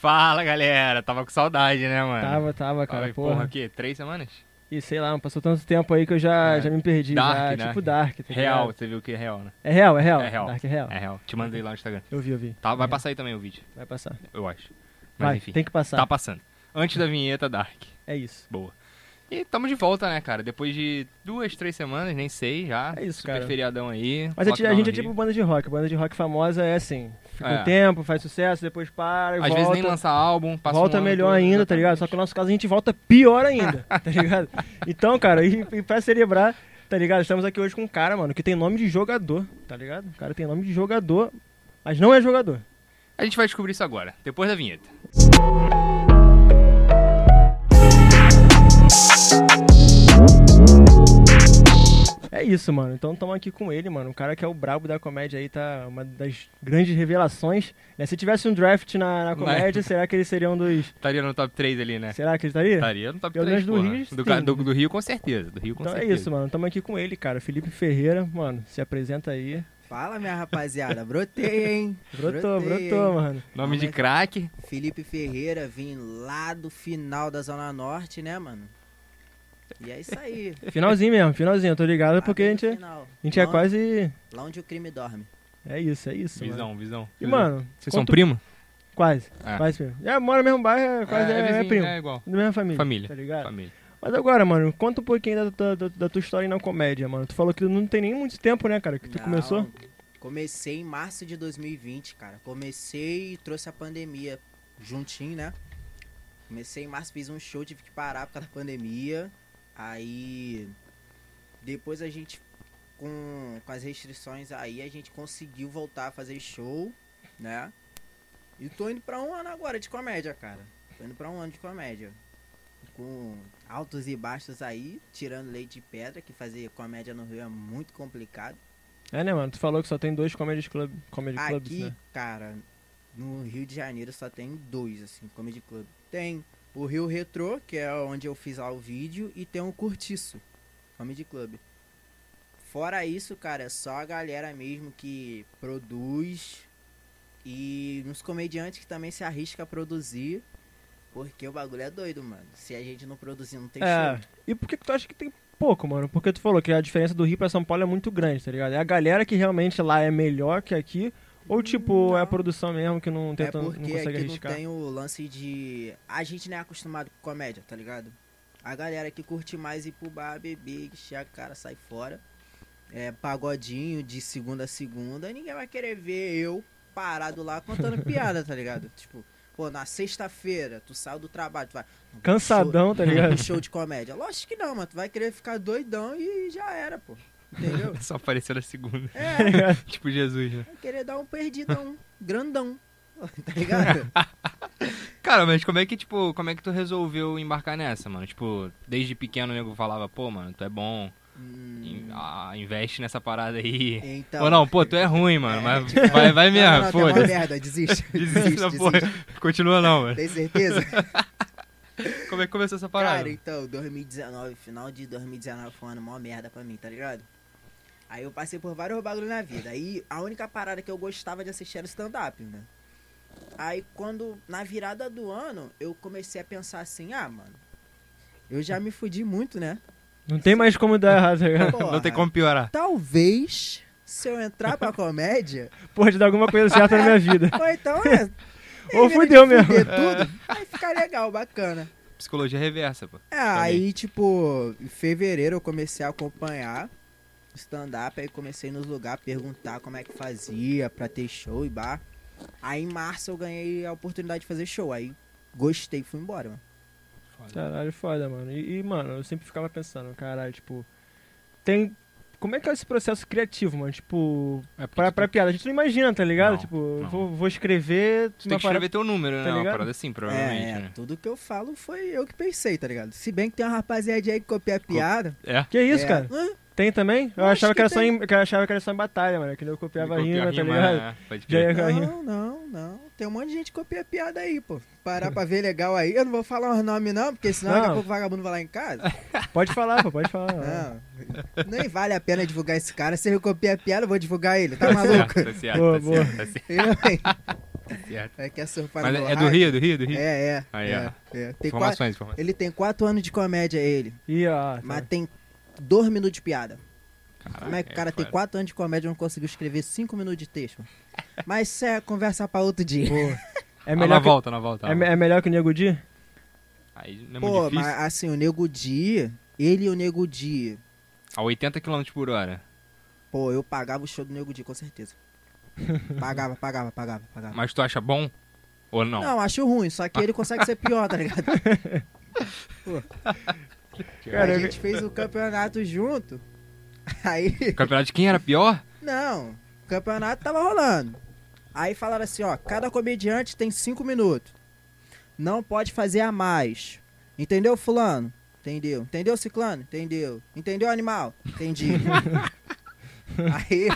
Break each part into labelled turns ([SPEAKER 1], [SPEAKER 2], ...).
[SPEAKER 1] Fala, galera. Tava com saudade, né, mano?
[SPEAKER 2] Tava, tava, cara.
[SPEAKER 1] Ai,
[SPEAKER 2] porra.
[SPEAKER 1] porra, o quê? Três semanas?
[SPEAKER 2] E sei lá, passou tanto tempo aí que eu já,
[SPEAKER 1] É.
[SPEAKER 2] já me perdi.
[SPEAKER 1] Dark,
[SPEAKER 2] já,
[SPEAKER 1] né?
[SPEAKER 2] Tipo Dark. tá
[SPEAKER 1] Real,
[SPEAKER 2] ligado?
[SPEAKER 1] você viu que é real, né?
[SPEAKER 2] É real, é real.
[SPEAKER 1] É real.
[SPEAKER 2] Dark é real.
[SPEAKER 1] É real. Te mandei lá no Instagram.
[SPEAKER 2] Eu vi, eu vi.
[SPEAKER 1] Tá, vai
[SPEAKER 2] É.
[SPEAKER 1] passar aí também o vídeo,
[SPEAKER 2] Vai passar.
[SPEAKER 1] eu acho. Mas
[SPEAKER 2] Vai,
[SPEAKER 1] enfim.
[SPEAKER 2] tem que passar.
[SPEAKER 1] Tá passando. Antes da vinheta, Dark.
[SPEAKER 2] É isso.
[SPEAKER 1] Boa. E tamo de volta, né, cara? Depois de duas, três semanas, nem sei já.
[SPEAKER 2] É isso,
[SPEAKER 1] Super
[SPEAKER 2] cara.
[SPEAKER 1] feriadão aí.
[SPEAKER 2] Mas a, ti- a
[SPEAKER 1] lockdown
[SPEAKER 2] gente é
[SPEAKER 1] no
[SPEAKER 2] tipo
[SPEAKER 1] Rio.
[SPEAKER 2] banda de rock. Banda de rock famosa é assim. Fica
[SPEAKER 1] É.
[SPEAKER 2] um tempo, faz sucesso, depois para,
[SPEAKER 1] Às
[SPEAKER 2] volta.
[SPEAKER 1] vezes nem lança álbum, passa um
[SPEAKER 2] volta
[SPEAKER 1] ano
[SPEAKER 2] melhor
[SPEAKER 1] todo,
[SPEAKER 2] ainda, tá ligado? Só que no nosso caso a gente volta pior ainda, tá ligado? Então, cara, e, e pra celebrar, tá ligado? Estamos aqui hoje com um cara, mano, que tem nome de jogador, tá ligado? O cara tem nome de jogador, mas não é jogador.
[SPEAKER 1] A gente vai descobrir isso agora, depois da vinheta.
[SPEAKER 2] É isso, mano. Então estamos aqui com ele, mano. Um cara que é o brabo da comédia aí, tá? Uma das grandes revelações. né? Se tivesse um draft na, na comédia, será que ele seria um dos.
[SPEAKER 1] Estaria no top 3 ali, né?
[SPEAKER 2] Será que ele estaria?
[SPEAKER 1] Estaria no top
[SPEAKER 2] Pelo
[SPEAKER 1] 3,
[SPEAKER 2] menos do
[SPEAKER 1] porra.
[SPEAKER 2] Rio,
[SPEAKER 1] do,
[SPEAKER 2] sim.
[SPEAKER 1] ca- do- do Rio, com certeza. Do Rio, com
[SPEAKER 2] Então é
[SPEAKER 1] certeza.
[SPEAKER 2] isso, mano. Estamos aqui com ele, cara. Felipe Ferreira, mano, se apresenta aí.
[SPEAKER 3] Fala, minha rapaziada. Brotei, hein?
[SPEAKER 2] Brotou,
[SPEAKER 3] Brotei,
[SPEAKER 2] brotou,
[SPEAKER 3] hein?
[SPEAKER 2] mano.
[SPEAKER 1] Nome de
[SPEAKER 3] Realmente.
[SPEAKER 1] craque.
[SPEAKER 3] Felipe Ferreira, vim lá do final da Zona Norte, né, mano? E é isso aí.
[SPEAKER 2] Finalzinho mesmo, finalzinho. Eu tô ligado
[SPEAKER 3] Lá
[SPEAKER 2] porque a
[SPEAKER 3] bem no
[SPEAKER 2] gente, a
[SPEAKER 3] final.
[SPEAKER 2] gente é
[SPEAKER 3] Lá-
[SPEAKER 2] quase.
[SPEAKER 3] Lá onde o crime dorme.
[SPEAKER 2] É isso, é isso. Mano.
[SPEAKER 1] Visão, visão.
[SPEAKER 2] E, mano,
[SPEAKER 1] Vocês
[SPEAKER 2] conta-
[SPEAKER 1] são primo?
[SPEAKER 2] Quase,
[SPEAKER 1] Ah.
[SPEAKER 2] quase primo. É, mora no mesmo bairro, é quase é, é
[SPEAKER 1] vizinho,
[SPEAKER 2] primo.
[SPEAKER 1] é igual.
[SPEAKER 2] Da mesma família.
[SPEAKER 1] Família.
[SPEAKER 2] Tá ligado?
[SPEAKER 1] É. Família.
[SPEAKER 2] Mas agora, mano, conta um pouquinho da, tua- da- da tua história na comédia, mano. Tu falou que não tem nem muito tempo, né, cara, que tu
[SPEAKER 3] Não,
[SPEAKER 2] começou.
[SPEAKER 3] Comecei em março de 2020, cara. Comecei e trouxe a pandemia juntinho, né? Comecei em março, fiz um show, tive que parar por causa da pandemia. Aí. Depois a gente, com, com as restrições aí, a gente conseguiu voltar a fazer show, né? E tô indo pra um ano agora de comédia, cara. Tô indo pra um ano de comédia. Com altos e baixos aí, tirando leite de pedra, que fazer comédia no Rio é muito complicado.
[SPEAKER 2] É, né, mano? Tu falou que só tem dois comedy club, comedy clubs,
[SPEAKER 3] Aqui,
[SPEAKER 2] né?
[SPEAKER 3] cara, no Rio de Janeiro só tem dois, assim, comedy club. Tem o Rio Retrô, que é onde eu fiz lá o vídeo, e tem o Curtiço, comedy club. Fora isso, cara, é só a galera mesmo que produz e uns comediantes que também se arrisca a produzir, porque o bagulho é doido, mano. Se a gente não produzir, não tem
[SPEAKER 2] É.
[SPEAKER 3] show.
[SPEAKER 2] E por que que tu acha que tem pouco, mano? Porque tu falou que a diferença do Rio pra São Paulo é muito grande, tá ligado? É a galera que realmente lá é melhor que aqui, ou tipo, é a
[SPEAKER 3] Não.
[SPEAKER 2] produção mesmo que não tenta,
[SPEAKER 3] é
[SPEAKER 2] não
[SPEAKER 3] porque
[SPEAKER 2] consegue
[SPEAKER 3] aqui
[SPEAKER 2] arriscar.
[SPEAKER 3] não tem o lance de. A gente não é acostumado com comédia, tá ligado? A galera que curte mais ir pro bar, beber, encher a cara, sai fora. É pagodinho de segunda a segunda. Ninguém vai querer ver eu parado lá contando piada, tá ligado? Tipo, pô, na sexta-feira, tu saiu do trabalho, tu vai.
[SPEAKER 2] Cansadão, tá ligado?
[SPEAKER 3] Show, show de comédia. Lógico que não, mano. Tu vai querer ficar doidão e já era, pô. Entendeu?
[SPEAKER 1] Só apareceu na segunda.
[SPEAKER 3] É,
[SPEAKER 1] tipo Jesus, né?
[SPEAKER 3] vai querer dar um perdidão, grandão. Tá ligado?
[SPEAKER 1] Cara, mas como é que, tipo, como é que tu resolveu embarcar nessa, mano? Tipo, desde pequeno o nego falava, pô, mano, tu é bom, in-
[SPEAKER 3] Hum,
[SPEAKER 1] ah, investe nessa parada aí.
[SPEAKER 3] Então,
[SPEAKER 1] Ou não, pô, tu é ruim, mano,
[SPEAKER 3] É,
[SPEAKER 1] mas
[SPEAKER 3] tipo,
[SPEAKER 1] vai, vai
[SPEAKER 3] Não, não,
[SPEAKER 1] mesmo,
[SPEAKER 3] não, tem uma
[SPEAKER 1] foda-se.
[SPEAKER 3] merda, desiste.
[SPEAKER 1] Desiste da porra. Continua não, mano.
[SPEAKER 3] Tem certeza?
[SPEAKER 1] Como é que começou essa parada?
[SPEAKER 3] Cara, então, 2019, final de 2019 foi um ano mó merda pra mim, tá ligado? Aí eu passei por vários bagulho na vida. Aí a única parada que eu gostava de assistir era stand-up, né? Aí quando, na virada do ano, eu comecei a pensar assim, ah, mano, eu já me fudi muito, né?
[SPEAKER 2] Não tem mais como dar errado, tá ligado?
[SPEAKER 1] não tem
[SPEAKER 3] Porra,
[SPEAKER 1] como piorar.
[SPEAKER 3] Talvez, se eu entrar pra comédia,
[SPEAKER 2] Pode dar alguma coisa certa na minha vida.
[SPEAKER 3] ou então é...
[SPEAKER 2] Ou
[SPEAKER 3] termina de
[SPEAKER 2] fudeu mesmo.
[SPEAKER 3] fuder
[SPEAKER 1] É.
[SPEAKER 3] tudo, aí fica legal, bacana.
[SPEAKER 1] Psicologia reversa, pô.
[SPEAKER 3] É, aí, tipo, em fevereiro eu comecei a acompanhar stand-up, aí comecei nos lugares perguntar como é que fazia pra ter show e bar. Aí em março eu ganhei a oportunidade de fazer show, aí gostei e fui embora, mano.
[SPEAKER 2] Caralho, foda, mano. E, e, mano, eu sempre ficava pensando, caralho, tipo, tem. Como é que é esse processo criativo, mano? Tipo,
[SPEAKER 1] É porque
[SPEAKER 2] pra,
[SPEAKER 1] tu
[SPEAKER 2] pra piada, a gente não imagina, tá ligado?
[SPEAKER 1] Não,
[SPEAKER 2] tipo,
[SPEAKER 1] não.
[SPEAKER 2] Vou, vou escrever.
[SPEAKER 1] Tu tem que escrever teu número,
[SPEAKER 2] tá
[SPEAKER 1] né? Uma
[SPEAKER 2] ligado?
[SPEAKER 1] parada assim, provavelmente,
[SPEAKER 3] É, é,
[SPEAKER 1] né?
[SPEAKER 3] tudo que eu falo foi eu que pensei, tá ligado? Se bem que tem uma rapaziada aí que copia a piada.
[SPEAKER 1] É.
[SPEAKER 2] Que isso,
[SPEAKER 3] é,
[SPEAKER 2] cara?
[SPEAKER 3] hã?
[SPEAKER 2] Tem também? Eu
[SPEAKER 3] Acho
[SPEAKER 2] achava que,
[SPEAKER 3] que
[SPEAKER 2] era só
[SPEAKER 3] tem.
[SPEAKER 2] em, que eu achava que era só em batalha, mano. Que eu copiava
[SPEAKER 1] Copia
[SPEAKER 2] rima, tá
[SPEAKER 1] rima,
[SPEAKER 2] ligado?
[SPEAKER 1] é, Pode
[SPEAKER 2] Já
[SPEAKER 1] crer.
[SPEAKER 2] ia com a rima.
[SPEAKER 3] Não, não, não. Tem um monte de gente que copia a piada aí, pô. Parar pra ver legal aí. Eu não vou falar os nomes não, porque senão daqui a
[SPEAKER 2] Não.
[SPEAKER 3] pouco o vagabundo vai lá em casa.
[SPEAKER 2] Pode falar, pô, pode falar.
[SPEAKER 3] Ah. Não, É. nem vale a pena divulgar esse cara. Se eu copiar a piada, eu vou divulgar ele. Tá maluco?
[SPEAKER 1] Tá certo, tá certo,
[SPEAKER 2] Boa,
[SPEAKER 1] tá
[SPEAKER 2] boa.
[SPEAKER 1] certo, tá certo.
[SPEAKER 3] Eu, hein?
[SPEAKER 1] certo.
[SPEAKER 3] É que é surfar
[SPEAKER 1] Mas
[SPEAKER 3] no
[SPEAKER 1] é,
[SPEAKER 3] meu
[SPEAKER 1] é do
[SPEAKER 3] rádio.
[SPEAKER 1] Rio, do Rio, do Rio?
[SPEAKER 3] É, é.
[SPEAKER 1] Aí,
[SPEAKER 3] é,
[SPEAKER 1] ó.
[SPEAKER 3] é. Tem qua-
[SPEAKER 1] informações, Tá informações.
[SPEAKER 3] Ele tem 4 anos de comédia, ele.
[SPEAKER 2] E ó. tá.
[SPEAKER 3] Mas tem 2 minutos de piada.
[SPEAKER 1] Caraca,
[SPEAKER 3] Como é que o cara
[SPEAKER 1] Ah, foda.
[SPEAKER 3] tem 4 anos de comédia e não conseguiu escrever 5 minutos de texto? Mas isso é conversa pra outro dia.
[SPEAKER 2] Pô, é
[SPEAKER 1] Ah,
[SPEAKER 2] melhor
[SPEAKER 1] na
[SPEAKER 2] que,
[SPEAKER 1] volta, na volta.
[SPEAKER 2] é, me- é melhor que o Nego Di?
[SPEAKER 1] Aí não é muito
[SPEAKER 3] Pô,
[SPEAKER 1] difícil.
[SPEAKER 3] mas assim, o Nego Di, ele e o Nego Di.
[SPEAKER 1] A 80 km por hora.
[SPEAKER 3] Pô, eu pagava o show do Nego Di, com certeza. Pagava, pagava, pagava, pagava.
[SPEAKER 1] Mas tu acha bom? Ou não?
[SPEAKER 3] Ah. Não, acho ruim, só que ele consegue ser pior, tá ligado?
[SPEAKER 2] Cara,
[SPEAKER 3] a
[SPEAKER 2] eu-
[SPEAKER 3] gente fez o campeonato junto. Aí,
[SPEAKER 1] O campeonato de quem era pior?
[SPEAKER 3] não, o campeonato tava rolando. Aí falaram assim, ó, cada comediante tem cinco minutos. Não pode fazer a mais. Entendeu, fulano? Entendeu. Entendeu, ciclano? Entendeu. Entendeu, animal? Entendi. Aí,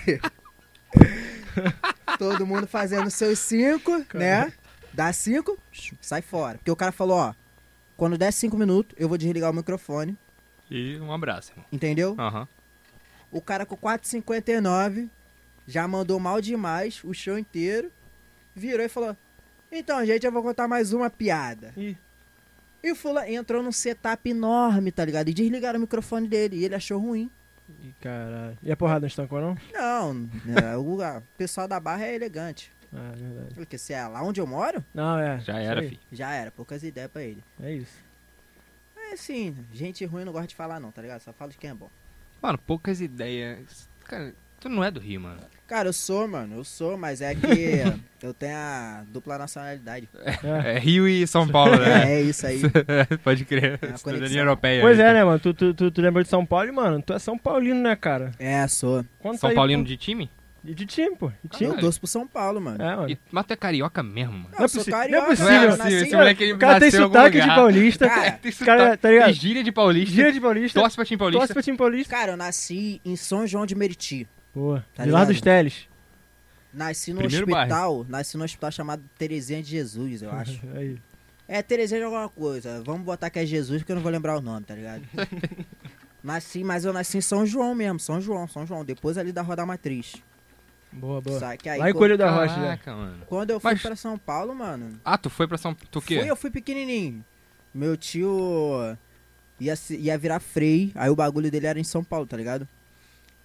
[SPEAKER 3] todo mundo fazendo seus cinco, né? Dá cinco, sai fora. Porque o cara falou, ó, quando der cinco minutos, eu vou desligar o microfone,
[SPEAKER 1] E um abraço, irmão.
[SPEAKER 3] entendeu?
[SPEAKER 1] Aham.
[SPEAKER 3] O cara com 4,59 já mandou mal demais o show inteiro. Virou e falou: Então, gente, eu vou contar mais uma piada.
[SPEAKER 2] Ih.
[SPEAKER 3] E o Fula entrou num setup enorme, tá ligado? E desligaram o microfone dele. E ele achou ruim.
[SPEAKER 2] Ih, Caralho. E a porrada não estancou, não?
[SPEAKER 3] Não, é, o a- o pessoal da barra é elegante.
[SPEAKER 2] Ah, é verdade.
[SPEAKER 3] Porque se é lá onde eu moro,
[SPEAKER 2] Não, é.
[SPEAKER 1] Já
[SPEAKER 2] isso
[SPEAKER 1] era,
[SPEAKER 2] aí.
[SPEAKER 1] filho.
[SPEAKER 3] já era, poucas ideias pra ele.
[SPEAKER 2] É isso.
[SPEAKER 3] É assim, gente ruim não gosta de falar, não, tá ligado? Só fala de quem é bom.
[SPEAKER 1] Mano, poucas ideias. Cara, tu não é do Rio, mano.
[SPEAKER 3] Cara, eu sou, mano, eu sou, mas é que eu tenho a dupla nacionalidade.
[SPEAKER 2] É.
[SPEAKER 1] É Rio e São Paulo, né?
[SPEAKER 3] É, é isso aí.
[SPEAKER 1] Pode crer.
[SPEAKER 3] É uma
[SPEAKER 1] Cidadania
[SPEAKER 3] conexão.
[SPEAKER 1] europeia. tá?
[SPEAKER 2] Pois é, né, mano? Tu, tu, tu, tu lembrou de São Paulo e, mano, tu é São Paulino, né, cara?
[SPEAKER 3] É, sou.
[SPEAKER 2] Conta
[SPEAKER 1] São
[SPEAKER 2] tá aí,
[SPEAKER 1] Paulino
[SPEAKER 2] pô.
[SPEAKER 1] de time?
[SPEAKER 2] de... de time, pô. De time.
[SPEAKER 3] Eu torço pro São Paulo, mano.
[SPEAKER 2] É, mano.
[SPEAKER 1] E, mas tu é carioca mesmo, mano.
[SPEAKER 3] Não,
[SPEAKER 2] Não é
[SPEAKER 3] eu sou
[SPEAKER 2] possível,
[SPEAKER 3] carioca,
[SPEAKER 2] não é possível. Não
[SPEAKER 3] né?
[SPEAKER 2] é
[SPEAKER 3] Eu
[SPEAKER 1] possível, esse
[SPEAKER 3] nasci-
[SPEAKER 1] moleque, ele
[SPEAKER 2] O cara tem
[SPEAKER 1] nasceu em algum
[SPEAKER 2] sotaque de
[SPEAKER 1] lugar.
[SPEAKER 2] paulista.
[SPEAKER 3] Cara,
[SPEAKER 1] Tem sotaque-
[SPEAKER 2] cara, tá ligado?
[SPEAKER 1] Tem gíria de paulista.
[SPEAKER 2] Dia de paulista.
[SPEAKER 1] Torce pra time paulista.
[SPEAKER 2] Torce pra time paulista.
[SPEAKER 3] Cara, eu nasci em São João de Meriti.
[SPEAKER 2] Pô,
[SPEAKER 3] Tá
[SPEAKER 2] de lá
[SPEAKER 3] ligado?
[SPEAKER 2] dos teles.
[SPEAKER 3] Nasci no
[SPEAKER 1] Primeiro
[SPEAKER 3] hospital, nasci num hospital chamado Terezinha de Jesus, eu acho.
[SPEAKER 2] Aí.
[SPEAKER 3] É Terezinha de alguma coisa. Vamos botar que é Jesus, porque eu não vou lembrar o nome, tá ligado? nasci, mas eu nasci em São João mesmo, São João, São João, depois ali da Roda Matriz.
[SPEAKER 2] Boa, boa.
[SPEAKER 3] Só que aí,
[SPEAKER 2] lá em
[SPEAKER 3] co-
[SPEAKER 2] Coelho da Rocha, né?
[SPEAKER 1] Caraca, mano.
[SPEAKER 3] quando eu fui
[SPEAKER 1] Mas-
[SPEAKER 3] pra São Paulo, mano,
[SPEAKER 1] Ah, tu foi pra São... Tu o quê?
[SPEAKER 3] Fui, eu fui pequenininho. Meu tio ia, se- ia virar frei, aí o bagulho dele era em São Paulo, tá ligado?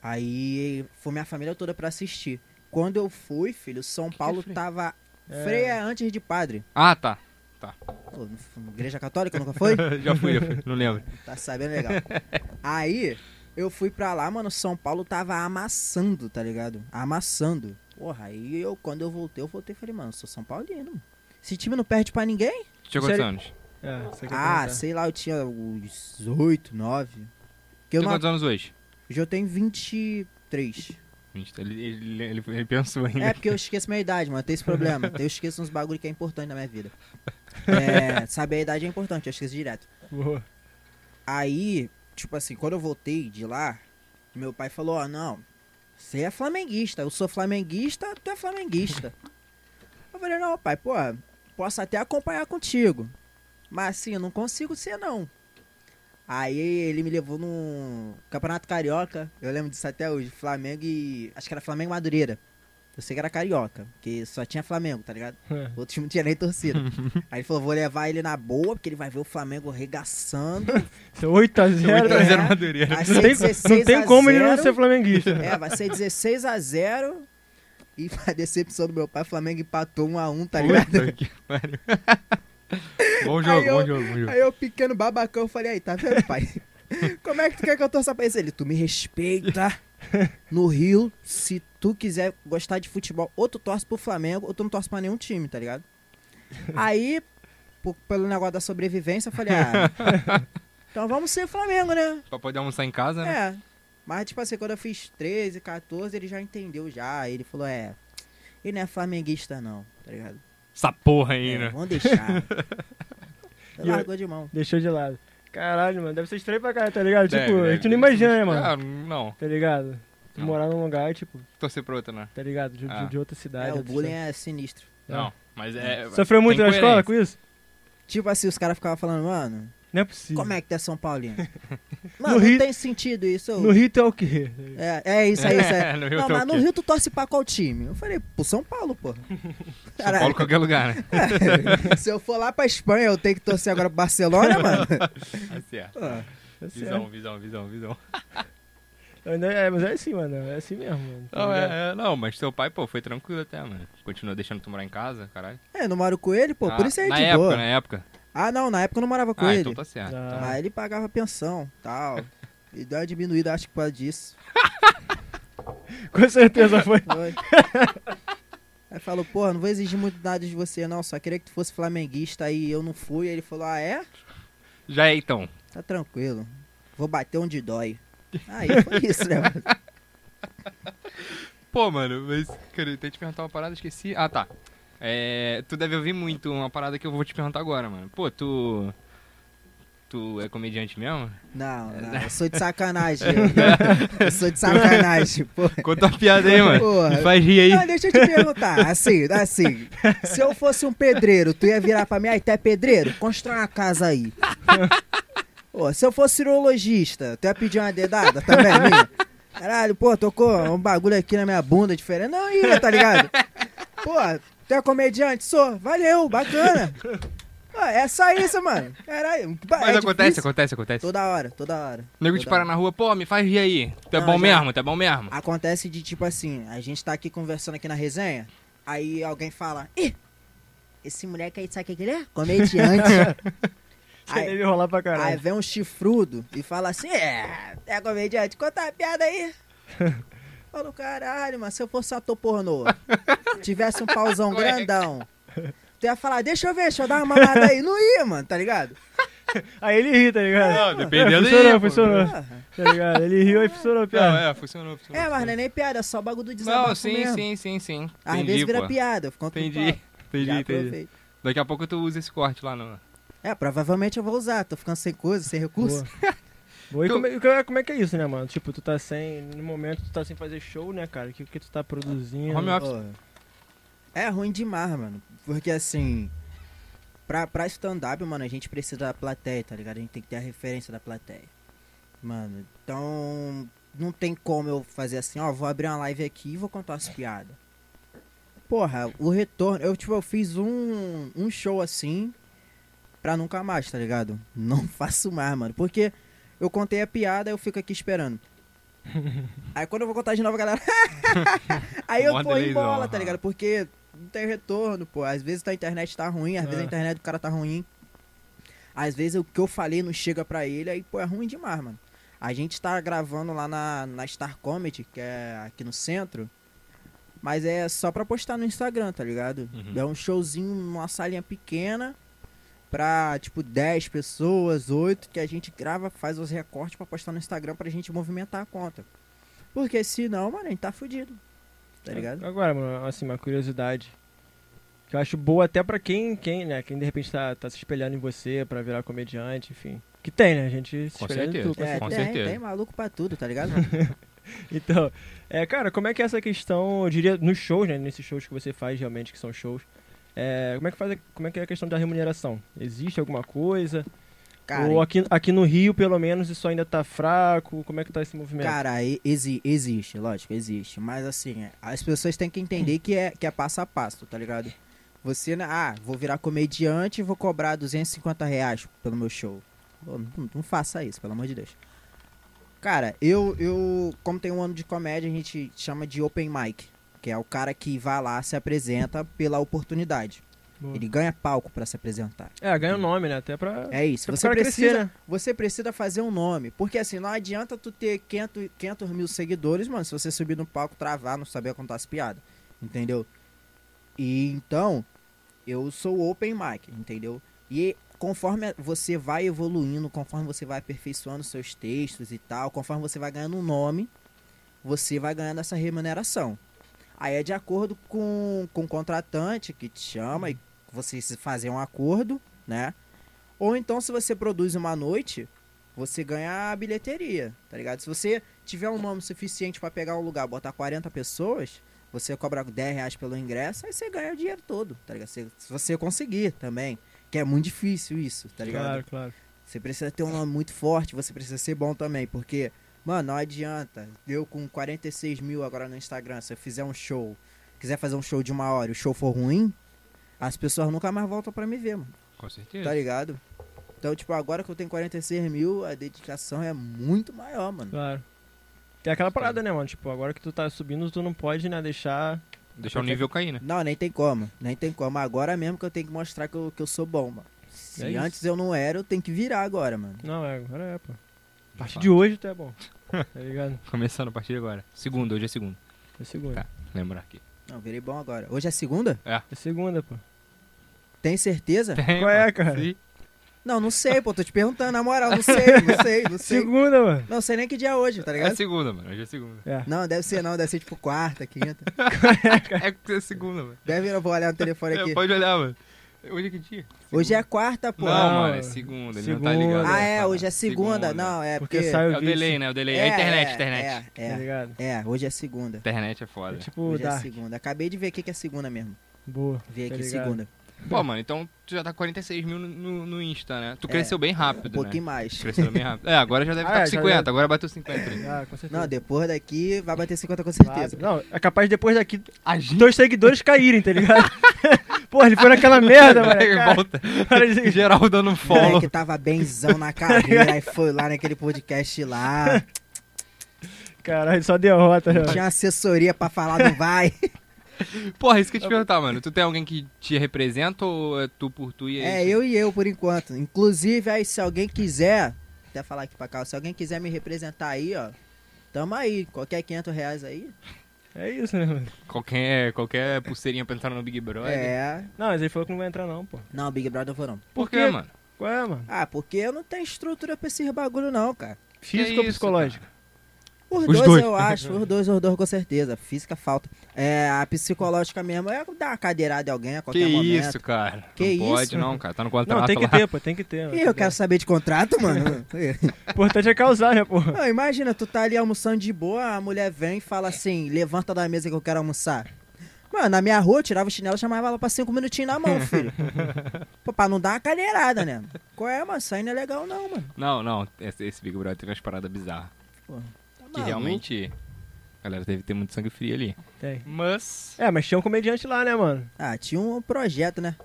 [SPEAKER 3] Aí foi minha família toda pra assistir. Quando eu fui, filho, São
[SPEAKER 1] é
[SPEAKER 3] Paulo
[SPEAKER 1] frei?
[SPEAKER 3] tava.
[SPEAKER 2] É.
[SPEAKER 3] Freia antes de padre.
[SPEAKER 1] Ah, tá.
[SPEAKER 3] Pô, no- no igreja católica nunca foi?
[SPEAKER 1] já fui, já fui. Não lembro.
[SPEAKER 3] Tá sabendo legal. Aí, eu fui pra lá, mano, São Paulo tava amassando, tá ligado? Amassando. Porra, aí eu, quando eu voltei, eu voltei e falei, mano, sou São Paulino. mano. Esse time não perde pra ninguém?
[SPEAKER 1] Tinha quantos
[SPEAKER 2] Sério?
[SPEAKER 1] anos?
[SPEAKER 2] É, isso aqui eu
[SPEAKER 3] Ah,
[SPEAKER 2] quero
[SPEAKER 3] sei lá, eu tinha uns 8, 9. Que eu
[SPEAKER 1] Tem
[SPEAKER 3] não,
[SPEAKER 1] quantos anos hoje?
[SPEAKER 3] hoje eu tenho 23.
[SPEAKER 1] Ele, ele, ele, ele pensou ainda.
[SPEAKER 3] É porque eu esqueço minha idade, mano. Tem esse problema. Eu esqueço uns bagulho que é importante na minha vida. É, saber a idade é importante, eu esqueço direto.
[SPEAKER 2] perguntar. Boa.
[SPEAKER 3] Aí, tipo assim, quando eu voltei de lá, meu pai falou: Ó, não, você é flamenguista. Eu sou flamenguista, tu é flamenguista. Eu falei: Não, pai, pô, posso até acompanhar contigo. Mas assim, eu não consigo ser, não. Aí ele me levou no Campeonato Carioca. Eu lembro disso até hoje. Flamengo e. Acho que era Flamengo e Madureira. Eu sei que era Carioca, porque só tinha Flamengo, tá ligado?
[SPEAKER 2] É.
[SPEAKER 3] O outro time não tinha nem torcida. Aí ele falou: vou levar ele na boa, porque ele vai ver o Flamengo arregaçando.
[SPEAKER 2] Isso é 8 a 0
[SPEAKER 3] 8 a 0.
[SPEAKER 1] Zero Madureira.
[SPEAKER 2] Não
[SPEAKER 3] Vai ser
[SPEAKER 2] tem,
[SPEAKER 3] 16
[SPEAKER 2] não tem
[SPEAKER 3] a
[SPEAKER 2] como ele não
[SPEAKER 3] 0.
[SPEAKER 2] ser flamenguista.
[SPEAKER 3] É, vai ser 16 a 0 E pra decepção do meu pai, o Flamengo empatou 1 a 1 tá ligado?
[SPEAKER 1] Puta que pariu. Bom jogo,
[SPEAKER 3] Aí
[SPEAKER 1] bom
[SPEAKER 3] eu-
[SPEAKER 1] jogo, bom jogo.
[SPEAKER 3] Aí eu pequeno babacão, eu falei, aí, tá vendo, pai? Como é que tu quer que eu torça pra isso? Ele, tu me respeita. No Rio, se tu quiser gostar de futebol, ou tu torce pro Flamengo, ou tu não torce pra nenhum time, tá ligado? Aí, po- pelo negócio da sobrevivência, eu falei, ah, então vamos ser Flamengo, né?
[SPEAKER 1] Pra poder almoçar em casa, né?
[SPEAKER 3] É. Mas, tipo assim, quando eu fiz 13, 14, ele já entendeu já. Aí Ele falou, é. Ele não é flamenguista, não, tá ligado?
[SPEAKER 1] Essa porra aí,
[SPEAKER 3] É,
[SPEAKER 1] né?
[SPEAKER 3] vamos deixar.
[SPEAKER 2] E eu-
[SPEAKER 3] Largou de mão.
[SPEAKER 2] Deixou de lado. Caralho, mano, deve ser estranho pra caralho, tá ligado?
[SPEAKER 1] Deve,
[SPEAKER 2] tipo, a
[SPEAKER 1] deve.
[SPEAKER 2] gente não imagina, né, mano?
[SPEAKER 1] Ah, não.
[SPEAKER 2] Tá ligado? Tu
[SPEAKER 1] Não.
[SPEAKER 2] morar num lugar, tipo,
[SPEAKER 1] Torcer pra outra, né?
[SPEAKER 2] tá ligado? De, de-
[SPEAKER 1] Ah.
[SPEAKER 2] de outra
[SPEAKER 3] É,
[SPEAKER 2] cidade.
[SPEAKER 3] o
[SPEAKER 2] outra
[SPEAKER 3] bullying é sinistro.
[SPEAKER 2] cidade.
[SPEAKER 1] Não, mas é...
[SPEAKER 2] Sofreu muito
[SPEAKER 1] tem
[SPEAKER 2] na escola
[SPEAKER 1] coerência.
[SPEAKER 2] com isso?
[SPEAKER 3] Tipo assim, os caras ficavam falando, mano,
[SPEAKER 2] Não é possível.
[SPEAKER 3] Como é que tu é São Paulino? Mano, não
[SPEAKER 2] Rio-
[SPEAKER 3] tem sentido isso. ô.
[SPEAKER 2] No Rio tu é o quê?
[SPEAKER 3] É, é isso aí, isso aí.
[SPEAKER 1] no Rio
[SPEAKER 3] não,
[SPEAKER 1] tem o
[SPEAKER 3] mas no
[SPEAKER 1] quê?
[SPEAKER 3] Rio tu torce pra qual time? Eu falei, pro São Paulo, pô.
[SPEAKER 1] São Paulo, qualquer lugar, né?
[SPEAKER 3] É, se eu for lá pra Espanha, eu tenho que torcer agora pro Barcelona, mano?
[SPEAKER 1] Tá certo.
[SPEAKER 3] Pô,
[SPEAKER 2] Tá certo.
[SPEAKER 1] Visão, visão, visão, visão.
[SPEAKER 2] Ainda É, mas é assim, mano. É assim mesmo, mano. tá
[SPEAKER 1] Não,
[SPEAKER 2] ligado?
[SPEAKER 1] é, é, não, mas seu pai, pô, foi tranquilo até, mano. Continuou deixando tu morar em casa, caralho.
[SPEAKER 3] É, eu não moro com ele, pô. por
[SPEAKER 1] Ah,
[SPEAKER 3] isso é
[SPEAKER 1] Na
[SPEAKER 3] de
[SPEAKER 1] época,
[SPEAKER 3] boa.
[SPEAKER 1] na época.
[SPEAKER 3] Ah, não, na época eu não morava com
[SPEAKER 1] ah,
[SPEAKER 3] ele.
[SPEAKER 1] então tá certo.
[SPEAKER 2] Ah.
[SPEAKER 1] Então-
[SPEAKER 3] Mas ele pagava pensão, tal. E deu uma diminuída, acho que por causa disso.
[SPEAKER 1] é.
[SPEAKER 2] Com certeza foi.
[SPEAKER 3] Foi. Aí falou, porra, não vou exigir muito nada de você, não. Só queria que tu fosse flamenguista. Aí eu não fui. Aí ele falou, ah, é?
[SPEAKER 1] Já é então.
[SPEAKER 3] Tá tranquilo. Vou bater onde dói. Aí foi isso, né? mano?
[SPEAKER 1] Pô, mano, mas. Cara, eu tenho que te perguntar uma parada, esqueci. Ah, tá. É, tu deve ouvir muito uma parada que eu vou te perguntar agora, mano. Pô, tu. Tu é comediante mesmo?
[SPEAKER 3] Não,
[SPEAKER 1] É,
[SPEAKER 3] não,
[SPEAKER 1] né?
[SPEAKER 3] eu sou de sacanagem. Eu, eu sou de sacanagem, pô.
[SPEAKER 1] Conta uma piada aí, mano.
[SPEAKER 3] Porra.
[SPEAKER 1] Me faz rir
[SPEAKER 3] Não, é
[SPEAKER 1] aí.
[SPEAKER 3] deixa eu te perguntar, assim, assim, se eu fosse um pedreiro, tu ia virar pra mim, aí tu é pedreiro? Constrói uma casa aí. Pô, se eu fosse cirologista, tu ia pedir uma dedada também, minha? Caralho, pô, tocou um bagulho aqui na minha bunda diferente. Não ia, tá ligado? Pô, tu é comediante? Sou. Valeu, bacana. Ah, é só isso, mano. Caralho. ba-
[SPEAKER 1] Mas
[SPEAKER 3] é
[SPEAKER 1] acontece,
[SPEAKER 3] difícil.
[SPEAKER 1] acontece, acontece.
[SPEAKER 3] Toda hora, toda hora.
[SPEAKER 1] O nego te
[SPEAKER 3] toda
[SPEAKER 1] para
[SPEAKER 3] hora.
[SPEAKER 1] na rua, pô, me faz rir aí. Tu é
[SPEAKER 3] Não,
[SPEAKER 1] bom
[SPEAKER 3] Ah, já-
[SPEAKER 1] mesmo, tu é bom mesmo.
[SPEAKER 3] Acontece de tipo assim, a gente tá aqui conversando aqui na resenha, aí alguém fala, Ih, esse moleque aí sabe o que que ele é? Comediante.
[SPEAKER 2] Você
[SPEAKER 3] aí,
[SPEAKER 2] deve rolar pra caralho.
[SPEAKER 3] aí vem um chifrudo e fala assim, é, é comediante, conta a piada aí. Fala, caralho, mas se eu fosse ator pornô, tivesse um pauzão
[SPEAKER 1] Qual é?
[SPEAKER 3] grandão, tu ia falar, deixa eu ver, deixa eu dar uma mamada aí. Não ia, mano, tá ligado?
[SPEAKER 2] Aí ele ri, tá ligado?
[SPEAKER 1] Não, dependendo
[SPEAKER 2] funcionou,
[SPEAKER 1] aí, É, pô.
[SPEAKER 2] funcionou.
[SPEAKER 3] Porra.
[SPEAKER 2] Tá ligado? Ele riu e funcionou a
[SPEAKER 1] Não,
[SPEAKER 2] piada.
[SPEAKER 1] é, funcionou, funcionou.
[SPEAKER 3] É, mas não é nem piada, é só bagulho do desabafo
[SPEAKER 1] Não, sim,
[SPEAKER 3] mesmo.
[SPEAKER 1] sim, sim, sim.
[SPEAKER 3] Às
[SPEAKER 1] Entendi,
[SPEAKER 3] vezes vira
[SPEAKER 1] pô.
[SPEAKER 3] piada, ficou
[SPEAKER 1] Entendi, entendi, entendi. Daqui a pouco tu usa esse corte lá no.
[SPEAKER 3] É, provavelmente eu vou usar, tô ficando sem coisa, sem recurso.
[SPEAKER 2] Boa. Boa. E
[SPEAKER 1] Tu-
[SPEAKER 2] como, é- como é, como é que é isso, né, mano? Tipo, tu tá sem. No momento, tu tá sem fazer show, né, cara? O que, que tu tá produzindo?
[SPEAKER 1] Home office.
[SPEAKER 3] Porra. É ruim demais, mano. Porque assim, pra, pra stand-up, mano, a gente precisa da plateia, tá ligado? A gente tem que ter a referência da plateia. Mano, então não tem como eu fazer assim, ó, vou abrir uma live aqui e vou contar as piadas. Porra, o retorno. Eu, tipo, eu fiz um, um show assim pra nunca mais, tá ligado? Não faço mais, mano. Porque eu contei a piada eu fico aqui esperando. Aí quando eu vou contar de novo, a galera. Aí eu
[SPEAKER 1] Mó
[SPEAKER 3] tô em
[SPEAKER 1] delezão,
[SPEAKER 3] bola, tá
[SPEAKER 1] aham.
[SPEAKER 3] ligado? Porque não tem retorno, pô. Às vezes a internet tá ruim, às vezes a
[SPEAKER 1] É.
[SPEAKER 2] Ah.
[SPEAKER 3] internet do cara tá ruim. Às vezes o que eu falei não chega pra ele, aí, pô, é ruim demais, mano. A gente tá gravando lá na, na Star Comedy, que é aqui no centro. Mas é só pra postar no Instagram, tá ligado?
[SPEAKER 1] Uhum.
[SPEAKER 3] É um showzinho numa salinha pequena. Pra, tipo, 10 pessoas, 8, que a gente grava, faz os recortes pra postar no Instagram pra gente movimentar a conta. Porque senão, mano, a gente tá fudido. Tá
[SPEAKER 1] É,
[SPEAKER 3] ligado?
[SPEAKER 2] Agora, mano, assim, uma curiosidade. Que eu acho boa até pra quem, quem né? Quem de repente tá, tá se espelhando em você pra virar comediante, enfim. Que tem, né? A gente se
[SPEAKER 1] Com
[SPEAKER 2] espelhando em
[SPEAKER 1] certeza.
[SPEAKER 2] tu, com
[SPEAKER 3] É,
[SPEAKER 1] com
[SPEAKER 3] tem,
[SPEAKER 1] certeza.
[SPEAKER 3] tem maluco pra tudo, tá ligado? mano?
[SPEAKER 2] Então, é, cara, como é que é essa questão, eu diria, nos shows, né? Nesses shows que você faz realmente, que são shows. É, como, é que faz, a- como é que é a questão da remuneração? Existe alguma coisa?
[SPEAKER 3] Cara,
[SPEAKER 2] Ou aqui, aqui no Rio, pelo menos, isso ainda tá fraco? Como é que tá esse movimento?
[SPEAKER 3] Cara, e- exi- existe, lógico, existe. Mas assim, é, as pessoas têm que entender que é, que é passo a passo, tá ligado? Você, né, ah, vou virar comediante e vou cobrar 250 reais pelo meu show. Pô, não, não faça isso, pelo amor de Deus. Cara, eu, eu, como tem um ano de comédia, a gente chama de open mic. Que é o cara que vai lá, se apresenta pela oportunidade.
[SPEAKER 2] Boa.
[SPEAKER 3] Ele ganha palco pra se apresentar.
[SPEAKER 2] É, ganha o nome, né? Até pra,
[SPEAKER 3] É isso.
[SPEAKER 2] pra o
[SPEAKER 3] Você
[SPEAKER 2] cara
[SPEAKER 3] precisa,
[SPEAKER 2] crescer, né?
[SPEAKER 3] você precisa fazer um nome. Porque assim, não adianta tu ter 500, 500 mil seguidores, mano, se você subir no palco, travar, não saber contar as piadas. Entendeu? E então, eu sou open mic, entendeu? E conforme você vai evoluindo, conforme você vai aperfeiçoando seus textos e tal, conforme você vai ganhando um nome, você vai ganhando essa remuneração. Aí é de acordo com, com o contratante que te chama e vocês fazem um acordo, né? Ou então, se você produz uma noite, você ganha a bilheteria, tá ligado? Se você tiver um nome suficiente pra pegar um lugar, botar 40 pessoas, você cobra 10 reais pelo ingresso, aí você ganha o dinheiro todo, tá ligado? Se, se você conseguir também, que é muito difícil isso, tá ligado?
[SPEAKER 2] Claro, claro.
[SPEAKER 3] Você precisa ter um nome muito forte, você precisa ser bom também, porque, mano, não adianta. Eu com 46 mil agora no Instagram, se eu fizer um show, quiser fazer um show de uma hora e o show for ruim, as pessoas nunca mais voltam pra me ver, mano.
[SPEAKER 1] Com certeza.
[SPEAKER 3] Tá ligado? Então, tipo, agora que eu tenho 46 mil, a dedicação é muito maior, mano.
[SPEAKER 2] Claro. Tem aquela parada, né, mano? Tipo, agora que tu tá subindo, tu não pode, né, deixar.
[SPEAKER 1] Deixar o
[SPEAKER 3] Tá
[SPEAKER 1] nível cair, né?
[SPEAKER 3] Não, nem tem como. Nem tem como. Agora mesmo que eu tenho que mostrar que eu, que eu sou bom, mano.
[SPEAKER 2] É
[SPEAKER 3] Se
[SPEAKER 2] isso.
[SPEAKER 3] antes eu não era, eu tenho que virar agora, mano.
[SPEAKER 2] Não, é, agora é, pô. A partir de hoje tu é bom. Tá ligado?
[SPEAKER 1] Começando a partir de agora. Segunda, hoje é segunda.
[SPEAKER 2] É segunda.
[SPEAKER 1] Tá. Lembrar aqui.
[SPEAKER 3] Não, virei bom agora. Hoje é segunda?
[SPEAKER 2] É segunda, pô.
[SPEAKER 3] Tem certeza?
[SPEAKER 1] Tem,
[SPEAKER 2] Qual é,
[SPEAKER 1] mano.
[SPEAKER 2] cara?
[SPEAKER 1] Sim.
[SPEAKER 3] Tá Não, não sei, pô. Tô te perguntando, na moral. Não sei, não sei, não sei.
[SPEAKER 2] Segunda, mano.
[SPEAKER 3] Não sei nem que dia é hoje, tá
[SPEAKER 1] É
[SPEAKER 2] Assim.
[SPEAKER 3] ligado?
[SPEAKER 1] segunda, mano. Hoje é segunda.
[SPEAKER 2] É.
[SPEAKER 3] Não, deve ser não. Deve ser tipo quarta, quinta.
[SPEAKER 1] É que é segunda, mano.
[SPEAKER 3] Deve eu vou olhar no telefone
[SPEAKER 1] É,
[SPEAKER 3] aqui.
[SPEAKER 1] pode olhar, mano. Hoje é que dia?
[SPEAKER 3] Hoje é quarta, pô.
[SPEAKER 1] não,
[SPEAKER 2] não,
[SPEAKER 1] mano, é
[SPEAKER 2] é
[SPEAKER 1] segunda. Ele não tá ligado.
[SPEAKER 3] Ah, é,
[SPEAKER 1] Fala.
[SPEAKER 3] hoje é segunda. Não, é
[SPEAKER 2] Porque
[SPEAKER 3] porque.
[SPEAKER 2] sai
[SPEAKER 1] É
[SPEAKER 2] o
[SPEAKER 1] o
[SPEAKER 2] vídeo.
[SPEAKER 1] delay, né? O delay. É, a internet, internet.
[SPEAKER 3] É,
[SPEAKER 2] Tá
[SPEAKER 3] é,
[SPEAKER 2] ligado?
[SPEAKER 3] é, é, hoje é segunda.
[SPEAKER 1] Internet é foda.
[SPEAKER 2] É tipo,
[SPEAKER 3] Hoje é
[SPEAKER 2] dá.
[SPEAKER 3] segunda. Acabei de ver aqui que é segunda mesmo.
[SPEAKER 2] Boa.
[SPEAKER 3] Ver
[SPEAKER 2] tá
[SPEAKER 3] aqui
[SPEAKER 2] ligado?
[SPEAKER 3] segunda. Um
[SPEAKER 1] Pô, mano, então tu já tá 46 mil no, no, no Insta, né? Tu
[SPEAKER 3] É,
[SPEAKER 1] cresceu bem
[SPEAKER 3] Um
[SPEAKER 1] rápido,
[SPEAKER 3] pouquinho
[SPEAKER 1] né?
[SPEAKER 3] mais.
[SPEAKER 1] Cresceu bem rápido. É, agora já deve
[SPEAKER 2] Ah,
[SPEAKER 1] estar
[SPEAKER 2] é,
[SPEAKER 1] com
[SPEAKER 2] já
[SPEAKER 1] 50,
[SPEAKER 2] dá.
[SPEAKER 1] agora bateu 50. né?
[SPEAKER 2] Ah, com certeza.
[SPEAKER 3] Não, depois daqui vai bater 50 com certeza.
[SPEAKER 2] Não, é capaz de depois daqui
[SPEAKER 1] A gente
[SPEAKER 2] dois seguidores caírem, tá ligado? Porra, ele foi naquela É merda, mano.
[SPEAKER 1] Aí
[SPEAKER 2] Cara,
[SPEAKER 1] volta.
[SPEAKER 2] cara, ele-
[SPEAKER 1] Geral dando
[SPEAKER 3] Moleque
[SPEAKER 1] follow.
[SPEAKER 3] que tava benzão na carreira, aí foi lá naquele podcast lá.
[SPEAKER 2] Caralho, só derrota, né,
[SPEAKER 3] Não
[SPEAKER 2] mano.
[SPEAKER 3] Tinha assessoria pra falar, não vai.
[SPEAKER 1] Porra, isso que eu te perguntar, mano. Tu tem alguém que te representa ou é tu por tu e
[SPEAKER 3] É,
[SPEAKER 1] isso?
[SPEAKER 3] eu e eu por enquanto. Inclusive, aí se alguém quiser, até falar aqui pra cá, se alguém quiser me representar aí, ó, tamo aí. Qualquer 500 reais aí.
[SPEAKER 2] É isso, né, mano?
[SPEAKER 1] Qualquer, qualquer pulseirinha pra entrar no Big Brother.
[SPEAKER 3] É.
[SPEAKER 2] Não, mas ele falou que não vai entrar, não, pô.
[SPEAKER 3] Não, Big Brother eu vou não.
[SPEAKER 1] Por
[SPEAKER 2] Por
[SPEAKER 1] quê,
[SPEAKER 2] quê?
[SPEAKER 1] mano?
[SPEAKER 2] Qual é, mano?
[SPEAKER 3] Ah, porque eu não tenho estrutura pra esses bagulho não, cara.
[SPEAKER 2] Físico
[SPEAKER 1] isso,
[SPEAKER 2] ou psicológico?
[SPEAKER 3] Os,
[SPEAKER 1] Os
[SPEAKER 3] dois,
[SPEAKER 1] dois.
[SPEAKER 3] eu acho, os dois, os dois com certeza. Física falta. É, a psicológica mesmo é dar uma cadeirada em alguém a
[SPEAKER 1] Que
[SPEAKER 3] qualquer momento.
[SPEAKER 1] isso, cara?
[SPEAKER 3] Que
[SPEAKER 1] não pode
[SPEAKER 3] isso?
[SPEAKER 1] não, cara. Tá no
[SPEAKER 2] Não,
[SPEAKER 1] contrato
[SPEAKER 2] tem que
[SPEAKER 1] lá.
[SPEAKER 2] ter, pô, tem que ter. mano.
[SPEAKER 3] Ih, eu quero saber de contrato, mano.
[SPEAKER 2] O importante é causar, né, pô?
[SPEAKER 3] Não, imagina, tu tá ali almoçando de boa, a mulher vem e fala assim, levanta da mesa que eu quero almoçar. Mano, na minha rua, eu tirava o chinelo, chamava ela pra cinco minutinhos na mão, filho. Pô, pra não dar uma cadeirada, né? Qual é, mano? Isso aí não é legal não, mano.
[SPEAKER 1] Não, não. Esse, esse Big Brother teve umas paradas bizarras.
[SPEAKER 3] Tá
[SPEAKER 1] Que
[SPEAKER 3] maluco.
[SPEAKER 1] realmente... A galera teve que ter muito sangue frio ali.
[SPEAKER 2] Tem.
[SPEAKER 1] Mas...
[SPEAKER 2] É, mas tinha um comediante lá, né, mano?
[SPEAKER 3] Ah, tinha um projeto, né?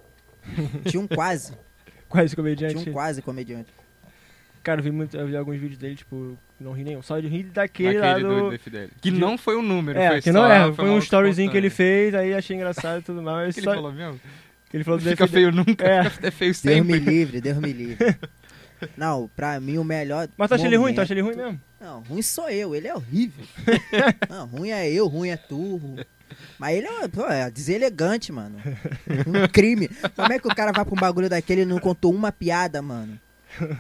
[SPEAKER 3] Tinha um quase.
[SPEAKER 2] Quase
[SPEAKER 3] tinha
[SPEAKER 2] comediante.
[SPEAKER 3] um quase comediante.
[SPEAKER 2] Cara, eu vi, muito, eu vi alguns víeles dele, tipo, não ri nenhum. Só de rir daquele lá
[SPEAKER 1] Aquele
[SPEAKER 2] do...
[SPEAKER 1] do, do FDL. Que não foi o número,
[SPEAKER 2] É,
[SPEAKER 1] foi só...
[SPEAKER 2] que não é, foi
[SPEAKER 1] uma
[SPEAKER 2] um
[SPEAKER 1] outra
[SPEAKER 2] storyzinho que ele
[SPEAKER 1] espontânea.
[SPEAKER 2] fez, aí achei engraçado e tudo
[SPEAKER 1] O
[SPEAKER 2] mais.
[SPEAKER 1] que ele
[SPEAKER 2] só-
[SPEAKER 1] falou mesmo?
[SPEAKER 2] que ele falou do
[SPEAKER 1] Fica
[SPEAKER 2] DFD.
[SPEAKER 1] feio nunca,
[SPEAKER 2] É.
[SPEAKER 1] é feio
[SPEAKER 3] Deus me
[SPEAKER 1] sempre.
[SPEAKER 3] livre, Deus me livre. Não, pra mim o melhor.
[SPEAKER 2] Mas tu acha ele ruim? Tu
[SPEAKER 3] momento-
[SPEAKER 2] acha ele ruim mesmo?
[SPEAKER 3] Não, ruim sou eu, ele é horrível. não, ruim é eu, ruim é tu. ru- Mas ele é, uma- pô, é deselegante, mano. Um crime. Como é que o cara vai pra um bagulho daquele e não contou uma piada, mano?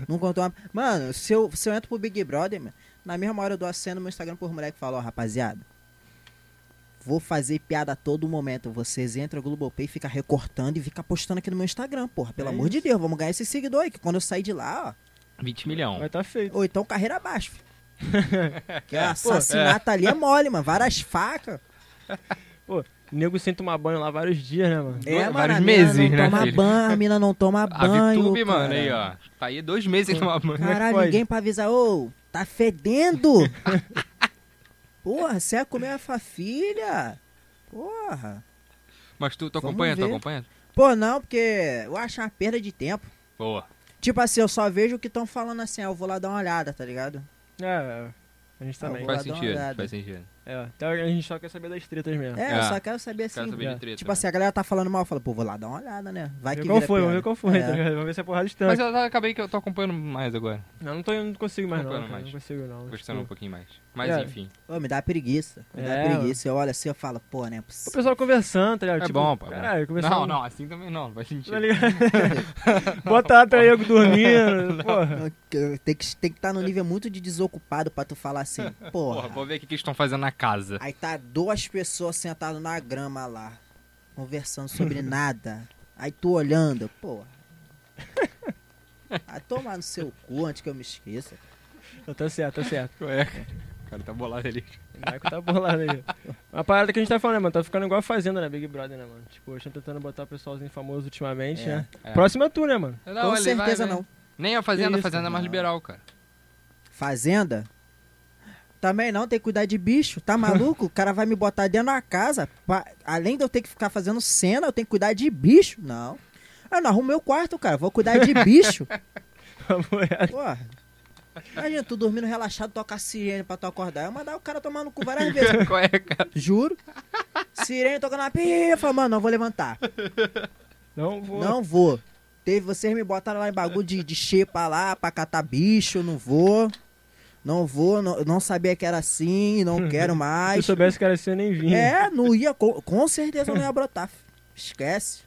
[SPEAKER 3] Não contou uma. Mano, se eu, se eu entro pro Big Brother, mano, na mesma hora eu dou a cena no meu Instagram por moleque e falo, ó, rapaziada. Vou fazer piada a todo momento. Vocês entram no Globopay, fica recortando e fica postando aqui no meu Instagram, porra. Pelo
[SPEAKER 2] É
[SPEAKER 3] amor de Deus, vamos ganhar esse seguidor aí, que quando eu sair de lá, ó.
[SPEAKER 1] 20 milhão.
[SPEAKER 2] Mas tá feito.
[SPEAKER 3] Ou então carreira abaixo. filho. que
[SPEAKER 1] É,
[SPEAKER 3] assassinato ali é mole, mano. Várias facas.
[SPEAKER 2] O nego sem tomar banho lá vários dias, né, mano?
[SPEAKER 1] Dois-
[SPEAKER 3] É, mano,
[SPEAKER 1] vários
[SPEAKER 3] a mina
[SPEAKER 1] meses,
[SPEAKER 3] não
[SPEAKER 1] né,
[SPEAKER 3] toma
[SPEAKER 1] filho?
[SPEAKER 3] banho, a mina não toma
[SPEAKER 1] A
[SPEAKER 3] banho.
[SPEAKER 1] VTube,
[SPEAKER 3] cara.
[SPEAKER 1] mano, aí, ó. Tá aí dois meses sem tomar banho.
[SPEAKER 2] Como é que
[SPEAKER 3] Caralho,
[SPEAKER 2] pode?
[SPEAKER 3] ninguém pra avisar, ô, tá fedendo! Porra, você ia comer a sua filha? Porra.
[SPEAKER 1] Mas tu, tu
[SPEAKER 3] Vamos
[SPEAKER 1] acompanha, tu
[SPEAKER 3] ver.
[SPEAKER 1] acompanha?
[SPEAKER 3] Pô, não, porque eu acho uma perda de tempo.
[SPEAKER 1] Boa.
[SPEAKER 3] Tipo assim, eu só vejo o que estão falando assim, ah, eu vou lá dar uma olhada, tá ligado?
[SPEAKER 2] É, a gente também.
[SPEAKER 3] vou
[SPEAKER 1] Faz
[SPEAKER 3] lá dar uma
[SPEAKER 1] sentido,
[SPEAKER 3] olhada.
[SPEAKER 1] faz sentido.
[SPEAKER 2] É, até a gente só quer saber das tretas mesmo.
[SPEAKER 3] É,
[SPEAKER 1] É.
[SPEAKER 3] eu só quero saber assim.
[SPEAKER 1] Quero saber né? de
[SPEAKER 2] é.
[SPEAKER 1] treta.
[SPEAKER 3] Tipo assim, a galera tá falando mal, fala, pô, vou lá dar uma olhada, né?
[SPEAKER 2] Vamos
[SPEAKER 3] Vai que
[SPEAKER 2] ver qual
[SPEAKER 3] vira
[SPEAKER 2] foi,
[SPEAKER 3] piada.
[SPEAKER 2] vamos ver qual foi,
[SPEAKER 3] É.
[SPEAKER 2] tá ligado? Vamos ver se é porrada
[SPEAKER 1] né? Mas
[SPEAKER 2] estanca.
[SPEAKER 1] eu acabei que eu tô acompanhando mais agora.
[SPEAKER 2] Não, não, tô, não consigo mais, não.
[SPEAKER 1] Acompanhando
[SPEAKER 2] Cara, Não
[SPEAKER 1] mais.
[SPEAKER 2] consigo, não.
[SPEAKER 1] Gostando um
[SPEAKER 2] Tipo,
[SPEAKER 1] pouquinho mais. Mas
[SPEAKER 2] É.
[SPEAKER 1] enfim.
[SPEAKER 3] Ô, me dá uma preguiça. Me dá
[SPEAKER 2] É,
[SPEAKER 3] uma preguiça. Eu olho assim e falo, pô, né?
[SPEAKER 2] O pessoal conversando, tá ligado?
[SPEAKER 1] É
[SPEAKER 2] Tipo,
[SPEAKER 1] bom, pô. é bom.
[SPEAKER 2] Caralho, conversando.
[SPEAKER 3] um-
[SPEAKER 1] Não, não, assim também não, faz sentido.
[SPEAKER 2] Tá ligado? Bota a Traiago dormindo, porra.
[SPEAKER 3] Tem que tem que estar no nível muito de desocupado pra tu falar assim,
[SPEAKER 1] Porra,
[SPEAKER 3] porra.
[SPEAKER 1] vou ver o que que eles estão fazendo na casa.
[SPEAKER 3] Aí tá duas pessoas sentadas na grama lá, conversando sobre nada. Aí tu olhando, porra. Vai tomar no seu cu antes que eu me esqueça.
[SPEAKER 2] Não, Tá certo, tá certo.
[SPEAKER 1] Qual é, cara? O cara tá bolado ali.
[SPEAKER 2] O Maico tá bolado aí. Uma parada que a gente tá falando, né, mano? Tá ficando igual a Fazenda, né? Big Brother, né, mano? Tipo, eles estão tentando botar o pessoalzinho famoso ultimamente,
[SPEAKER 3] É.
[SPEAKER 2] né?
[SPEAKER 1] É.
[SPEAKER 2] Próximo é tu, né, mano?
[SPEAKER 1] Não,
[SPEAKER 3] Com
[SPEAKER 1] ele vai,
[SPEAKER 3] certeza
[SPEAKER 1] né?
[SPEAKER 3] não.
[SPEAKER 1] Nem a Fazenda, a
[SPEAKER 2] isso,
[SPEAKER 1] Fazenda é mais
[SPEAKER 3] não.
[SPEAKER 1] liberal, cara.
[SPEAKER 3] Fazenda? Também não, tem que cuidar de bicho, tá maluco? O cara vai me botar dentro da casa, pra- além de eu ter que ficar fazendo cena, eu tenho que cuidar de bicho? Não. Ah, não arrumo meu quarto, cara, vou cuidar de bicho.
[SPEAKER 2] Namorado.
[SPEAKER 3] Porra. Imagina, tu dormindo relaxado, toca a sirene pra tu acordar. Eu mandar o cara tomar no cu várias vezes,
[SPEAKER 1] Qual é, cara?
[SPEAKER 3] juro. Sirene tocando na pia, eu falo, mano, não vou levantar.
[SPEAKER 2] Não vou.
[SPEAKER 3] Não vou. Teve, vocês me botaram lá em bagulho de, de xepa lá, pra catar bicho, não vou. Não vou, não, eu não sabia que era assim, não quero
[SPEAKER 2] Se eu
[SPEAKER 3] mais.
[SPEAKER 2] soubesse que era assim, eu nem vinha.
[SPEAKER 3] É, não ia, com, com certeza não ia brotar. fi. Esquece.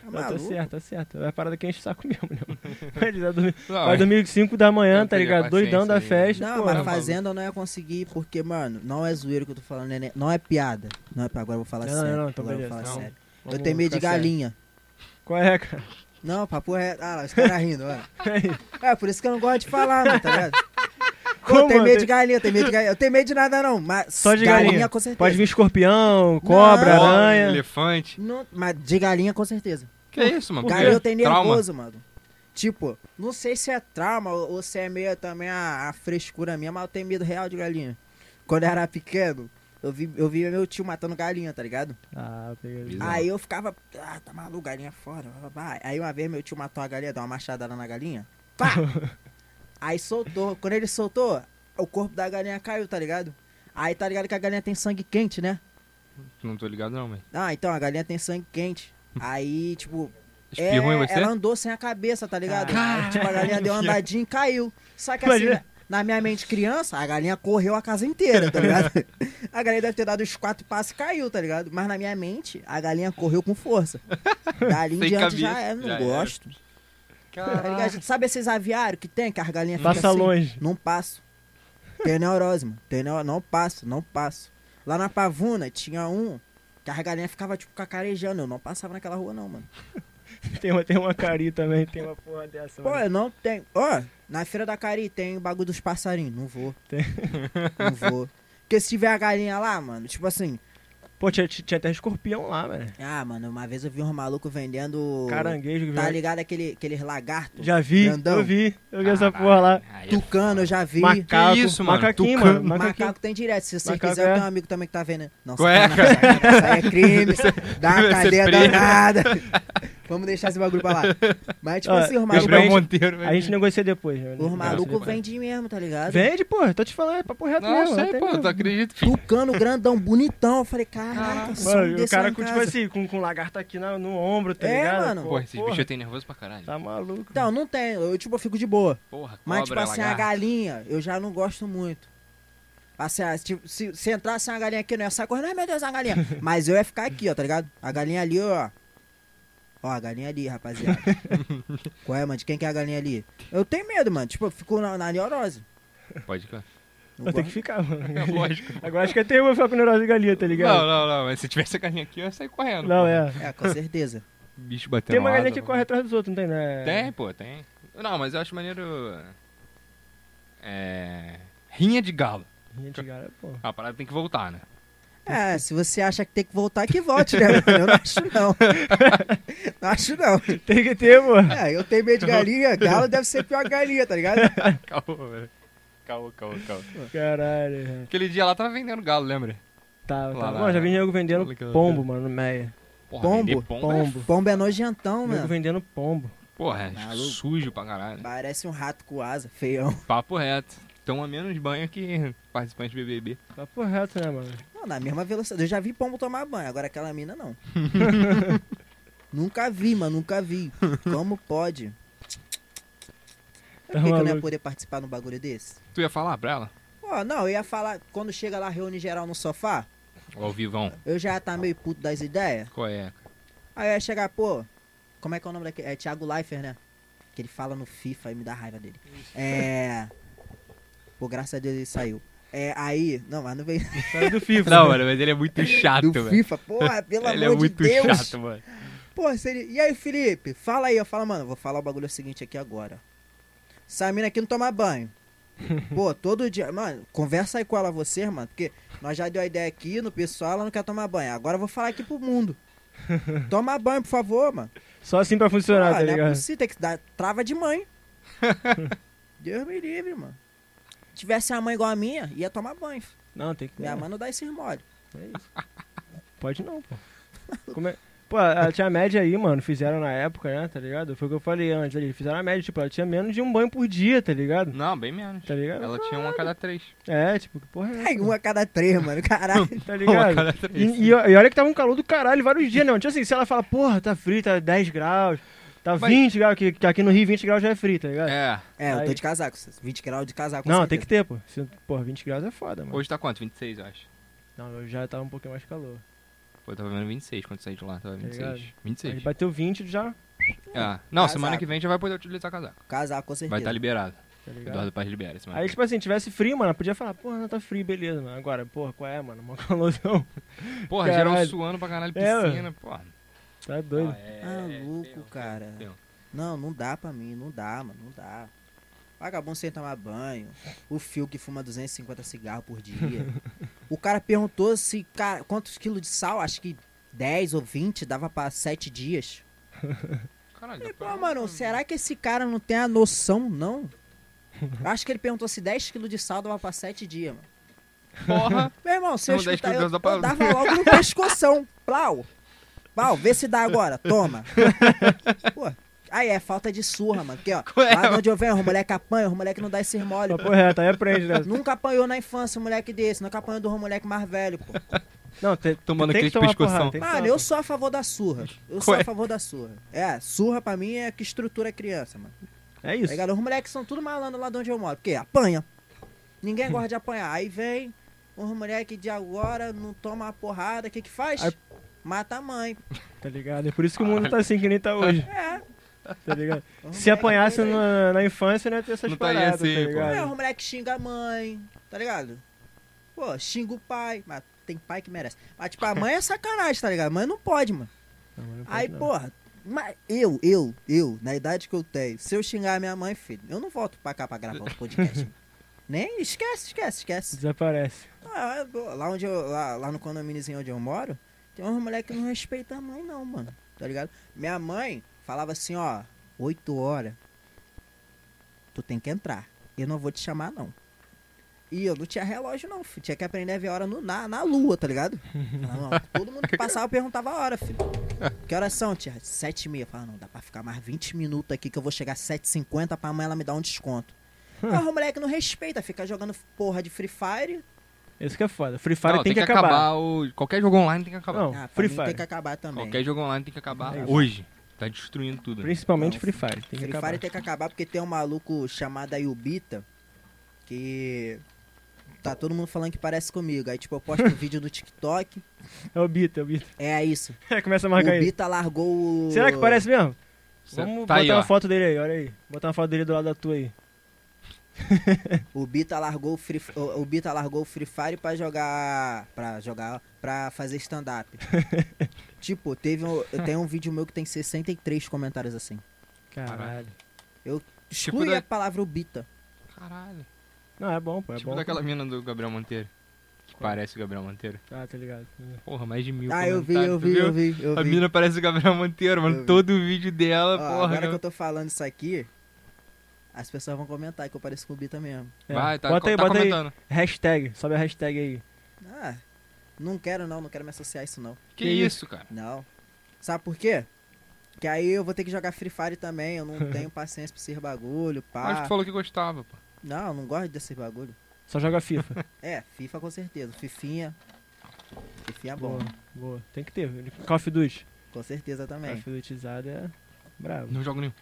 [SPEAKER 3] Tá
[SPEAKER 2] Não, tá
[SPEAKER 3] maluco?
[SPEAKER 2] certo, tá certo. É a parada que enche o saco mesmo, né? mano? Ele vai dormir-
[SPEAKER 1] Não, é
[SPEAKER 2] Vai dormir 5 da manhã,
[SPEAKER 1] Não
[SPEAKER 2] tá
[SPEAKER 1] teria
[SPEAKER 2] ligado? Doidão
[SPEAKER 1] paciência
[SPEAKER 2] da
[SPEAKER 1] aí.
[SPEAKER 2] festa.
[SPEAKER 3] Não,
[SPEAKER 2] pô. tá
[SPEAKER 3] mas
[SPEAKER 1] maluco.
[SPEAKER 3] fazenda eu não ia conseguir, porque, mano, não é zoeiro que eu tô falando, né? né? Não é piada. Não é, agora eu vou falar
[SPEAKER 2] Não,
[SPEAKER 3] sério.
[SPEAKER 2] não, não, então
[SPEAKER 3] agora eu
[SPEAKER 2] beleza,
[SPEAKER 3] vou falar
[SPEAKER 1] não.
[SPEAKER 3] sério. eu
[SPEAKER 2] Vamos
[SPEAKER 3] tenho medo de
[SPEAKER 2] ficar sério.
[SPEAKER 3] galinha.
[SPEAKER 2] Qual é, cara?
[SPEAKER 3] Não, papo reto. Ah lá, os caras rindo, olha. É, por isso que eu não gosto de falar, não, tá ligado? Pô, eu
[SPEAKER 2] Como,
[SPEAKER 3] tenho medo
[SPEAKER 2] mano?
[SPEAKER 3] de galinha, eu tenho medo de galinha. Eu tenho medo de nada, não. Mas
[SPEAKER 2] Só de galinha.
[SPEAKER 3] com certeza.
[SPEAKER 2] Pode vir escorpião, cobra,
[SPEAKER 3] Não. é
[SPEAKER 2] aranha.
[SPEAKER 1] Elefante.
[SPEAKER 3] Não, mas de galinha, com certeza.
[SPEAKER 1] Que isso, mano?
[SPEAKER 3] Galinha eu
[SPEAKER 1] Por quê?
[SPEAKER 3] tenho
[SPEAKER 1] Trauma.
[SPEAKER 3] nervoso, mano. Tipo, não sei se é trauma ou ou se é meio também a, a frescura minha, mas eu tenho medo real de galinha. Quando eu era pequeno, eu vi, eu vi meu tio matando galinha, tá ligado?
[SPEAKER 2] Ah, peguei.
[SPEAKER 1] Bizarro.
[SPEAKER 3] Aí eu ficava, ah, tá maluco, galinha fora. blá, blá, blá. Aí uma vez meu tio matou a galinha, deu uma machadada na galinha. Pá! Aí soltou. Quando ele soltou, o corpo da galinha caiu, tá ligado? Aí tá ligado que a galinha tem sangue quente, né?
[SPEAKER 1] Não tô ligado não, velho.
[SPEAKER 3] Ah, então a galinha tem sangue quente. Aí, tipo, é,
[SPEAKER 1] Espirrou em você?
[SPEAKER 3] ela andou sem a cabeça, tá ligado?
[SPEAKER 2] Caralho.
[SPEAKER 3] Aí, tipo, a galinha deu uma andadinha e caiu. Só que assim,
[SPEAKER 2] Imagina.
[SPEAKER 3] na minha mente criança, a galinha correu a casa inteira, tá ligado? A galinha deve ter dado os quatro passos e caiu, tá ligado? Mas na minha mente, a galinha correu com força. Dali em
[SPEAKER 1] Sem
[SPEAKER 3] diante já
[SPEAKER 1] cabeça,
[SPEAKER 3] é, não
[SPEAKER 1] já era.
[SPEAKER 3] gosto. Tá ligado? Sabe esses aviários que tem, que as galinhas ficam
[SPEAKER 2] Ah, Passa
[SPEAKER 3] assim?
[SPEAKER 2] longe.
[SPEAKER 3] Não passo. Tenho neurose, mano. Tenho neu- Não passo, não passo. Lá na Pavuna tinha um que as galinhas ficavam, tipo, cacarejando. Eu não passava naquela rua, não, mano.
[SPEAKER 2] Tem uma, tem uma cari também, tem uma porra dessa.
[SPEAKER 3] Pô,
[SPEAKER 2] mano.
[SPEAKER 3] eu não tenho. Ó, na Feira da Cari tem o bagulho dos passarinhos. Não vou.
[SPEAKER 2] Tem.
[SPEAKER 3] Não vou. Porque se tiver a galinha lá, mano, tipo assim.
[SPEAKER 2] Pô, tinha, tinha até escorpião lá, mano.
[SPEAKER 3] Ah, mano, uma vez eu vi uns malucos vendendo.
[SPEAKER 2] Caranguejo.
[SPEAKER 3] Tá
[SPEAKER 2] já-
[SPEAKER 3] ligado aquele, aqueles lagartos?
[SPEAKER 2] Já vi,
[SPEAKER 3] Grandão.
[SPEAKER 2] eu vi. Eu vi essa porra lá.
[SPEAKER 1] é
[SPEAKER 3] Tucano, eu já vi.
[SPEAKER 2] Macaco.
[SPEAKER 1] Que isso, mano?
[SPEAKER 2] Macaquinho,
[SPEAKER 1] Tucano.
[SPEAKER 2] mano. Macaquinho.
[SPEAKER 3] Macaco tem direto. Se você
[SPEAKER 2] Macaco
[SPEAKER 3] quiser, eu
[SPEAKER 2] é.
[SPEAKER 3] tenho um amigo também que tá vendo. Não,
[SPEAKER 1] Ué,
[SPEAKER 3] sacanagem, sacanagem, isso aí é crime. dá
[SPEAKER 1] vai
[SPEAKER 3] uma
[SPEAKER 1] ser
[SPEAKER 3] cadeia
[SPEAKER 1] preso.
[SPEAKER 3] danada. Vamos deixar esse bagulho pra lá. Mas, tipo
[SPEAKER 2] Ó,
[SPEAKER 3] assim, os
[SPEAKER 2] Ah, Gabriel
[SPEAKER 1] Gabriel
[SPEAKER 3] malucos.
[SPEAKER 1] Monteiro,
[SPEAKER 2] A gente negocia depois. né?
[SPEAKER 3] Os
[SPEAKER 2] Negocia
[SPEAKER 3] malucos
[SPEAKER 2] depois.
[SPEAKER 3] vendem mesmo, tá ligado?
[SPEAKER 2] Vende, pô. Tô te falando, é papo reto
[SPEAKER 1] Não,
[SPEAKER 2] mesmo.
[SPEAKER 1] eu sei,
[SPEAKER 2] até
[SPEAKER 1] pô, tá
[SPEAKER 2] mesmo.
[SPEAKER 1] tu acredita, filho.
[SPEAKER 3] Tucano grandão, bonitão. Eu falei, caraca, só um
[SPEAKER 2] Mano, e o
[SPEAKER 3] desse lá
[SPEAKER 2] cara
[SPEAKER 3] em
[SPEAKER 2] com, tipo
[SPEAKER 3] casa.
[SPEAKER 2] assim, com, com lagarto aqui na- no, ombro, tá
[SPEAKER 3] É,
[SPEAKER 2] ligado?
[SPEAKER 3] mano.
[SPEAKER 1] Porra, esses
[SPEAKER 2] porra,
[SPEAKER 1] bichos eu tenho nervoso pra caralho.
[SPEAKER 2] Tá maluco.
[SPEAKER 3] Então, não tem. Eu, tipo, eu fico de boa.
[SPEAKER 1] Porra, cobra,
[SPEAKER 3] Mas, tipo assim, a
[SPEAKER 1] lagarto.
[SPEAKER 3] galinha, eu já não gosto muito. Assim, ah, tipo, se, se entrasse uma galinha aqui, não ia sair correndo. Ai, meu Deus, a galinha. Mas eu ia ficar aqui, ó, tá ligado? A galinha ali, ó. Ó, a galinha ali, rapaziada. Qual é, mano? De quem que é a galinha ali? Eu tenho medo, mano. Tipo, eu fico na, na neurose.
[SPEAKER 1] Pode, claro.
[SPEAKER 3] Não
[SPEAKER 2] Eu tenho que ficar,
[SPEAKER 3] gosto.
[SPEAKER 2] mano.
[SPEAKER 1] Lógico.
[SPEAKER 2] Agora acho que até eu vou ficar com neurose de galinha, tá
[SPEAKER 1] Não,
[SPEAKER 2] ligado?
[SPEAKER 1] não, não. Mas se tivesse a galinha aqui, eu ia sair correndo.
[SPEAKER 2] Não,
[SPEAKER 1] porra.
[SPEAKER 2] é.
[SPEAKER 3] É, com certeza.
[SPEAKER 1] Bicho batendo
[SPEAKER 2] Tem uma
[SPEAKER 1] asa,
[SPEAKER 2] galinha que
[SPEAKER 1] porra.
[SPEAKER 2] corre atrás dos outros, não tem, né?
[SPEAKER 1] Tem, pô, tem. Não, mas eu acho maneiro. É. Rinha de galo.
[SPEAKER 2] Gente, cara, pô.
[SPEAKER 1] Ah, A parada tem que voltar, né?
[SPEAKER 3] É, se você acha que tem que voltar, que volte, né, mano? Eu não acho, não. não acho, não.
[SPEAKER 2] Tem que ter, pô.
[SPEAKER 3] É, eu tenho medo de galinha. Galo deve ser pior que galinha, tá ligado?
[SPEAKER 1] Calma, velho. Calma, calma, calma.
[SPEAKER 2] Caralho, velho.
[SPEAKER 1] Aquele dia lá tava vendendo galo, lembra?
[SPEAKER 2] Tá,
[SPEAKER 1] Lá,
[SPEAKER 2] tá.
[SPEAKER 1] lá,
[SPEAKER 2] Não, já
[SPEAKER 1] lá.
[SPEAKER 2] vi nego vendendo
[SPEAKER 1] Olha que
[SPEAKER 2] pombo, mano, no meia.
[SPEAKER 1] Porra,
[SPEAKER 3] Pombo,
[SPEAKER 1] vender pombo. é-
[SPEAKER 2] Pombo.
[SPEAKER 3] Pombo é nojentão,
[SPEAKER 2] Nego
[SPEAKER 3] mano.
[SPEAKER 2] vendendo pombo.
[SPEAKER 1] Porra, é
[SPEAKER 3] Maluco.
[SPEAKER 1] sujo pra caralho.
[SPEAKER 3] Parece um rato com asa, feião.
[SPEAKER 1] Papo reto. Toma menos banho que participante do BBB.
[SPEAKER 2] Tá por reto, né, mano?
[SPEAKER 3] Não, na mesma velocidade. Eu já vi pombo tomar banho, agora aquela mina não. nunca vi, mano, nunca vi. Como pode?
[SPEAKER 2] Tá
[SPEAKER 3] Por que, que eu não é ia
[SPEAKER 2] maluco.
[SPEAKER 3] poder participar num bagulho desse?
[SPEAKER 1] Tu ia falar pra ela?
[SPEAKER 3] Ó, não, eu ia falar, quando chega lá, reúne geral no sofá,
[SPEAKER 1] Ao vivão.
[SPEAKER 3] eu já ia tá meio puto das ideias.
[SPEAKER 1] Qual é? cara?
[SPEAKER 3] Aí eu ia chegar, pô, como é que é o nome daquele? É Thiago Leifert, né? Que ele fala no FIFA e me dá raiva dele. É. Pô, graças a Deus ele saiu. É, aí. Não, mas não veio.
[SPEAKER 2] Sai do FIFA.
[SPEAKER 1] Não,
[SPEAKER 2] né?
[SPEAKER 1] mano, mas ele é muito chato,
[SPEAKER 3] Do
[SPEAKER 1] velho.
[SPEAKER 3] FIFA, porra, pelo
[SPEAKER 1] Ele é
[SPEAKER 3] amor de
[SPEAKER 1] muito
[SPEAKER 3] Deus.
[SPEAKER 1] chato, mano.
[SPEAKER 3] Pô, se ele... E aí, Felipe? Fala aí. Eu falo, mano, vou falar o bagulho seguinte aqui agora. Essa mina aqui não toma banho. Pô, todo dia. Mano, conversa aí com ela, você, mano. Porque nós já deu a ideia aqui no pessoal, ela não quer tomar banho. Agora eu vou falar aqui pro mundo. Toma banho, por favor, mano.
[SPEAKER 2] Só assim pra funcionar,
[SPEAKER 3] Ah,
[SPEAKER 2] tá
[SPEAKER 3] não é
[SPEAKER 2] ligado?
[SPEAKER 3] possível, tem que dar trava de mãe. Deus me livre, mano. Se tivesse uma mãe igual a minha, ia tomar banho. fi.
[SPEAKER 2] Não, tem que.
[SPEAKER 3] Minha
[SPEAKER 2] é,
[SPEAKER 3] mãe não dá esse remódio.
[SPEAKER 2] é isso. Pode não, pô. Como é- Pô, ela tinha média aí, mano, fizeram na época, né, tá ligado? Foi o que eu falei antes ali, fizeram a média, tipo, ela tinha menos de um banho por dia, tá ligado?
[SPEAKER 1] Não, bem menos.
[SPEAKER 2] Tá ligado?
[SPEAKER 1] Ela tinha uma a cada três.
[SPEAKER 2] É, tipo, que porra é essa?
[SPEAKER 3] Ai, um a cada três, mano. Caralho.
[SPEAKER 2] Tá
[SPEAKER 1] Uma a
[SPEAKER 2] ligado?
[SPEAKER 1] cada três.
[SPEAKER 2] E, e- e olha que tava um calor do caralho vários dias, né? Tipo assim, se ela fala, porra, tá frio, tá 10 graus, tá
[SPEAKER 1] Mas-
[SPEAKER 2] 20 graus, que, que aqui no Rio 20 graus já é frio, tá ligado?
[SPEAKER 1] É.
[SPEAKER 3] É, eu
[SPEAKER 2] Aí.
[SPEAKER 3] tô de casaco. 20 graus de casaco.
[SPEAKER 2] não, tem que ter, pô. Se, porra, 20 graus é foda, mano.
[SPEAKER 1] Hoje tá quanto? 26, eu acho.
[SPEAKER 2] Não, hoje já tava um pouquinho mais calor.
[SPEAKER 1] Pô, eu tava vendo 26 quando saí de lá. Tava 26.
[SPEAKER 2] ligado? Aí
[SPEAKER 1] 26.
[SPEAKER 2] bateu 20 já,
[SPEAKER 1] É. Não,
[SPEAKER 3] Casaco.
[SPEAKER 1] semana que vem já vai poder utilizar casaco.
[SPEAKER 3] Casaco, com certeza.
[SPEAKER 1] Vai estar liberado.
[SPEAKER 2] tá ligado?
[SPEAKER 1] Eduardo Paz libera semana
[SPEAKER 2] Aí,
[SPEAKER 1] que
[SPEAKER 2] tipo assim, tivesse frio, mano, ela podia falar, porra, não tá frio, beleza, mano. Agora, porra, qual é, mano? Mó calorzão.
[SPEAKER 1] vem. Porra,
[SPEAKER 2] caralho.
[SPEAKER 1] geral suando pra caralho,
[SPEAKER 2] É, ué.
[SPEAKER 1] piscina, porra.
[SPEAKER 2] Tá doido.
[SPEAKER 1] Ah, é,
[SPEAKER 3] Ah,
[SPEAKER 1] é,
[SPEAKER 3] louco,
[SPEAKER 1] tem, ó,
[SPEAKER 3] cara.
[SPEAKER 1] tem, ó.
[SPEAKER 3] Não, não dá pra mim, não dá, mano, não dá. Vagabundo sem tomar banho. O fio que fuma 250 cigarros por dia. o cara perguntou se, cara, quantos quilos de sal, acho que 10 ou 20, dava pra 7 dias.
[SPEAKER 1] Caralho,
[SPEAKER 3] Falei,
[SPEAKER 1] dá
[SPEAKER 3] pô,
[SPEAKER 1] pra-
[SPEAKER 3] mano, será que esse cara não tem a noção, não? Acho que ele perguntou se 10 quilos de sal dava pra 7 dias, mano.
[SPEAKER 1] Porra.
[SPEAKER 3] Meu irmão, se eu
[SPEAKER 1] Não, 10
[SPEAKER 3] escutar,
[SPEAKER 1] quilos
[SPEAKER 3] eu,
[SPEAKER 1] dá pra-
[SPEAKER 3] eu dava logo no pescoção. Plau. Plau, vê se dá agora. Toma. Pô. Aí é falta de surra, mano. Porque, ó,
[SPEAKER 1] Qual é,
[SPEAKER 3] lá de onde eu venho, os moleque apanha, os moleque não dá esse mole.
[SPEAKER 2] Papo reto, aí aprende, né?
[SPEAKER 3] Nunca apanhou na infância um moleque desse, nunca apanhou do moleque mais velho, pô.
[SPEAKER 2] Não, te,
[SPEAKER 1] Tomando
[SPEAKER 2] tem
[SPEAKER 1] aquele
[SPEAKER 2] que tomar
[SPEAKER 1] pescoção.
[SPEAKER 2] porrada, tem que
[SPEAKER 3] Mano,
[SPEAKER 2] tomar
[SPEAKER 3] eu
[SPEAKER 2] porrada.
[SPEAKER 3] sou a favor da surra. Eu sou
[SPEAKER 1] Qual é?
[SPEAKER 3] a favor da surra. É, surra pra mim é que estrutura a criança, mano.
[SPEAKER 2] É
[SPEAKER 3] Tá
[SPEAKER 2] isso.
[SPEAKER 3] ligado? Os moleques são tudo malandro lá de onde eu moro. Porque apanha.
[SPEAKER 2] Uhum.
[SPEAKER 3] Ninguém gosta de apanhar. Aí vem os moleque de agora, não toma a porrada, o que que faz?
[SPEAKER 2] Aí-
[SPEAKER 3] Mata a mãe.
[SPEAKER 2] Tá ligado? É por isso que o
[SPEAKER 1] Ah.
[SPEAKER 2] mundo tá assim que nem tá hoje,
[SPEAKER 3] É.
[SPEAKER 2] tá ligado?
[SPEAKER 3] os
[SPEAKER 2] Se
[SPEAKER 3] moleque-
[SPEAKER 2] apanhasse na, na infância, não ia ter essas
[SPEAKER 1] Não estaria
[SPEAKER 2] paradas,
[SPEAKER 1] assim,
[SPEAKER 2] tá
[SPEAKER 1] pô.
[SPEAKER 3] É, os
[SPEAKER 2] ligado?
[SPEAKER 3] moleque xinga a mãe, tá ligado? Pô, xinga o pai. Mas tem pai que merece. Mas, tipo, a mãe é sacanagem, tá ligado? Mãe não pode, mano.
[SPEAKER 2] Não, mas não pode
[SPEAKER 3] Aí,
[SPEAKER 2] não.
[SPEAKER 3] porra, mas eu, eu, eu, na idade que eu tenho, se eu xingar a minha mãe, filho, eu não volto pra cá pra gravar o podcast. Nem esquece, esquece, esquece.
[SPEAKER 2] Desaparece.
[SPEAKER 3] Ah, eu- lá onde eu, lá, lá no condomíniozinho onde eu moro, tem uns moleque que não respeita a mãe, não, mano. Tá ligado? Minha mãe falava assim, ó, 8 horas, tu tem que entrar. Eu não vou te chamar, não. E eu não tinha relógio, não, filho. Tinha que aprender a ver a hora no, na, na lua, tá ligado? Falava, não, todo mundo que passava perguntava a hora, filho. Que horas são, tia? Sete e meia. Eu Falava, não, dá pra ficar mais 20 minutos aqui que eu vou chegar às 7h50 pra amanhã ela me dar um desconto. Mas o moleque não respeita, fica jogando porra de Free Fire,
[SPEAKER 2] Isso que é foda. Free Fire
[SPEAKER 1] Não,
[SPEAKER 2] tem, que, acabar.
[SPEAKER 1] o... Qualquer jogo online tem que acabar.
[SPEAKER 2] Não,
[SPEAKER 3] Ah, pra
[SPEAKER 2] Free
[SPEAKER 3] mim
[SPEAKER 2] Fire.
[SPEAKER 3] tem que acabar também.
[SPEAKER 1] Qualquer jogo online tem que acabar
[SPEAKER 2] É isso.
[SPEAKER 1] hoje. Tá destruindo tudo.
[SPEAKER 2] Principalmente
[SPEAKER 3] Não,
[SPEAKER 2] Free Fire. Tem que
[SPEAKER 3] Free
[SPEAKER 2] acabar.
[SPEAKER 3] Fire tem que acabar porque tem um maluco chamado Ayubita que tá todo mundo falando que parece comigo. Aí tipo, eu posto um vídeo no TikTok.
[SPEAKER 2] É o Bita, é o Bita.
[SPEAKER 3] É isso.
[SPEAKER 2] Começa a
[SPEAKER 3] O
[SPEAKER 2] marcar aí.
[SPEAKER 3] Bita largou o.
[SPEAKER 2] Será que parece mesmo?
[SPEAKER 1] Cê-
[SPEAKER 2] Vamos
[SPEAKER 1] tá
[SPEAKER 2] botar
[SPEAKER 1] aí,
[SPEAKER 2] uma
[SPEAKER 1] ó.
[SPEAKER 2] foto dele aí, olha aí. Botar uma foto dele do lado da tua aí.
[SPEAKER 3] O Bita largou o Free o, o Bita largou o Free Fire pra jogar. Pra jogar. Pra fazer stand-up. tipo, teve um. Eu tenho um vídeo meu que tem 63 comentários assim.
[SPEAKER 2] Caralho.
[SPEAKER 1] Tipo
[SPEAKER 3] Exclui
[SPEAKER 1] da-
[SPEAKER 3] a palavra Ubita.
[SPEAKER 1] Caralho.
[SPEAKER 2] Não, é bom, pô. É
[SPEAKER 1] tipo
[SPEAKER 2] bom.
[SPEAKER 1] daquela mina do Gabriel Monteiro. Que
[SPEAKER 2] Qual?
[SPEAKER 1] parece o Gabriel Monteiro.
[SPEAKER 2] Ah, tá ligado.
[SPEAKER 1] Porra, mais de mil
[SPEAKER 3] Ah, eu vi,
[SPEAKER 1] comentários, tu
[SPEAKER 3] eu vi,
[SPEAKER 1] viu?
[SPEAKER 3] eu vi, eu
[SPEAKER 1] A
[SPEAKER 3] vi.
[SPEAKER 1] mina parece o Gabriel Monteiro,
[SPEAKER 3] Eu
[SPEAKER 1] mano.
[SPEAKER 3] vi.
[SPEAKER 1] Todo o vídeo dela,
[SPEAKER 3] Ó,
[SPEAKER 1] porra.
[SPEAKER 3] agora que eu
[SPEAKER 1] Gabriel-
[SPEAKER 3] tô falando isso aqui, as pessoas vão comentar que eu pareço com o Bita mesmo.
[SPEAKER 2] É.
[SPEAKER 1] Vai, tá,
[SPEAKER 2] bota aí,
[SPEAKER 1] tá
[SPEAKER 2] bota aí.
[SPEAKER 1] comentando.
[SPEAKER 2] Hashtag. Sobe a hashtag aí.
[SPEAKER 3] Ah, não quero não, não quero me associar a isso não.
[SPEAKER 1] Que,
[SPEAKER 2] Que
[SPEAKER 1] isso, cara?
[SPEAKER 3] Não. Sabe por quê? Que aí eu vou ter que jogar Free Fire também, eu não tenho paciência pra esses bagulho,
[SPEAKER 1] Mas
[SPEAKER 3] pá.
[SPEAKER 1] tu falou que gostava, pô.
[SPEAKER 3] Não, eu não gosto desses bagulho.
[SPEAKER 2] Só joga FIFA.
[SPEAKER 3] É, FIFA com certeza, Fifinha. Fifinha é bom,
[SPEAKER 2] Boa. Boa. Tem que ter. Call of Duty.
[SPEAKER 3] com certeza
[SPEAKER 2] Call
[SPEAKER 3] também.
[SPEAKER 2] of Dutizado é bravo.
[SPEAKER 1] Não jogo nenhum.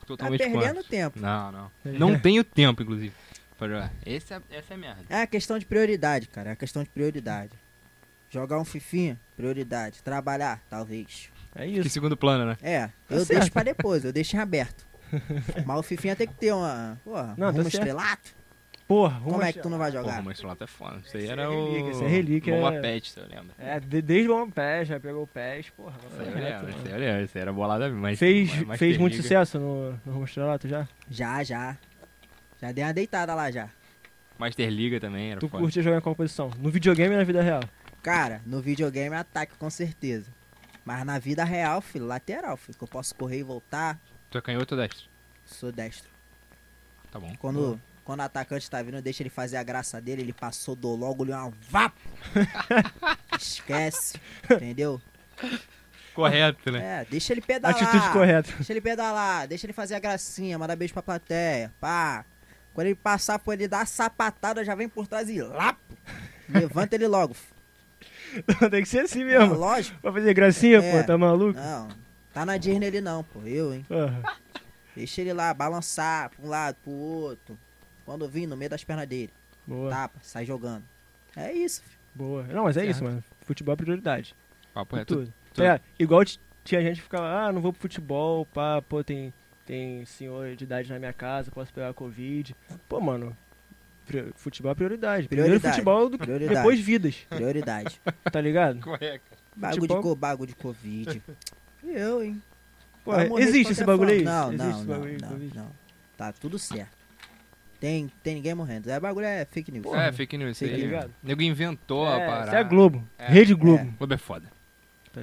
[SPEAKER 3] Tá
[SPEAKER 1] Totalmente
[SPEAKER 3] perdendo tempo.
[SPEAKER 1] quanto? Não, não.
[SPEAKER 2] É.
[SPEAKER 1] Não tenho tempo, inclusive. Pra jogar. Esse é, essa é merda.
[SPEAKER 3] É a questão de prioridade, cara, é a questão de prioridade. Jogar um Fifinha, prioridade. Trabalhar, talvez.
[SPEAKER 2] É
[SPEAKER 1] Que
[SPEAKER 2] isso.
[SPEAKER 1] segundo plano, né?
[SPEAKER 3] É, eu
[SPEAKER 2] Tá certo.
[SPEAKER 3] deixo pra depois, eu deixo em aberto. Mas o Fifinha tem que ter uma. Porra,
[SPEAKER 2] Não, tá
[SPEAKER 3] rumo
[SPEAKER 2] certo.
[SPEAKER 3] estrelato?
[SPEAKER 2] Porra,
[SPEAKER 3] Como
[SPEAKER 2] uma-
[SPEAKER 3] é que tu não vai jogar?
[SPEAKER 1] Porra, mas lá tá foda. Isso aí
[SPEAKER 2] Esse
[SPEAKER 1] era
[SPEAKER 2] é relíquia,
[SPEAKER 1] o.
[SPEAKER 2] esse é relíquia.
[SPEAKER 1] Bomba pet, se eu lembro.
[SPEAKER 2] É, de- desde o One Pass, já pegou o PES, porra.
[SPEAKER 1] Isso
[SPEAKER 2] vai
[SPEAKER 1] aí eu
[SPEAKER 2] reto,
[SPEAKER 1] lembro,
[SPEAKER 2] mano.
[SPEAKER 1] isso aí eu lembro, isso aí era bolada mesmo. Mas,
[SPEAKER 2] É, Fez,
[SPEAKER 1] mas- mas
[SPEAKER 2] fez muito
[SPEAKER 1] perigo.
[SPEAKER 2] sucesso no, no Rumo Estrelato já?
[SPEAKER 3] Já, já. Já dei uma deitada lá já.
[SPEAKER 1] Master Liga também era
[SPEAKER 2] Tu
[SPEAKER 1] foda.
[SPEAKER 2] curtia jogar em qual posição? No videogame e na vida real?
[SPEAKER 3] Cara, no videogame é ataque com certeza. Mas na vida real, filho, lateral, filho, que eu posso correr e voltar.
[SPEAKER 1] Tu é canhoto ou destro?
[SPEAKER 3] Sou destro.
[SPEAKER 1] Tá bom.
[SPEAKER 3] Quando, quando o atacante tá vindo, deixa ele fazer a graça dele, ele passou do logo, ele é uma vap. Esquece, entendeu?
[SPEAKER 1] Correto, né?
[SPEAKER 3] É, deixa ele pedalar.
[SPEAKER 2] Atitude correta.
[SPEAKER 3] Deixa ele pedalar, deixa ele fazer a gracinha, mandar beijo pra plateia, pá. Quando ele passar por ele, dá a sapatada, já vem por trás e lá. Levanta ele logo.
[SPEAKER 2] Tem que ser assim
[SPEAKER 3] É
[SPEAKER 2] mesmo.
[SPEAKER 3] lógico.
[SPEAKER 2] Pra fazer gracinha,
[SPEAKER 3] É.
[SPEAKER 2] pô, tá maluco?
[SPEAKER 3] Não, tá na Disney ele não, pô. Eu, hein.
[SPEAKER 2] Porra.
[SPEAKER 3] Deixa ele lá balançar pra um lado, pro outro. Quando vir, no meio das pernas dele.
[SPEAKER 2] Boa,
[SPEAKER 3] Tapa, sai jogando. É isso. filho.
[SPEAKER 2] boa. Não, mas é isso, mano. Futebol é prioridade.
[SPEAKER 1] Papo
[SPEAKER 2] Por
[SPEAKER 1] reto.
[SPEAKER 2] tudo.
[SPEAKER 1] tudo.
[SPEAKER 2] É, igual ti- tinha gente que ficava, ah, não vou pro futebol, pá, pô, tem, tem senhor de idade na minha casa, posso pegar Covid. Pô, mano, pri- futebol é prioridade. Primeiro
[SPEAKER 3] Prioridade.
[SPEAKER 2] futebol, do,
[SPEAKER 3] Prioridade.
[SPEAKER 2] depois vidas,
[SPEAKER 3] Prioridade.
[SPEAKER 2] tá ligado?
[SPEAKER 1] Correto.
[SPEAKER 3] Bago de,
[SPEAKER 2] Futebol-
[SPEAKER 3] co, bago de Covid. Eu, hein.
[SPEAKER 2] Pô,
[SPEAKER 3] Vai morrer de
[SPEAKER 2] existe esse
[SPEAKER 3] qualquer
[SPEAKER 2] bagulho aí?
[SPEAKER 3] forma. Não,
[SPEAKER 2] existe
[SPEAKER 3] não,
[SPEAKER 2] esse
[SPEAKER 3] não,
[SPEAKER 2] bagulho aí,
[SPEAKER 3] não,
[SPEAKER 2] Covid?
[SPEAKER 3] não. Tá tudo certo. Tem, tem ninguém morrendo. É bagulho é fake news.
[SPEAKER 1] É, fake news isso
[SPEAKER 3] Tá
[SPEAKER 1] aí.
[SPEAKER 2] ligado?
[SPEAKER 1] O nego inventou a
[SPEAKER 2] É,
[SPEAKER 1] parada.
[SPEAKER 2] isso é Globo,
[SPEAKER 1] É.
[SPEAKER 2] Rede Globo.
[SPEAKER 1] Globo é foda.
[SPEAKER 2] tá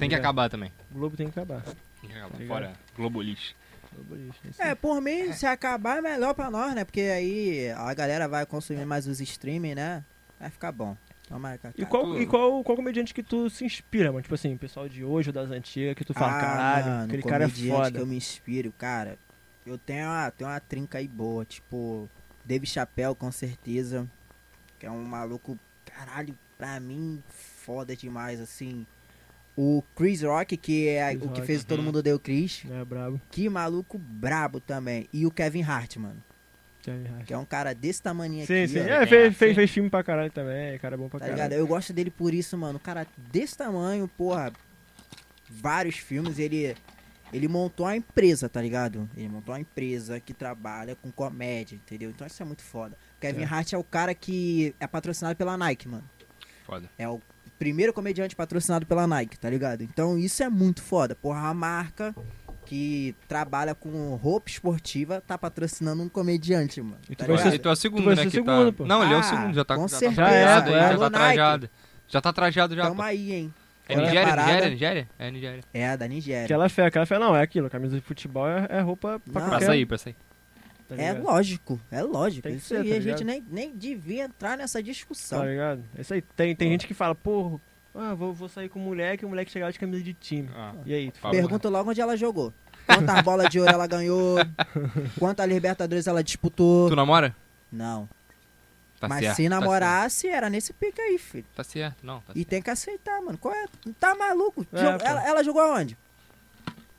[SPEAKER 1] tem que
[SPEAKER 2] ligado?
[SPEAKER 1] acabar também.
[SPEAKER 2] Globo tem que acabar.
[SPEAKER 1] Tem que acabar.
[SPEAKER 2] Tá ligado?
[SPEAKER 1] Fora Globolis.
[SPEAKER 2] Globo né? lixo, isso aí.
[SPEAKER 3] É, por mim, se acabar é melhor pra nós, né? Porque aí a galera vai consumir mais os streaming, né? Vai ficar bom. Toma,
[SPEAKER 2] E
[SPEAKER 3] Cacá.
[SPEAKER 2] qual,
[SPEAKER 1] tu-
[SPEAKER 2] e qual, qual comediante que tu se inspira, mano? Tipo assim, pessoal de hoje ou das antigas, que tu fala,
[SPEAKER 3] Ah,
[SPEAKER 2] caralho,
[SPEAKER 3] mano,
[SPEAKER 2] aquele cara é
[SPEAKER 3] comediante
[SPEAKER 2] foda.
[SPEAKER 3] que eu me inspiro, cara. Eu tenho uma, tenho uma trinca aí boa, tipo, David Chappelle, com certeza. Que é um maluco, caralho, pra mim, foda demais, assim. O Chris Rock, que é
[SPEAKER 2] Chris
[SPEAKER 3] o que
[SPEAKER 2] Rock,
[SPEAKER 3] fez o Todo
[SPEAKER 1] uhum.
[SPEAKER 3] Mundo Deu Chris.
[SPEAKER 2] É, brabo.
[SPEAKER 3] Que maluco brabo também. E o Kevin Hart, mano.
[SPEAKER 2] Kevin Hart.
[SPEAKER 3] Que é um cara desse tamanho aqui,
[SPEAKER 2] Sim, sim.
[SPEAKER 3] ó.
[SPEAKER 2] É,
[SPEAKER 1] Kevin Hart,
[SPEAKER 2] fez, fez,
[SPEAKER 1] sim.
[SPEAKER 2] fez filme pra caralho também, cara é bom pra
[SPEAKER 3] Tá
[SPEAKER 2] caralho.
[SPEAKER 3] ligado? Eu gosto dele por isso, mano. Um cara desse tamanho, porra. Vários filmes, ele. Ele montou uma empresa, tá ligado? Ele montou uma empresa que trabalha com comédia, entendeu? Então isso é muito foda. O Kevin
[SPEAKER 2] É.
[SPEAKER 3] Hart é o cara que é patrocinado pela Nike, mano.
[SPEAKER 1] Foda.
[SPEAKER 3] É o primeiro comediante patrocinado pela Nike, tá ligado? Então isso é muito foda. Porra, a marca que trabalha com roupa esportiva tá patrocinando um comediante, mano.
[SPEAKER 2] E tu
[SPEAKER 3] tá
[SPEAKER 2] vai
[SPEAKER 3] ligado?
[SPEAKER 1] Esse tu é o segundo,
[SPEAKER 2] vai
[SPEAKER 1] né?
[SPEAKER 2] ser
[SPEAKER 1] Que tá...
[SPEAKER 2] segundo, pô.
[SPEAKER 1] Não, ele é o
[SPEAKER 3] Ah,
[SPEAKER 1] segundo. Já tá,
[SPEAKER 3] com
[SPEAKER 1] já tá
[SPEAKER 3] certeza,
[SPEAKER 1] trajado,
[SPEAKER 2] é, Então,
[SPEAKER 1] hein? Já
[SPEAKER 3] alô,
[SPEAKER 1] tá
[SPEAKER 3] Nike.
[SPEAKER 1] trajado. Já tá trajado já,
[SPEAKER 3] Tamo
[SPEAKER 1] pô.
[SPEAKER 3] aí, hein?
[SPEAKER 1] É
[SPEAKER 2] Olha a
[SPEAKER 1] Nigéria,
[SPEAKER 3] parada.
[SPEAKER 1] Nigéria, Nigéria? É Nigéria.
[SPEAKER 3] É, a da Nigéria.
[SPEAKER 2] Aquela fé, aquela fé não, é aquilo. Camisa de futebol é, é roupa pra
[SPEAKER 3] Não.
[SPEAKER 2] qualquer...
[SPEAKER 1] Passa aí, passa aí.
[SPEAKER 2] tá
[SPEAKER 3] É
[SPEAKER 2] ligado?
[SPEAKER 3] lógico, é lógico.
[SPEAKER 2] Tem que
[SPEAKER 3] Isso
[SPEAKER 2] ser,
[SPEAKER 3] aí
[SPEAKER 2] tá
[SPEAKER 3] a
[SPEAKER 2] ligado?
[SPEAKER 3] gente nem, nem devia entrar nessa discussão.
[SPEAKER 2] Tá ligado? É Isso aí. Tem, tem gente que fala, porra, ah, vou, vou sair com moleque, o moleque chegava de camisa de time.
[SPEAKER 1] Ah,
[SPEAKER 2] E aí, tu
[SPEAKER 1] Fala.
[SPEAKER 2] fala...
[SPEAKER 3] Pergunta logo onde ela jogou. Quantas bolas de ouro ela ganhou? Quantas Libertadores ela disputou?
[SPEAKER 1] Tu namora?
[SPEAKER 3] Não.
[SPEAKER 1] Tá
[SPEAKER 3] Mas
[SPEAKER 1] certo.
[SPEAKER 3] se
[SPEAKER 1] tá
[SPEAKER 3] namorasse, era nesse pique aí, filho.
[SPEAKER 1] certo. Tá certo, não. Tá
[SPEAKER 3] E
[SPEAKER 1] certo.
[SPEAKER 3] tem que aceitar, mano. Qual é? Tá maluco?
[SPEAKER 2] É,
[SPEAKER 3] Jog-
[SPEAKER 2] pô.
[SPEAKER 3] ela, ela jogou aonde?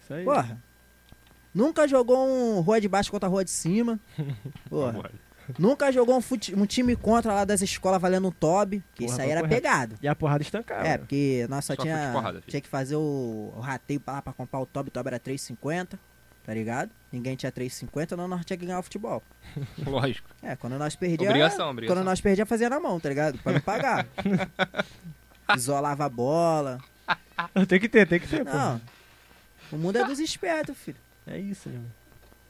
[SPEAKER 2] Isso aí.
[SPEAKER 3] Porra. Nunca jogou um rua de baixo contra a rua de cima. Porra.
[SPEAKER 1] Vambora.
[SPEAKER 3] Nunca jogou um, fute- um time contra lá das escolas valendo um tobe. Que
[SPEAKER 2] Porra, tá
[SPEAKER 3] isso aí
[SPEAKER 2] papo
[SPEAKER 3] era
[SPEAKER 2] reto.
[SPEAKER 3] pegado.
[SPEAKER 2] E a porrada estancava.
[SPEAKER 3] É, porque nós só,
[SPEAKER 1] Ah, Só fute
[SPEAKER 3] tinha,
[SPEAKER 1] porrada, filho.
[SPEAKER 3] tinha que fazer o, o rateio pra lá pra comprar o Tob. O Tob era 3,50, tá ligado? Ninguém tinha 3,50, não nós tinha que ganhar o futebol.
[SPEAKER 1] Lógico.
[SPEAKER 3] É, quando nós perdíamos.
[SPEAKER 1] Obrigação, obrigação.
[SPEAKER 3] Quando nós perdíamos, fazia na mão, tá ligado? Pra não pagar. Isolava a bola.
[SPEAKER 2] Tem que ter, tem que ter, pô.
[SPEAKER 3] É. Não. O mundo é dos espertos, filho.
[SPEAKER 2] É isso, né, mano?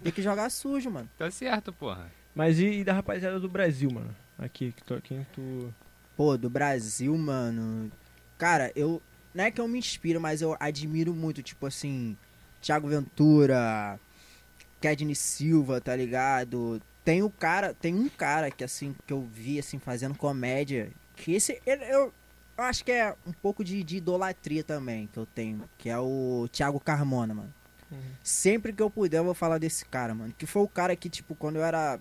[SPEAKER 3] Tem que jogar sujo, mano.
[SPEAKER 1] Tá certo, porra.
[SPEAKER 2] Mas e, e da rapaziada do Brasil, mano? Aqui, que tu, quem tu...
[SPEAKER 3] Pô, do Brasil, mano. Cara, eu. Não é que eu me inspiro, mas eu admiro muito, tipo assim. Thiago Ventura, Kedney Silva, tá ligado? Tem o cara, tem um cara que assim, que eu vi assim, fazendo comédia. Que esse. ele- eu, eu acho que é um pouco de, de idolatria também que eu tenho. Que é o Thiago Carmona, mano.
[SPEAKER 2] Uhum.
[SPEAKER 3] Sempre que eu puder, eu vou falar desse cara, mano. Que foi o cara que, tipo, quando eu era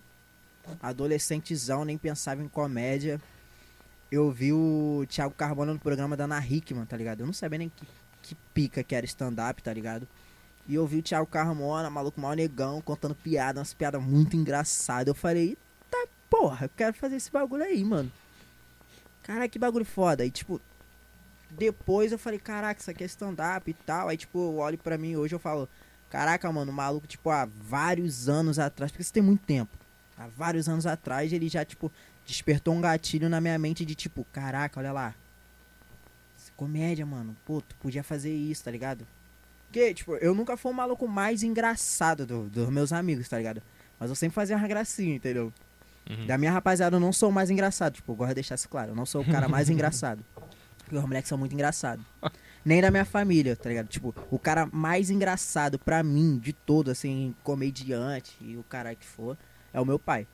[SPEAKER 3] adolescentezão, nem pensava em comédia. Eu vi o Thiago Carmona no programa da Ana Hickman, tá ligado? Eu não sabia nem que, que pica que era stand-up, tá ligado? E eu vi o Thiago Carmona, maluco mal negão, contando piada, umas piadas muito engraçadas. Eu falei, tá porra, eu quero fazer esse bagulho aí, mano. Caraca, que bagulho foda. E tipo, depois eu falei, caraca, isso aqui é stand-up e tal. Aí tipo, eu olho pra mim hoje eu falo, caraca, mano, o maluco, tipo, há vários anos atrás, porque isso tem muito tempo. Há vários anos atrás ele já, tipo, despertou um gatilho na minha mente de tipo, caraca, olha lá. Isso é Comédia, mano. Pô, tu podia fazer isso, tá ligado? Porque, tipo, eu nunca fui o maluco mais engraçado do- dos meus amigos, tá ligado? Mas eu sempre fazia uma gracinha, entendeu?
[SPEAKER 1] Uhum.
[SPEAKER 3] Da minha rapaziada, eu não sou o mais engraçado. Tipo, eu gosto de deixar isso claro. Eu não sou o cara mais engraçado. Porque os moleques são muito engraçados. nem da minha família, tá ligado? Tipo, o cara mais engraçado pra mim de todo, assim, comediante e o cara que for, é o meu pai.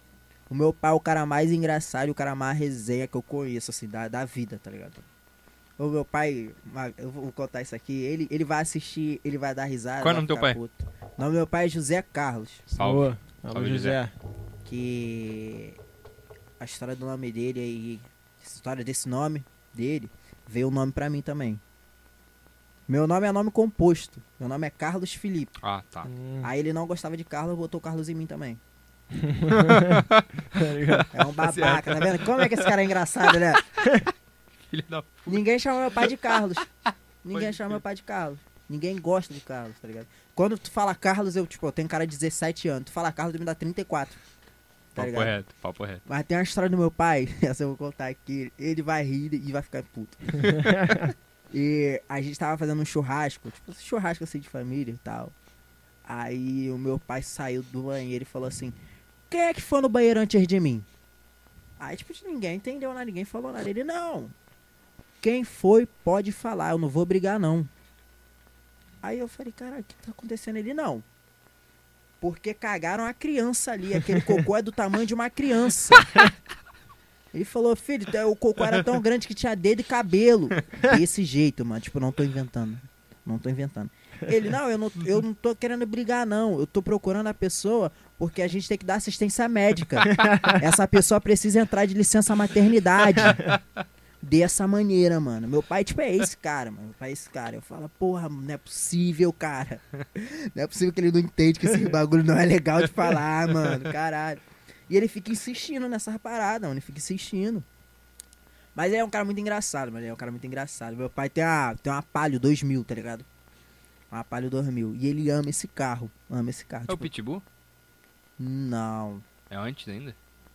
[SPEAKER 3] O meu pai é o cara mais engraçado, e o cara mais resenha que eu conheço, assim, da, da vida, tá ligado? O meu pai, uma- eu vou contar isso aqui, ele, ele vai assistir, ele vai dar risada.
[SPEAKER 1] Qual é o
[SPEAKER 3] vai
[SPEAKER 1] nome do teu
[SPEAKER 3] ficar
[SPEAKER 1] pai?
[SPEAKER 3] puto. O nome do meu pai é José Carlos
[SPEAKER 1] Salve.
[SPEAKER 2] Boa. Alô,
[SPEAKER 1] Salve,
[SPEAKER 2] José.
[SPEAKER 3] que a história do nome dele aí, a história desse nome dele, veio o nome pra mim também. Meu nome é nome composto. Meu nome é Carlos Felipe.
[SPEAKER 1] Ah, tá.
[SPEAKER 2] Hum,
[SPEAKER 3] Aí ele não gostava de Carlos, botou Carlos em mim também.
[SPEAKER 2] tá ligado?
[SPEAKER 3] É um babaca, tá vendo? Como é que esse cara é engraçado, né?
[SPEAKER 1] Filho da puta.
[SPEAKER 3] Ninguém chama meu pai de Carlos. Ninguém
[SPEAKER 1] Pode
[SPEAKER 3] chama
[SPEAKER 1] crer.
[SPEAKER 3] meu pai de Carlos. Ninguém gosta de Carlos, tá ligado? Quando tu fala Carlos, eu, tipo, eu tenho cara de 17 anos. Tu fala Carlos, tu me dá 34. Tá
[SPEAKER 1] Papo
[SPEAKER 3] ligado?
[SPEAKER 1] reto, papo reto.
[SPEAKER 3] Mas tem uma história do meu pai, essa eu vou contar aqui. Ele vai rir e vai ficar puto. e a gente tava fazendo um churrasco, tipo, um churrasco assim de família e tal. Aí o meu pai saiu do banheiro e falou assim: Quem é que foi no banheiro antes de mim? Aí, tipo, ninguém entendeu nada, ninguém falou nada. Ele: Não, quem foi pode falar, eu não vou brigar não. Aí eu falei: Cara, o que tá acontecendo? Ele: Não. Porque cagaram a criança ali. Aquele cocô é do tamanho de uma criança. Ele falou, filho, tu- é, o cocô era tão grande que tinha dedo e cabelo. Desse jeito, mano. Tipo, não tô inventando. Não tô inventando. Ele, não, eu não, eu não tô querendo brigar, não. Eu tô procurando a pessoa porque a gente tem que dar assistência médica. Essa pessoa precisa entrar de licença maternidade. Dessa maneira, mano. Meu pai, tipo, é esse cara, mano. Meu pai é esse cara. Eu falo, porra, não é possível, cara. Não é possível que ele não entende que esse bagulho não é legal de falar, mano. Caralho. E ele fica insistindo nessa parada, mano. Ele fica insistindo. Mas ele é um cara muito engraçado, mano. Ele é um cara muito engraçado. Meu pai tem uma, tem uma Palio 2000, tá ligado? Uma Palio 2000. E ele ama esse carro. Ama esse carro.
[SPEAKER 1] É o
[SPEAKER 3] Tipo,
[SPEAKER 1] Pitbull?
[SPEAKER 3] não.
[SPEAKER 1] É antes ainda?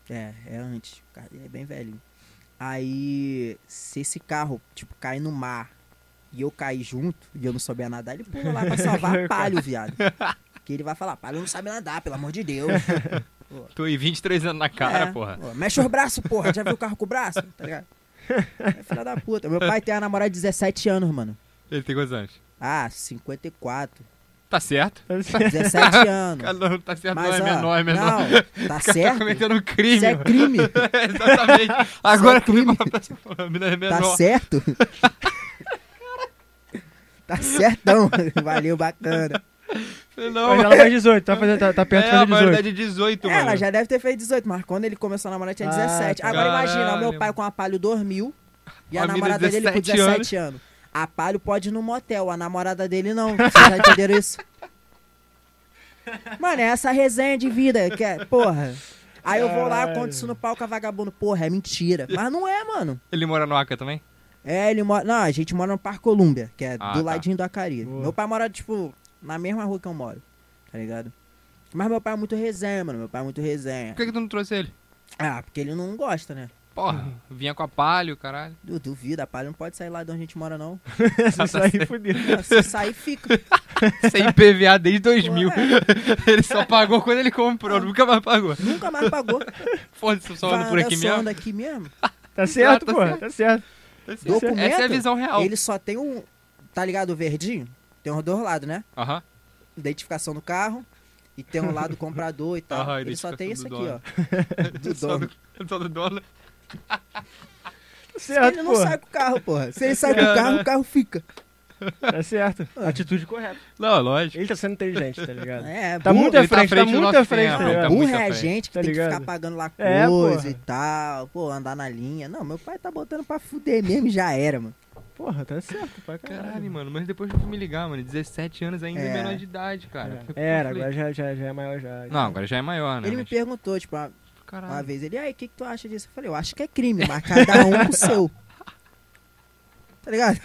[SPEAKER 3] É, é antes. O carro dele é bem velhinho. Aí, se esse carro, tipo, cair no mar e eu cair junto e eu não souber nadar, ele pula lá pra salvar a palho, viado. Que ele vai falar, palho não sabe nadar, pelo amor de Deus.
[SPEAKER 1] Tô aí 23 anos na cara,
[SPEAKER 3] É.
[SPEAKER 1] porra.
[SPEAKER 3] Pô, mexe os braços, porra. Já viu o carro com o braço? Tá ligado? É filha da puta. Meu pai tem uma namorada de 17 anos, mano.
[SPEAKER 1] Ele tem quantos anos?
[SPEAKER 3] Ah, 54.
[SPEAKER 1] Tá certo.
[SPEAKER 2] Tá certo.
[SPEAKER 3] 17 anos.
[SPEAKER 1] Cada um tá certo, não
[SPEAKER 3] Mas,
[SPEAKER 1] é
[SPEAKER 3] ó,
[SPEAKER 1] menor, é menor.
[SPEAKER 3] Não, tá
[SPEAKER 1] O cara tá
[SPEAKER 3] certo?
[SPEAKER 1] cometendo um
[SPEAKER 3] Isso
[SPEAKER 1] crime.
[SPEAKER 3] é crime.
[SPEAKER 1] Exatamente. Agora tu me
[SPEAKER 3] crime.
[SPEAKER 1] fala pra essa família é menor.
[SPEAKER 3] Tá certo? tá certão. Valeu, bacana.
[SPEAKER 1] Não,
[SPEAKER 2] Mas ela faz 18, tá, fazendo, tá, tá perto
[SPEAKER 1] é,
[SPEAKER 2] de
[SPEAKER 1] a
[SPEAKER 2] fazer
[SPEAKER 1] maioria
[SPEAKER 2] 18.
[SPEAKER 1] de 18,
[SPEAKER 3] É,
[SPEAKER 1] mano.
[SPEAKER 3] ela já deve ter feito 18, mas quando ele começou a namorar tinha
[SPEAKER 2] Ah,
[SPEAKER 3] 17. Agora
[SPEAKER 1] caralho,
[SPEAKER 3] imagina, o meu pai
[SPEAKER 1] mano.
[SPEAKER 3] com a Palio dormiu e a,
[SPEAKER 1] A mina
[SPEAKER 3] namorada dele com
[SPEAKER 1] 17
[SPEAKER 3] 17 anos. A Palio pode ir no motel, a namorada dele não. Vocês já entenderam isso? Mano, é essa resenha de vida que é, porra. Aí eu vou lá,
[SPEAKER 2] Caralho.
[SPEAKER 3] conto isso no palco a vagabundo. Porra, é mentira. Mas não é, mano.
[SPEAKER 1] Ele mora no Aca também?
[SPEAKER 3] É, ele mora. Não, a gente mora no Parque Colômbia, que é
[SPEAKER 1] Ah,
[SPEAKER 3] do
[SPEAKER 1] tá.
[SPEAKER 3] ladinho do Acari.
[SPEAKER 2] Boa.
[SPEAKER 3] Meu pai mora, tipo, na mesma rua que eu moro, tá ligado? Mas meu pai é muito resenha, mano. Meu pai é muito resenha.
[SPEAKER 1] Por que, que tu não trouxe ele?
[SPEAKER 3] Ah, porque ele não gosta, né?
[SPEAKER 1] Porra, vinha com a palho, caralho.
[SPEAKER 3] Eu duvido, a palha não pode sair lá de onde a gente mora, não.
[SPEAKER 1] Tá
[SPEAKER 2] Se sair, fudeu. Tá
[SPEAKER 3] Se sair, fica.
[SPEAKER 1] Sem PVA desde 2000.
[SPEAKER 3] Pô, é,
[SPEAKER 1] Ele só pagou quando ele comprou, nunca mais pagou.
[SPEAKER 3] nunca mais pagou.
[SPEAKER 1] Foda-se, só
[SPEAKER 3] Vai
[SPEAKER 1] ando por
[SPEAKER 3] andar
[SPEAKER 1] aqui
[SPEAKER 3] só
[SPEAKER 1] mesmo.
[SPEAKER 3] anda aqui mesmo.
[SPEAKER 2] Tá certo,
[SPEAKER 1] tá
[SPEAKER 2] pô,
[SPEAKER 1] certo.
[SPEAKER 2] tá certo.
[SPEAKER 3] Documento,
[SPEAKER 1] Essa é a visão real.
[SPEAKER 3] Ele só tem um. Tá ligado o verdinho? Tem um do lado, né?
[SPEAKER 1] Aham.
[SPEAKER 3] Identificação do carro. E tem um lado do comprador e tal.
[SPEAKER 1] Aham,
[SPEAKER 3] ele só tem esse aqui,
[SPEAKER 1] identificação
[SPEAKER 3] ó. Do
[SPEAKER 1] Só
[SPEAKER 3] dono.
[SPEAKER 1] do- Só do dono.
[SPEAKER 2] Tá certo, É, né?
[SPEAKER 3] Ele não
[SPEAKER 2] pô.
[SPEAKER 3] sai com o carro, porra. Se ele sai com o carro, o carro fica.
[SPEAKER 2] Tá certo. Atitude correta.
[SPEAKER 1] Não, lógico.
[SPEAKER 2] Ele tá sendo inteligente, tá ligado?
[SPEAKER 3] É,
[SPEAKER 2] Tá
[SPEAKER 3] burro-
[SPEAKER 2] muito à
[SPEAKER 1] ele tá à
[SPEAKER 2] frente, tá
[SPEAKER 1] frente do
[SPEAKER 2] muito
[SPEAKER 1] nosso
[SPEAKER 2] à frente,
[SPEAKER 1] tempo,
[SPEAKER 2] tá
[SPEAKER 1] tá
[SPEAKER 2] ligado?
[SPEAKER 1] muito
[SPEAKER 3] Burro
[SPEAKER 1] à
[SPEAKER 3] é a
[SPEAKER 1] frente.
[SPEAKER 3] gente que
[SPEAKER 2] Tá
[SPEAKER 3] tem que
[SPEAKER 2] ligado?
[SPEAKER 3] ficar pagando lá
[SPEAKER 2] É,
[SPEAKER 3] coisa
[SPEAKER 2] porra.
[SPEAKER 3] e tal. Pô, andar na linha. Não, meu pai tá botando pra fuder mesmo e já era, mano.
[SPEAKER 2] Porra, tá certo pra caralho.
[SPEAKER 1] Caralho, mano, mas depois eu fui me ligar, mano. 17 anos ainda
[SPEAKER 3] É.
[SPEAKER 1] é. menor de idade, cara. Foi-
[SPEAKER 2] Era,
[SPEAKER 1] eu falei-
[SPEAKER 2] agora já, já, já é maior já.
[SPEAKER 1] Não, agora já é maior, né?
[SPEAKER 3] Ele me
[SPEAKER 1] Mas,
[SPEAKER 3] perguntou, tipo, uma- Uma
[SPEAKER 2] Ah.
[SPEAKER 1] Caralho.
[SPEAKER 3] vez ele, aí, o que, que tu acha disso? Eu falei, eu acho que é crime, mas cada um com o seu. Tá ligado?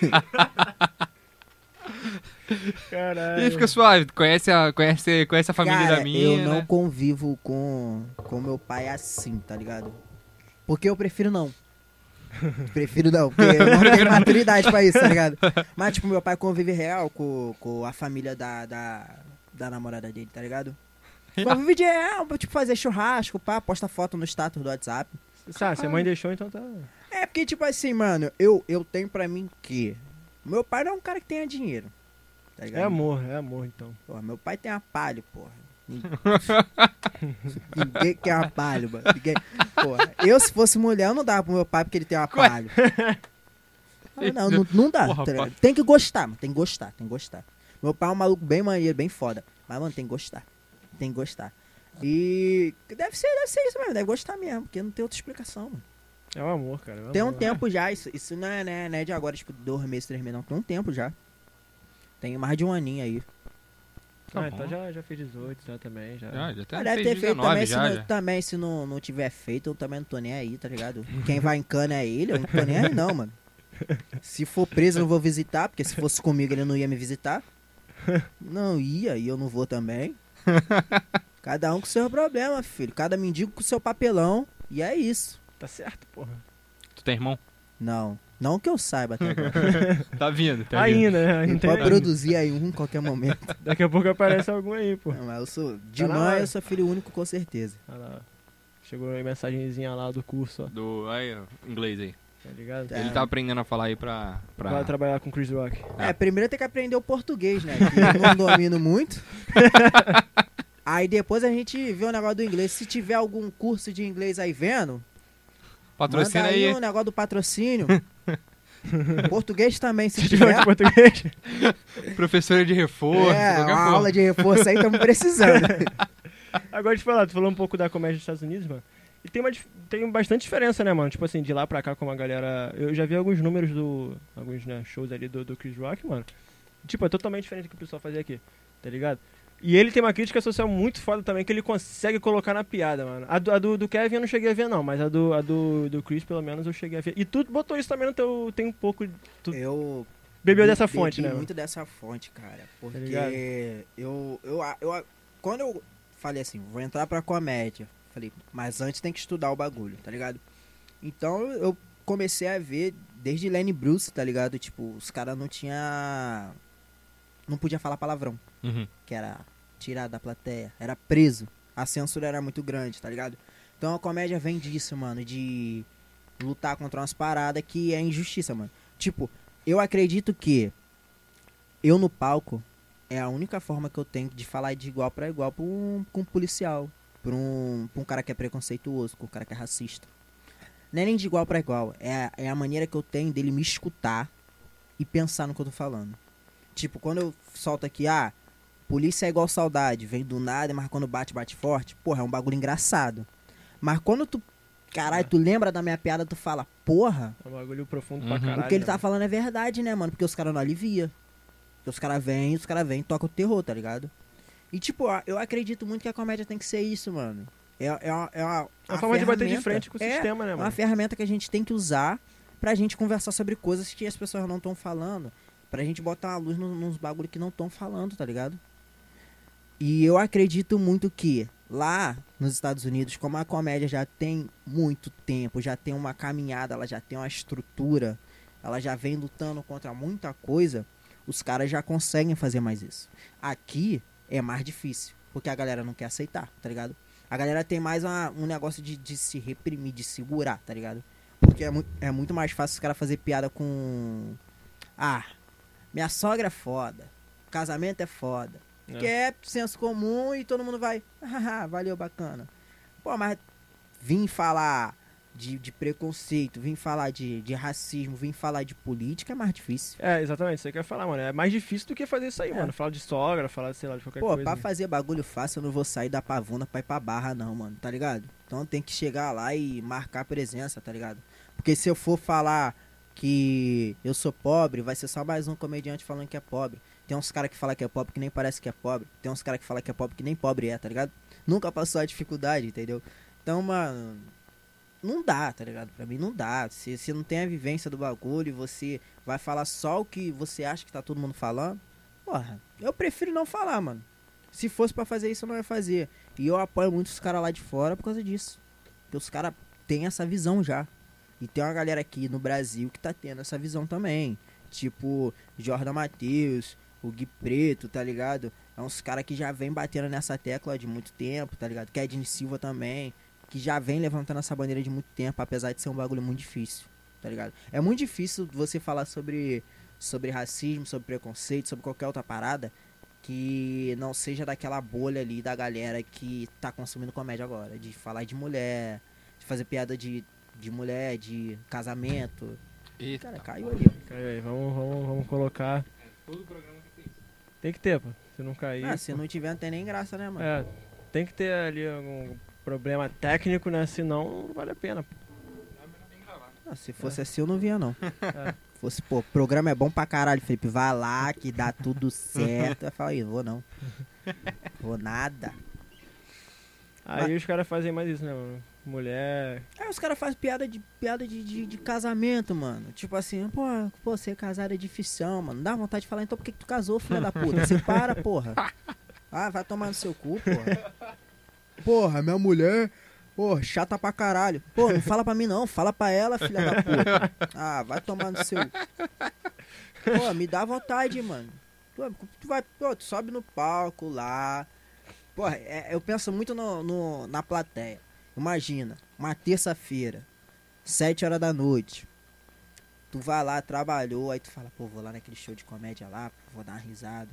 [SPEAKER 2] Caralho.
[SPEAKER 1] Ele fica suave, conhece a, conhece, conhece a família
[SPEAKER 3] Cara,
[SPEAKER 1] da minha.
[SPEAKER 3] eu não
[SPEAKER 1] né?
[SPEAKER 3] convivo com, com meu pai assim, tá ligado? Porque eu prefiro não. Prefiro não, porque eu não tenho maturidade pra isso, tá ligado? Mas, tipo, meu pai convive real com, com a família da, da, da namorada dele, tá ligado? Convive de real, tipo, fazer churrasco, pá, posta foto no status do WhatsApp.
[SPEAKER 2] Sabe, se a mãe deixou, então tá.
[SPEAKER 3] É porque, tipo assim, mano, eu, eu tenho pra mim que Meu pai não é um cara que tenha dinheiro. Tá ligado?
[SPEAKER 2] É amor, é amor, então.
[SPEAKER 3] Porra, meu pai tem uma palha, porra. Ninguém- Ninguém quer uma palha, mano. Ninguém... Porra, eu se fosse mulher, eu não dava pro meu pai porque ele tem uma
[SPEAKER 1] Ué.
[SPEAKER 3] palha. Ah, Não, não, não dá.
[SPEAKER 1] Porra,
[SPEAKER 3] tá ligado?
[SPEAKER 1] pai.
[SPEAKER 3] tem que gostar, mano. Tem que gostar, tem que gostar. Meu pai é um maluco bem maneiro, bem foda. Mas, mano, tem que gostar. Tem que gostar. E deve ser, deve ser isso mesmo, deve gostar mesmo, porque não tem outra explicação, mano.
[SPEAKER 2] É um amor, cara. é
[SPEAKER 3] Tem um
[SPEAKER 2] amor.
[SPEAKER 3] tempo já, isso, isso não, é, não, é, não é de agora, tipo, dois meses, três meses, não. Tem um tempo já. Tem mais de um aninho aí.
[SPEAKER 1] Tá
[SPEAKER 2] ah,
[SPEAKER 1] bom.
[SPEAKER 2] então já, já fiz 18 já também, já.
[SPEAKER 1] Já, já até
[SPEAKER 3] Deve
[SPEAKER 1] fez
[SPEAKER 3] ter feito
[SPEAKER 1] 19
[SPEAKER 3] também,
[SPEAKER 1] já,
[SPEAKER 3] se,
[SPEAKER 1] já.
[SPEAKER 3] não, também se não, não tiver feito, eu também não tô nem aí, tá ligado? Quem vai em cana é ele, eu não tô nem aí não, mano. Se for preso, eu não vou visitar, porque se fosse comigo ele não ia me visitar. Não ia, e eu não vou também. Cada um com seu problema, filho. Cada mendigo com seu papelão. E é isso.
[SPEAKER 2] Tá certo, porra.
[SPEAKER 1] Tu tem irmão?
[SPEAKER 3] Não. Não que eu saiba até agora.
[SPEAKER 1] Tá vindo, tá vindo.
[SPEAKER 2] ainda, né?
[SPEAKER 3] Ele
[SPEAKER 2] Ainda
[SPEAKER 3] pode
[SPEAKER 2] tem-
[SPEAKER 3] produzir aí um em qualquer momento.
[SPEAKER 2] Daqui a pouco aparece algum aí,
[SPEAKER 1] É.
[SPEAKER 2] pô.
[SPEAKER 3] Não, mas eu sou. De
[SPEAKER 2] Tá na
[SPEAKER 3] mãe,
[SPEAKER 2] hora.
[SPEAKER 3] eu sou filho único com certeza.
[SPEAKER 2] Olha lá. Chegou aí mensagenzinha lá do curso, ó.
[SPEAKER 1] Do aí, ó, inglês aí.
[SPEAKER 2] Tá ligado?
[SPEAKER 3] Tá.
[SPEAKER 1] Ele tá aprendendo a falar aí pra. pra...
[SPEAKER 2] Vai trabalhar com o Chris Rock.
[SPEAKER 1] Ah.
[SPEAKER 3] É, primeiro tem que aprender o português, né? Que eu não domino muito. aí depois a gente vê o negócio do inglês. Se tiver algum curso de inglês aí vendo,
[SPEAKER 1] Patrocina
[SPEAKER 3] manda
[SPEAKER 1] aí.
[SPEAKER 3] aí o negócio do patrocínio. português também, se
[SPEAKER 2] Se tiver
[SPEAKER 3] tiver.
[SPEAKER 2] de português.
[SPEAKER 1] Professora de reforço,
[SPEAKER 3] um- é,
[SPEAKER 1] qualquer
[SPEAKER 3] uma
[SPEAKER 1] porra.
[SPEAKER 3] aula de reforço aí, estamos precisando.
[SPEAKER 2] Agora de falar, tu falou um pouco da comédia dos Estados Unidos, mano. E tem, uma, dif- tem bastante diferença, né, mano? Tipo assim, de lá pra cá, como a galera. Eu já vi alguns números do. Alguns né, shows ali do, do Chris Rock, mano. Tipo, é totalmente diferente do que o pessoal fazia aqui, tá ligado? E ele tem uma crítica social muito foda também, que ele consegue colocar na piada, mano. A do, a do, do Kevin eu não cheguei a ver, não, mas a do, a do, do Chris, pelo menos, eu cheguei a ver. E tu botou isso também no teu. Tem um pouco. Tu
[SPEAKER 3] Eu
[SPEAKER 2] bebeu
[SPEAKER 3] be-
[SPEAKER 2] dessa fonte,
[SPEAKER 3] bebi
[SPEAKER 2] né? Mano? Tá
[SPEAKER 3] muito dessa fonte, cara.
[SPEAKER 2] ligado?
[SPEAKER 3] Porque eu, eu, eu. Quando eu falei assim, vou entrar pra comédia, falei, mas antes tem que estudar o bagulho, tá ligado? Então eu comecei a ver desde Lenny Bruce, tá ligado? Tipo, os caras não tinha. Não podia falar palavrão
[SPEAKER 1] Uhum.
[SPEAKER 3] que era tirado da plateia, era preso. A censura era muito grande, tá ligado? Então a comédia vem disso, mano, de lutar contra umas paradas que é injustiça, mano. Tipo, eu acredito que eu no palco é a única forma que eu tenho de falar de igual pra igual pra um, com um policial, pra um, pra um cara que é preconceituoso, com um cara que é racista. Não é nem de igual pra igual, é a, é a maneira que eu tenho dele me escutar e pensar no que eu tô falando. Tipo, quando eu solto aqui, ah, Polícia é igual saudade, vem do nada, mas quando bate, bate forte. Porra, é um bagulho engraçado. Mas quando tu. Caralho, tu lembra da minha piada, tu fala, porra,
[SPEAKER 2] É um bagulho profundo
[SPEAKER 1] Uhum.
[SPEAKER 2] pra
[SPEAKER 1] O
[SPEAKER 2] caralho.
[SPEAKER 3] o que ele
[SPEAKER 2] né,
[SPEAKER 3] tá
[SPEAKER 2] mano?
[SPEAKER 3] falando é verdade, né, mano? Porque os caras não alivia. Porque os caras vêm, os caras vêm, toca o terror, tá ligado? E tipo, a- eu acredito muito que a comédia tem que ser isso, mano. É, é uma, é uma,
[SPEAKER 2] É uma forma de bater de
[SPEAKER 3] ferramenta.
[SPEAKER 2] frente com o
[SPEAKER 3] É,
[SPEAKER 2] sistema, né,
[SPEAKER 3] é uma
[SPEAKER 2] mano?
[SPEAKER 3] ferramenta que a gente tem que usar pra gente conversar sobre coisas que as pessoas não estão falando. Pra gente botar a luz no- nos bagulho que não estão falando, tá ligado? E eu acredito muito que lá nos Estados Unidos, como a comédia já tem muito tempo, já tem uma caminhada, ela já tem uma estrutura, ela já vem lutando contra muita coisa, os caras já conseguem fazer mais isso. Aqui é mais difícil, porque a galera não quer aceitar, tá ligado? A galera tem mais uma- um negócio de, de se reprimir, de segurar, tá ligado? Porque é, mu é muito mais fácil os caras fazer piada com. Ah, minha sogra é foda. Casamento é foda.
[SPEAKER 2] É.
[SPEAKER 3] Que é senso comum e todo mundo vai. Haha, valeu, bacana. Pô, mas vim falar de, de preconceito, vim falar de, de racismo, vim falar de política é mais difícil.
[SPEAKER 2] É, exatamente, isso aí que eu ia falar, mano. É mais difícil do que fazer isso aí,
[SPEAKER 3] É.
[SPEAKER 2] mano. Falar de sogra, falar, sei lá, de qualquer
[SPEAKER 3] Pô,
[SPEAKER 2] coisa. né?
[SPEAKER 3] pra fazer bagulho fácil, eu não vou sair da pavuna pra ir pra barra, não, mano, tá ligado? Então tem que chegar lá e marcar presença, tá ligado? Porque se eu for falar que eu sou pobre, vai ser só mais um comediante falando que é pobre. Tem uns caras que falam que é pobre que nem parece que é pobre. Tem uns caras que falam que é pobre que nem pobre é, tá ligado? Nunca passou a dificuldade, entendeu? Então, mano. Não dá, tá ligado? Pra mim não dá. Se você não tem a vivência do bagulho e você vai falar só o que você acha que tá todo mundo falando, porra, eu prefiro não falar, mano. Se fosse pra fazer isso, eu não ia fazer. E eu apoio muito os caras lá de fora por causa disso. Porque os caras têm essa visão já. E tem uma galera aqui no Brasil que tá tendo essa visão também. Tipo, Jordan Matheus, o Gui Preto, tá ligado? É uns caras que já vem batendo nessa tecla de muito tempo, tá ligado? Kedin Silva também, que já vem levantando essa bandeira de muito tempo, apesar de ser um bagulho muito difícil, tá ligado? É muito difícil você falar sobre sobre racismo, sobre preconceito, sobre qualquer outra parada que não seja daquela bolha ali da galera que tá consumindo comédia agora, de falar de mulher, de fazer piada de, de mulher, de casamento.
[SPEAKER 1] Eita.
[SPEAKER 3] Cara, caiu ali. ó.
[SPEAKER 2] Caiu aí, vamos, vamos, vamos colocar.
[SPEAKER 1] Todo programa que tem.
[SPEAKER 2] Tem que ter, pô. Se não cair.
[SPEAKER 3] Ah, se não tiver, não tem nem graça, né, mano?
[SPEAKER 2] É, tem que ter ali algum problema técnico, né? Senão não vale a pena. pô.
[SPEAKER 3] Ah, se fosse assim, eu não via, não.
[SPEAKER 2] É.
[SPEAKER 3] Se fosse, pô, programa é bom pra caralho, Felipe. Vá lá que dá tudo certo. Eu falo, aí, vou não. Vou nada.
[SPEAKER 2] Aí os caras fazem mais isso, né, mano? Mulher.
[SPEAKER 3] Aí os caras fazem piada, de, piada de, de, de casamento, mano. Tipo assim, pô, pô, ser casado é dificção, mano. Dá vontade de falar, então por que, que tu casou, filha da puta? Você para, porra. Ah, vai tomar no seu cu, porra. Porra, minha mulher, porra, chata pra caralho. Pô, não fala pra mim não, fala pra ela, filha da puta. Ah, vai tomar no seu... Pô, me dá vontade, mano. Pô, tu vai, pô, tu sobe no palco lá. Porra, é- eu penso muito no- no, na plateia. Imagina, uma terça-feira, sete horas da noite. Tu vai lá, trabalhou, aí tu fala, pô, vou lá naquele show de comédia lá, vou dar uma risada.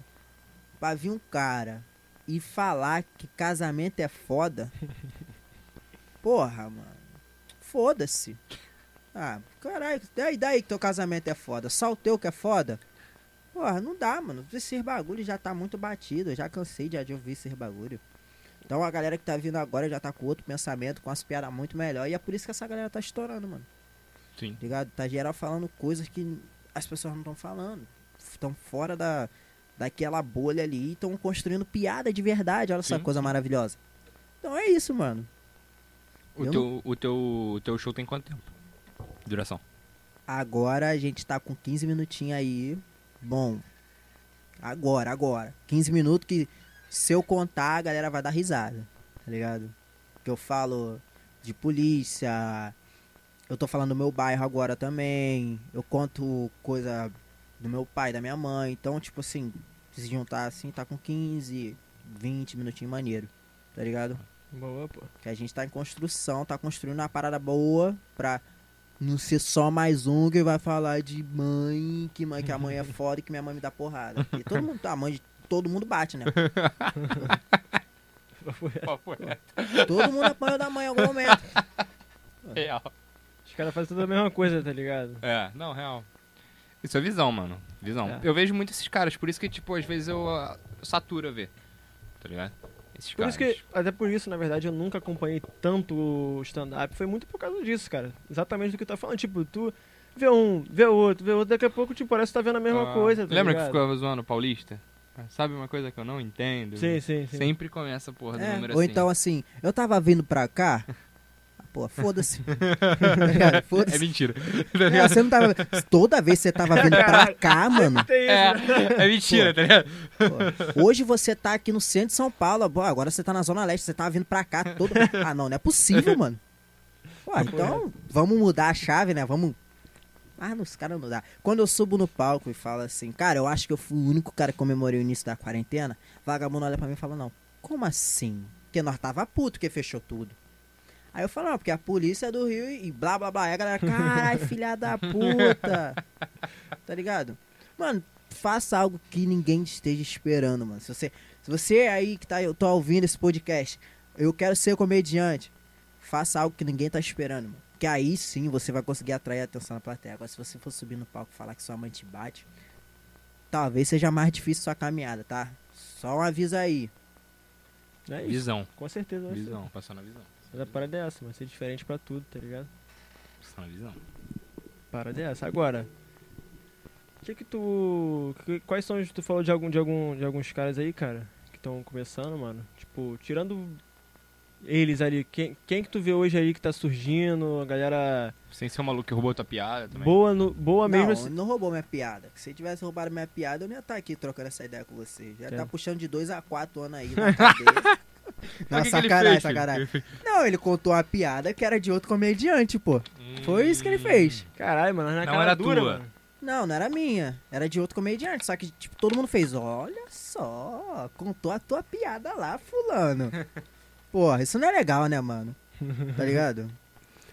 [SPEAKER 3] Pra vir um cara e falar que casamento é foda. Porra, mano. Foda-se. Ah, caralho, daí, daí que teu casamento é foda. Só o teu que é foda? Porra, não dá, mano. Esses bagulhos já tá muito batido. Eu já cansei de de ouvir esses bagulho. Então a galera que tá vindo agora já tá com outro pensamento, com as piadas muito melhor. E é por isso que essa galera tá estourando, mano.
[SPEAKER 1] Sim.
[SPEAKER 3] Ligado? Tá geral falando coisas que as pessoas não estão falando. Estão fora da, daquela bolha ali e estão construindo piada de verdade. Olha essa
[SPEAKER 1] Sim.
[SPEAKER 3] coisa maravilhosa. Então é isso, mano.
[SPEAKER 1] O
[SPEAKER 3] Eu
[SPEAKER 1] teu, o, teu, o teu show tem quanto tempo? Duração.
[SPEAKER 3] Agora a gente tá com 15 minutinhos aí. Bom. Agora, agora. 15 minutos que se eu contar, a galera vai dar risada. Tá ligado? Que eu falo de polícia. Eu tô falando do meu bairro agora também. Eu conto coisa do meu pai, da minha mãe. Então, tipo assim, se juntar assim, tá com 15, 20 minutinhos maneiro. Tá ligado?
[SPEAKER 2] Boa, pô.
[SPEAKER 3] Que a gente tá em construção, tá construindo uma parada boa pra não ser só mais um que vai falar de mãe, que mãe que a mãe é foda e que minha mãe me dá porrada. Porque todo mundo, a mãe de todo mundo bate, né?
[SPEAKER 2] é
[SPEAKER 3] Todo mundo apanha da mãe em algum momento.
[SPEAKER 1] Real.
[SPEAKER 2] Os caras fazem tudo a mesma coisa, tá ligado?
[SPEAKER 1] É, não, real. Isso é visão, mano. Visão.
[SPEAKER 2] É.
[SPEAKER 1] Eu vejo muito esses caras, por isso que, tipo, às vezes eu ah, saturo ver. Tá ligado? Esses
[SPEAKER 2] Por
[SPEAKER 1] caras.
[SPEAKER 2] isso que, até por isso, na verdade, eu nunca acompanhei tanto o stand-up. Foi muito por causa disso, cara. Exatamente do que tu tá falando. Tipo, tu vê um, vê outro, vê outro, daqui a pouco, tipo, parece que tá vendo a mesma
[SPEAKER 1] Ah,
[SPEAKER 2] coisa, tá
[SPEAKER 1] Lembra que
[SPEAKER 2] ligado?
[SPEAKER 1] ficava zoando o paulista? Sabe uma coisa que eu não entendo?
[SPEAKER 2] Sim, sim, sim.
[SPEAKER 1] Sempre começa a porra do
[SPEAKER 3] É,
[SPEAKER 1] número
[SPEAKER 3] Ou
[SPEAKER 1] assim.
[SPEAKER 3] então assim, eu tava vindo pra cá. ah, Pô, foda-se. Tá
[SPEAKER 1] É
[SPEAKER 3] foda-se.
[SPEAKER 1] mentira.
[SPEAKER 3] É, você não tava. Toda vez que você tava vindo pra cá, mano.
[SPEAKER 2] Tem isso,
[SPEAKER 1] É,
[SPEAKER 2] né?
[SPEAKER 1] é mentira, tá ligado?
[SPEAKER 3] Pô, Hoje você tá aqui no centro de São Paulo, pô, agora você tá na Zona Leste, você tá vindo pra cá todo. Ah, não, não é possível, mano. Pô, então, vamos mudar a chave, né? Vamos. Ah, não, os caras não dá. Quando eu subo no palco e falo assim, cara, eu acho que eu fui o único cara que comemorei o início da quarentena, vagabundo olha pra mim e fala, não, como assim? Porque nós tava puto que fechou tudo. Aí eu falo, não, porque a polícia é do Rio e e blá blá blá. Aí a galera, caralho, filha da puta. Tá ligado? Mano, faça algo que ninguém esteja esperando, mano. Se você, se você aí que tá, eu tô ouvindo esse podcast, eu quero ser comediante, faça algo que ninguém tá esperando, mano. Que aí sim você vai conseguir atrair a atenção da plateia. Agora, se você for subir no palco e falar que sua mãe te bate, talvez seja mais difícil sua caminhada, tá? Só um aviso aí.
[SPEAKER 2] É isso.
[SPEAKER 1] Visão.
[SPEAKER 2] Com certeza vai ser.
[SPEAKER 1] Visão. Passando a visão.
[SPEAKER 2] Mas a parada é essa, vai ser diferente pra tudo, tá ligado?
[SPEAKER 1] Passando a visão.
[SPEAKER 2] Parada é essa. Agora, o que que tu... que- quais são os... Tu falou de, algum, de, algum, de alguns caras aí, cara, que estão começando, mano. Tipo, tirando eles ali, quem, quem que tu vê hoje aí que tá surgindo, a galera
[SPEAKER 1] Sem ser o maluco que roubou tua piada também.
[SPEAKER 2] boa, no, boa mesmo
[SPEAKER 3] não,
[SPEAKER 2] assim.
[SPEAKER 3] não roubou minha piada. Que Se tivesse roubado minha piada, eu não ia estar aqui trocando essa ideia com vocês. Já tá
[SPEAKER 2] Entendo.
[SPEAKER 3] puxando de dois a quatro anos aí na cadeia.
[SPEAKER 1] Mas
[SPEAKER 3] Não,
[SPEAKER 1] o que que ele
[SPEAKER 3] sacanagem,
[SPEAKER 1] fez, filho?
[SPEAKER 3] sacanagem. Não, ele contou uma piada que era de outro comediante, pô.
[SPEAKER 1] Hum.
[SPEAKER 3] Foi isso que ele fez.
[SPEAKER 2] Caralho, mano, na
[SPEAKER 1] Não
[SPEAKER 2] cara
[SPEAKER 1] era
[SPEAKER 2] dura,
[SPEAKER 1] tua.
[SPEAKER 2] mano.
[SPEAKER 3] Não, não era minha. Era de outro comediante. Só que, tipo, todo mundo fez, olha só, contou a tua piada lá, fulano. Porra, isso não é legal, né, mano? Tá ligado?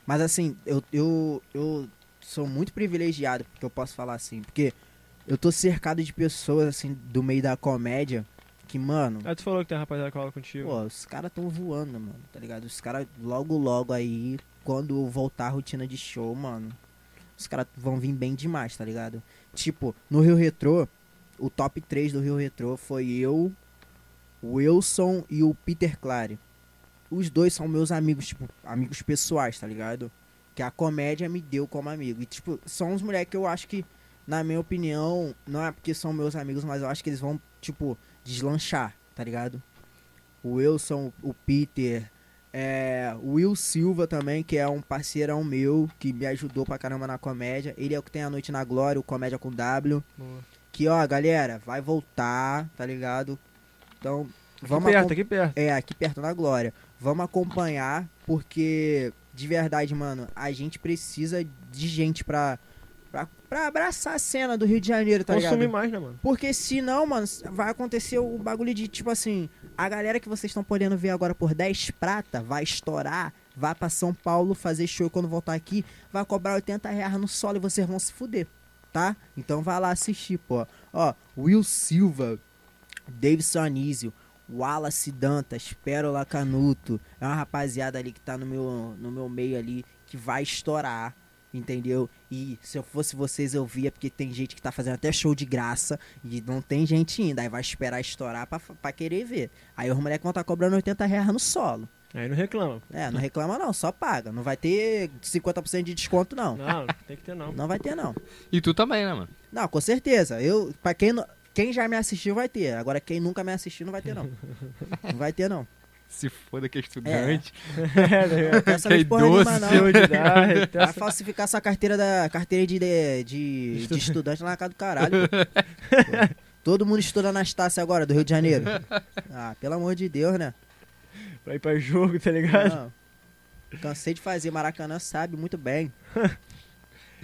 [SPEAKER 3] Mas assim, eu, eu, eu sou muito privilegiado porque eu posso falar assim, porque Eu tô cercado de pessoas, assim, do meio da comédia, que, mano,
[SPEAKER 2] Aí Ah, tu falou que tem uma rapaziada que cola contigo.
[SPEAKER 3] pô, os caras tão voando, mano, tá ligado? Os caras, logo, logo aí, quando voltar a rotina de show, mano, os caras vão vir bem demais, tá ligado? Tipo, no Rio Retrô, o top 3 do Rio Retrô foi eu, o Wilson e o Peter Clare. Os dois são meus amigos, tipo, amigos pessoais, tá ligado? Que a comédia me deu como amigo. E, tipo, são uns moleques que eu acho que, na minha opinião, não é porque são meus amigos, mas eu acho que eles vão, tipo, deslanchar, tá ligado? O Wilson, o Peter, é, o Will Silva também, que é um parceirão meu, que me ajudou pra caramba na comédia. Ele é o que tem a Noite na Glória, o Comédia com W.
[SPEAKER 2] Boa.
[SPEAKER 3] Que, ó, galera, vai voltar, tá ligado? Então, vamos
[SPEAKER 2] aqui
[SPEAKER 3] acom-
[SPEAKER 2] perto, aqui perto.
[SPEAKER 3] É, aqui perto na Glória. Vamos acompanhar, porque, de verdade, mano, a gente precisa de gente pra, pra, pra abraçar a cena do Rio de Janeiro, tá
[SPEAKER 2] Consumir
[SPEAKER 3] ligado?
[SPEAKER 2] mais, né, mano?
[SPEAKER 3] Porque senão, mano, vai acontecer o bagulho de, tipo assim, a galera que vocês estão podendo ver agora por 10 prata vai estourar, vai pra São Paulo fazer show e quando voltar aqui, vai cobrar 80 reais no solo e vocês vão se fuder, tá? Então vai lá assistir, pô. Ó, Will Silva, Davidson Anísio, Wallace Dantas, Pérola Canuto, é uma rapaziada ali que tá no meu, no meu meio ali, que vai estourar, entendeu? E se eu fosse vocês, eu via, porque tem gente que tá fazendo até show de graça e não tem gente ainda. Aí vai esperar estourar pra, pra querer ver. Aí os moleques vão tá cobrando 80 reais no solo.
[SPEAKER 2] Aí não reclama.
[SPEAKER 3] É, não reclama não, só paga. Não vai ter 50% de desconto, não.
[SPEAKER 2] Não, não tem que ter não.
[SPEAKER 3] Não vai ter, não.
[SPEAKER 1] E tu também, né, mano?
[SPEAKER 3] Não, com certeza. Eu, pra quem, não- quem já me assistiu vai ter. Agora quem nunca me assistiu não vai ter, não. Não vai ter, não.
[SPEAKER 1] Se foda que é estudante.
[SPEAKER 2] É, tá ligado?
[SPEAKER 3] Não é essa
[SPEAKER 1] Que
[SPEAKER 3] vez porra nenhuma,
[SPEAKER 1] idoso.
[SPEAKER 3] não.
[SPEAKER 2] Seu de idade, até
[SPEAKER 3] Vai
[SPEAKER 2] essa-
[SPEAKER 3] falsificar sua carteira da carteira de, de, de- de
[SPEAKER 2] Estudante.
[SPEAKER 3] estudante lá na casa do caralho. pô. Pô, Todo mundo estuda na Estácia agora, do Rio de Janeiro. Ah, pelo amor de Deus, né?
[SPEAKER 2] Pra ir pra jogo, tá ligado?
[SPEAKER 3] Não. Cansei de fazer, Maracanã sabe muito bem.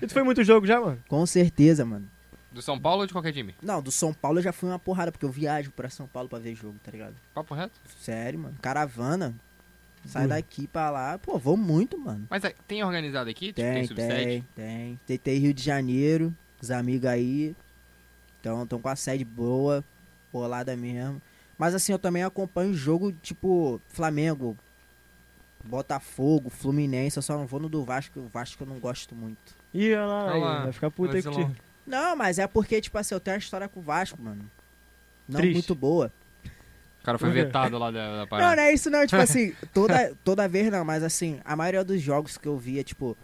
[SPEAKER 2] E tu foi muito jogo já, mano?
[SPEAKER 3] Com certeza, mano.
[SPEAKER 1] Do São Paulo ou de qualquer time?
[SPEAKER 3] Não, do São Paulo eu já fui uma porrada, porque eu viajo pra São Paulo pra ver jogo, tá ligado?
[SPEAKER 1] Papo reto?
[SPEAKER 3] Sério, mano. Caravana. Sai
[SPEAKER 2] Uhum.
[SPEAKER 3] daqui pra lá. Pô, vou muito, mano.
[SPEAKER 1] Mas é, tem organizado aqui? Tipo,
[SPEAKER 3] Tem, tem,
[SPEAKER 1] sub-sede?
[SPEAKER 3] tem. Tentei Rio de Janeiro, os amigos aí. Então, estão com a sede boa, bolada mesmo. Mas assim, eu também acompanho jogo tipo Flamengo, Botafogo, Fluminense. Eu só não vou no do Vasco, o Vasco eu não gosto muito.
[SPEAKER 2] Ih, olha lá,
[SPEAKER 1] Olha lá,
[SPEAKER 2] aí, vai ficar puta aí
[SPEAKER 1] Vacilão.
[SPEAKER 2] contigo.
[SPEAKER 3] Não, mas é porque, tipo assim, eu tenho uma história com o Vasco, mano. Não
[SPEAKER 2] Triste.
[SPEAKER 3] muito boa.
[SPEAKER 1] O cara foi
[SPEAKER 2] Por quê?
[SPEAKER 1] vetado lá da, da
[SPEAKER 3] é. Não,
[SPEAKER 1] parada.
[SPEAKER 3] não é isso não, tipo assim, toda, toda vez não, mas assim, a maioria dos jogos que eu via, tipo,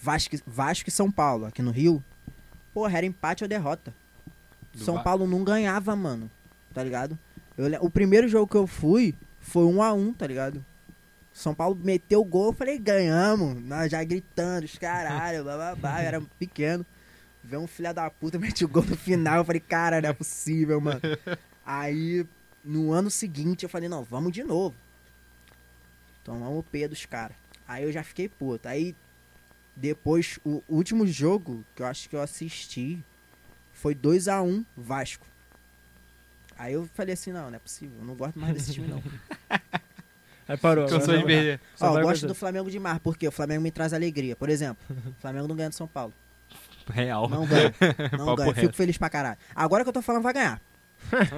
[SPEAKER 3] Vasco, Vasco e São Paulo, aqui no Rio, porra, era empate ou derrota.
[SPEAKER 1] Do
[SPEAKER 3] São
[SPEAKER 1] Va-
[SPEAKER 3] Paulo não ganhava, mano, tá ligado? Eu le- o primeiro jogo que eu fui foi um a um, tá ligado? São Paulo meteu o gol, eu falei, ganhamos, nós já gritando, os caralho, bababá, eu era pequeno. Vê um filho da puta, mete o gol no final. Eu falei, cara, não é possível, mano. Aí, no ano seguinte, eu falei, não, vamos de novo. Tomamos o P dos caras. Aí eu já fiquei puto. Aí, depois, o último jogo que eu acho que eu assisti foi 2 a 1 Vasco. Aí eu falei assim, não, não é possível. Eu não gosto mais desse time, não.
[SPEAKER 2] Aí parou. agora
[SPEAKER 1] Cansou de
[SPEAKER 2] não.
[SPEAKER 1] perder.
[SPEAKER 2] Só
[SPEAKER 3] Ó,
[SPEAKER 2] vai
[SPEAKER 3] eu gosto
[SPEAKER 2] aguentar.
[SPEAKER 3] do Flamengo de mar, porque o Flamengo me traz alegria. Por exemplo, o Flamengo não ganha do São Paulo.
[SPEAKER 1] Real.
[SPEAKER 3] Não ganha. Não
[SPEAKER 1] Papo
[SPEAKER 3] ganha.
[SPEAKER 1] reto.
[SPEAKER 3] Fico feliz pra caralho. Agora que eu tô falando, vai ganhar.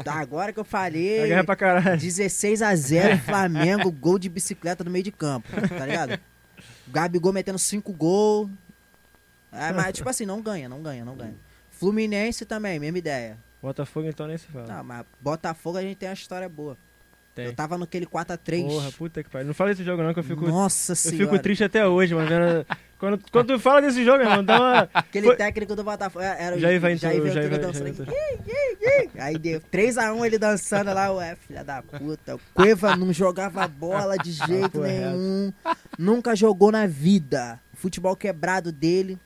[SPEAKER 3] Tá, agora que eu falei.
[SPEAKER 2] Vai ganhar É pra caralho.
[SPEAKER 3] 16 a 0 Flamengo, gol de bicicleta no meio de campo, tá ligado? Gabigol metendo 5 gols. Ah, mas, tipo assim, não ganha, não ganha, não ganha. Fluminense também, mesma ideia.
[SPEAKER 2] Botafogo então nem se fala.
[SPEAKER 3] Não, mas Botafogo a gente tem uma história boa.
[SPEAKER 2] Tem.
[SPEAKER 3] Eu tava naquele 4x3.
[SPEAKER 2] Porra, puta que pariu. Não fala desse jogo não que eu fico...
[SPEAKER 3] Nossa
[SPEAKER 2] eu
[SPEAKER 3] senhora.
[SPEAKER 2] fico triste até hoje, mano. vendo- Quando, quando tu fala desse jogo, irmão, dá uma...
[SPEAKER 3] Aquele
[SPEAKER 2] Foi-
[SPEAKER 3] técnico do Botafogo é, era era o
[SPEAKER 2] Jair vai entrar,
[SPEAKER 3] Jair
[SPEAKER 2] o Jair
[SPEAKER 3] Ventura
[SPEAKER 2] vai
[SPEAKER 3] dançando.
[SPEAKER 2] Jair vai entrar.
[SPEAKER 3] Aí deu 3x1 ele dançando lá, ué, filha da puta. O Cueva não jogava bola de jeito
[SPEAKER 2] Papo reto.
[SPEAKER 3] nenhum. Nunca jogou na vida. O futebol quebrado dele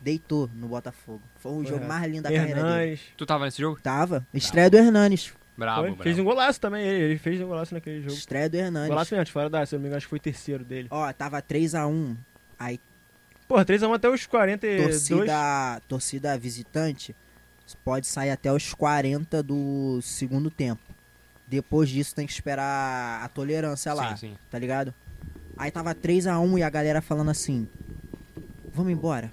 [SPEAKER 3] deitou no Botafogo. Foi o
[SPEAKER 2] Papo
[SPEAKER 3] jogo
[SPEAKER 2] reto.
[SPEAKER 3] mais lindo da carreira dele.
[SPEAKER 2] Hernandes.
[SPEAKER 1] Tu tava nesse jogo?
[SPEAKER 3] Tava. Estreia do Hernanes.
[SPEAKER 1] Bravo,
[SPEAKER 2] Foi?
[SPEAKER 1] bravo.
[SPEAKER 2] Fez um golaço também, ele, ele fez um golaço naquele jogo.
[SPEAKER 3] Estreia do Hernanes.
[SPEAKER 2] Golaço mesmo, de fora da área, se eu não me engano, acho que foi terceiro dele.
[SPEAKER 3] Ó, tava 3x1. Aí
[SPEAKER 2] Porra, 3x1 até os 42.
[SPEAKER 3] torcida, torcida visitante pode sair até os 40 do segundo tempo. Depois disso tem que esperar a tolerância lá,
[SPEAKER 1] Sim, sim.
[SPEAKER 3] tá ligado? um Aí tava 3 a 1 e a galera falando assim: "Vamos embora".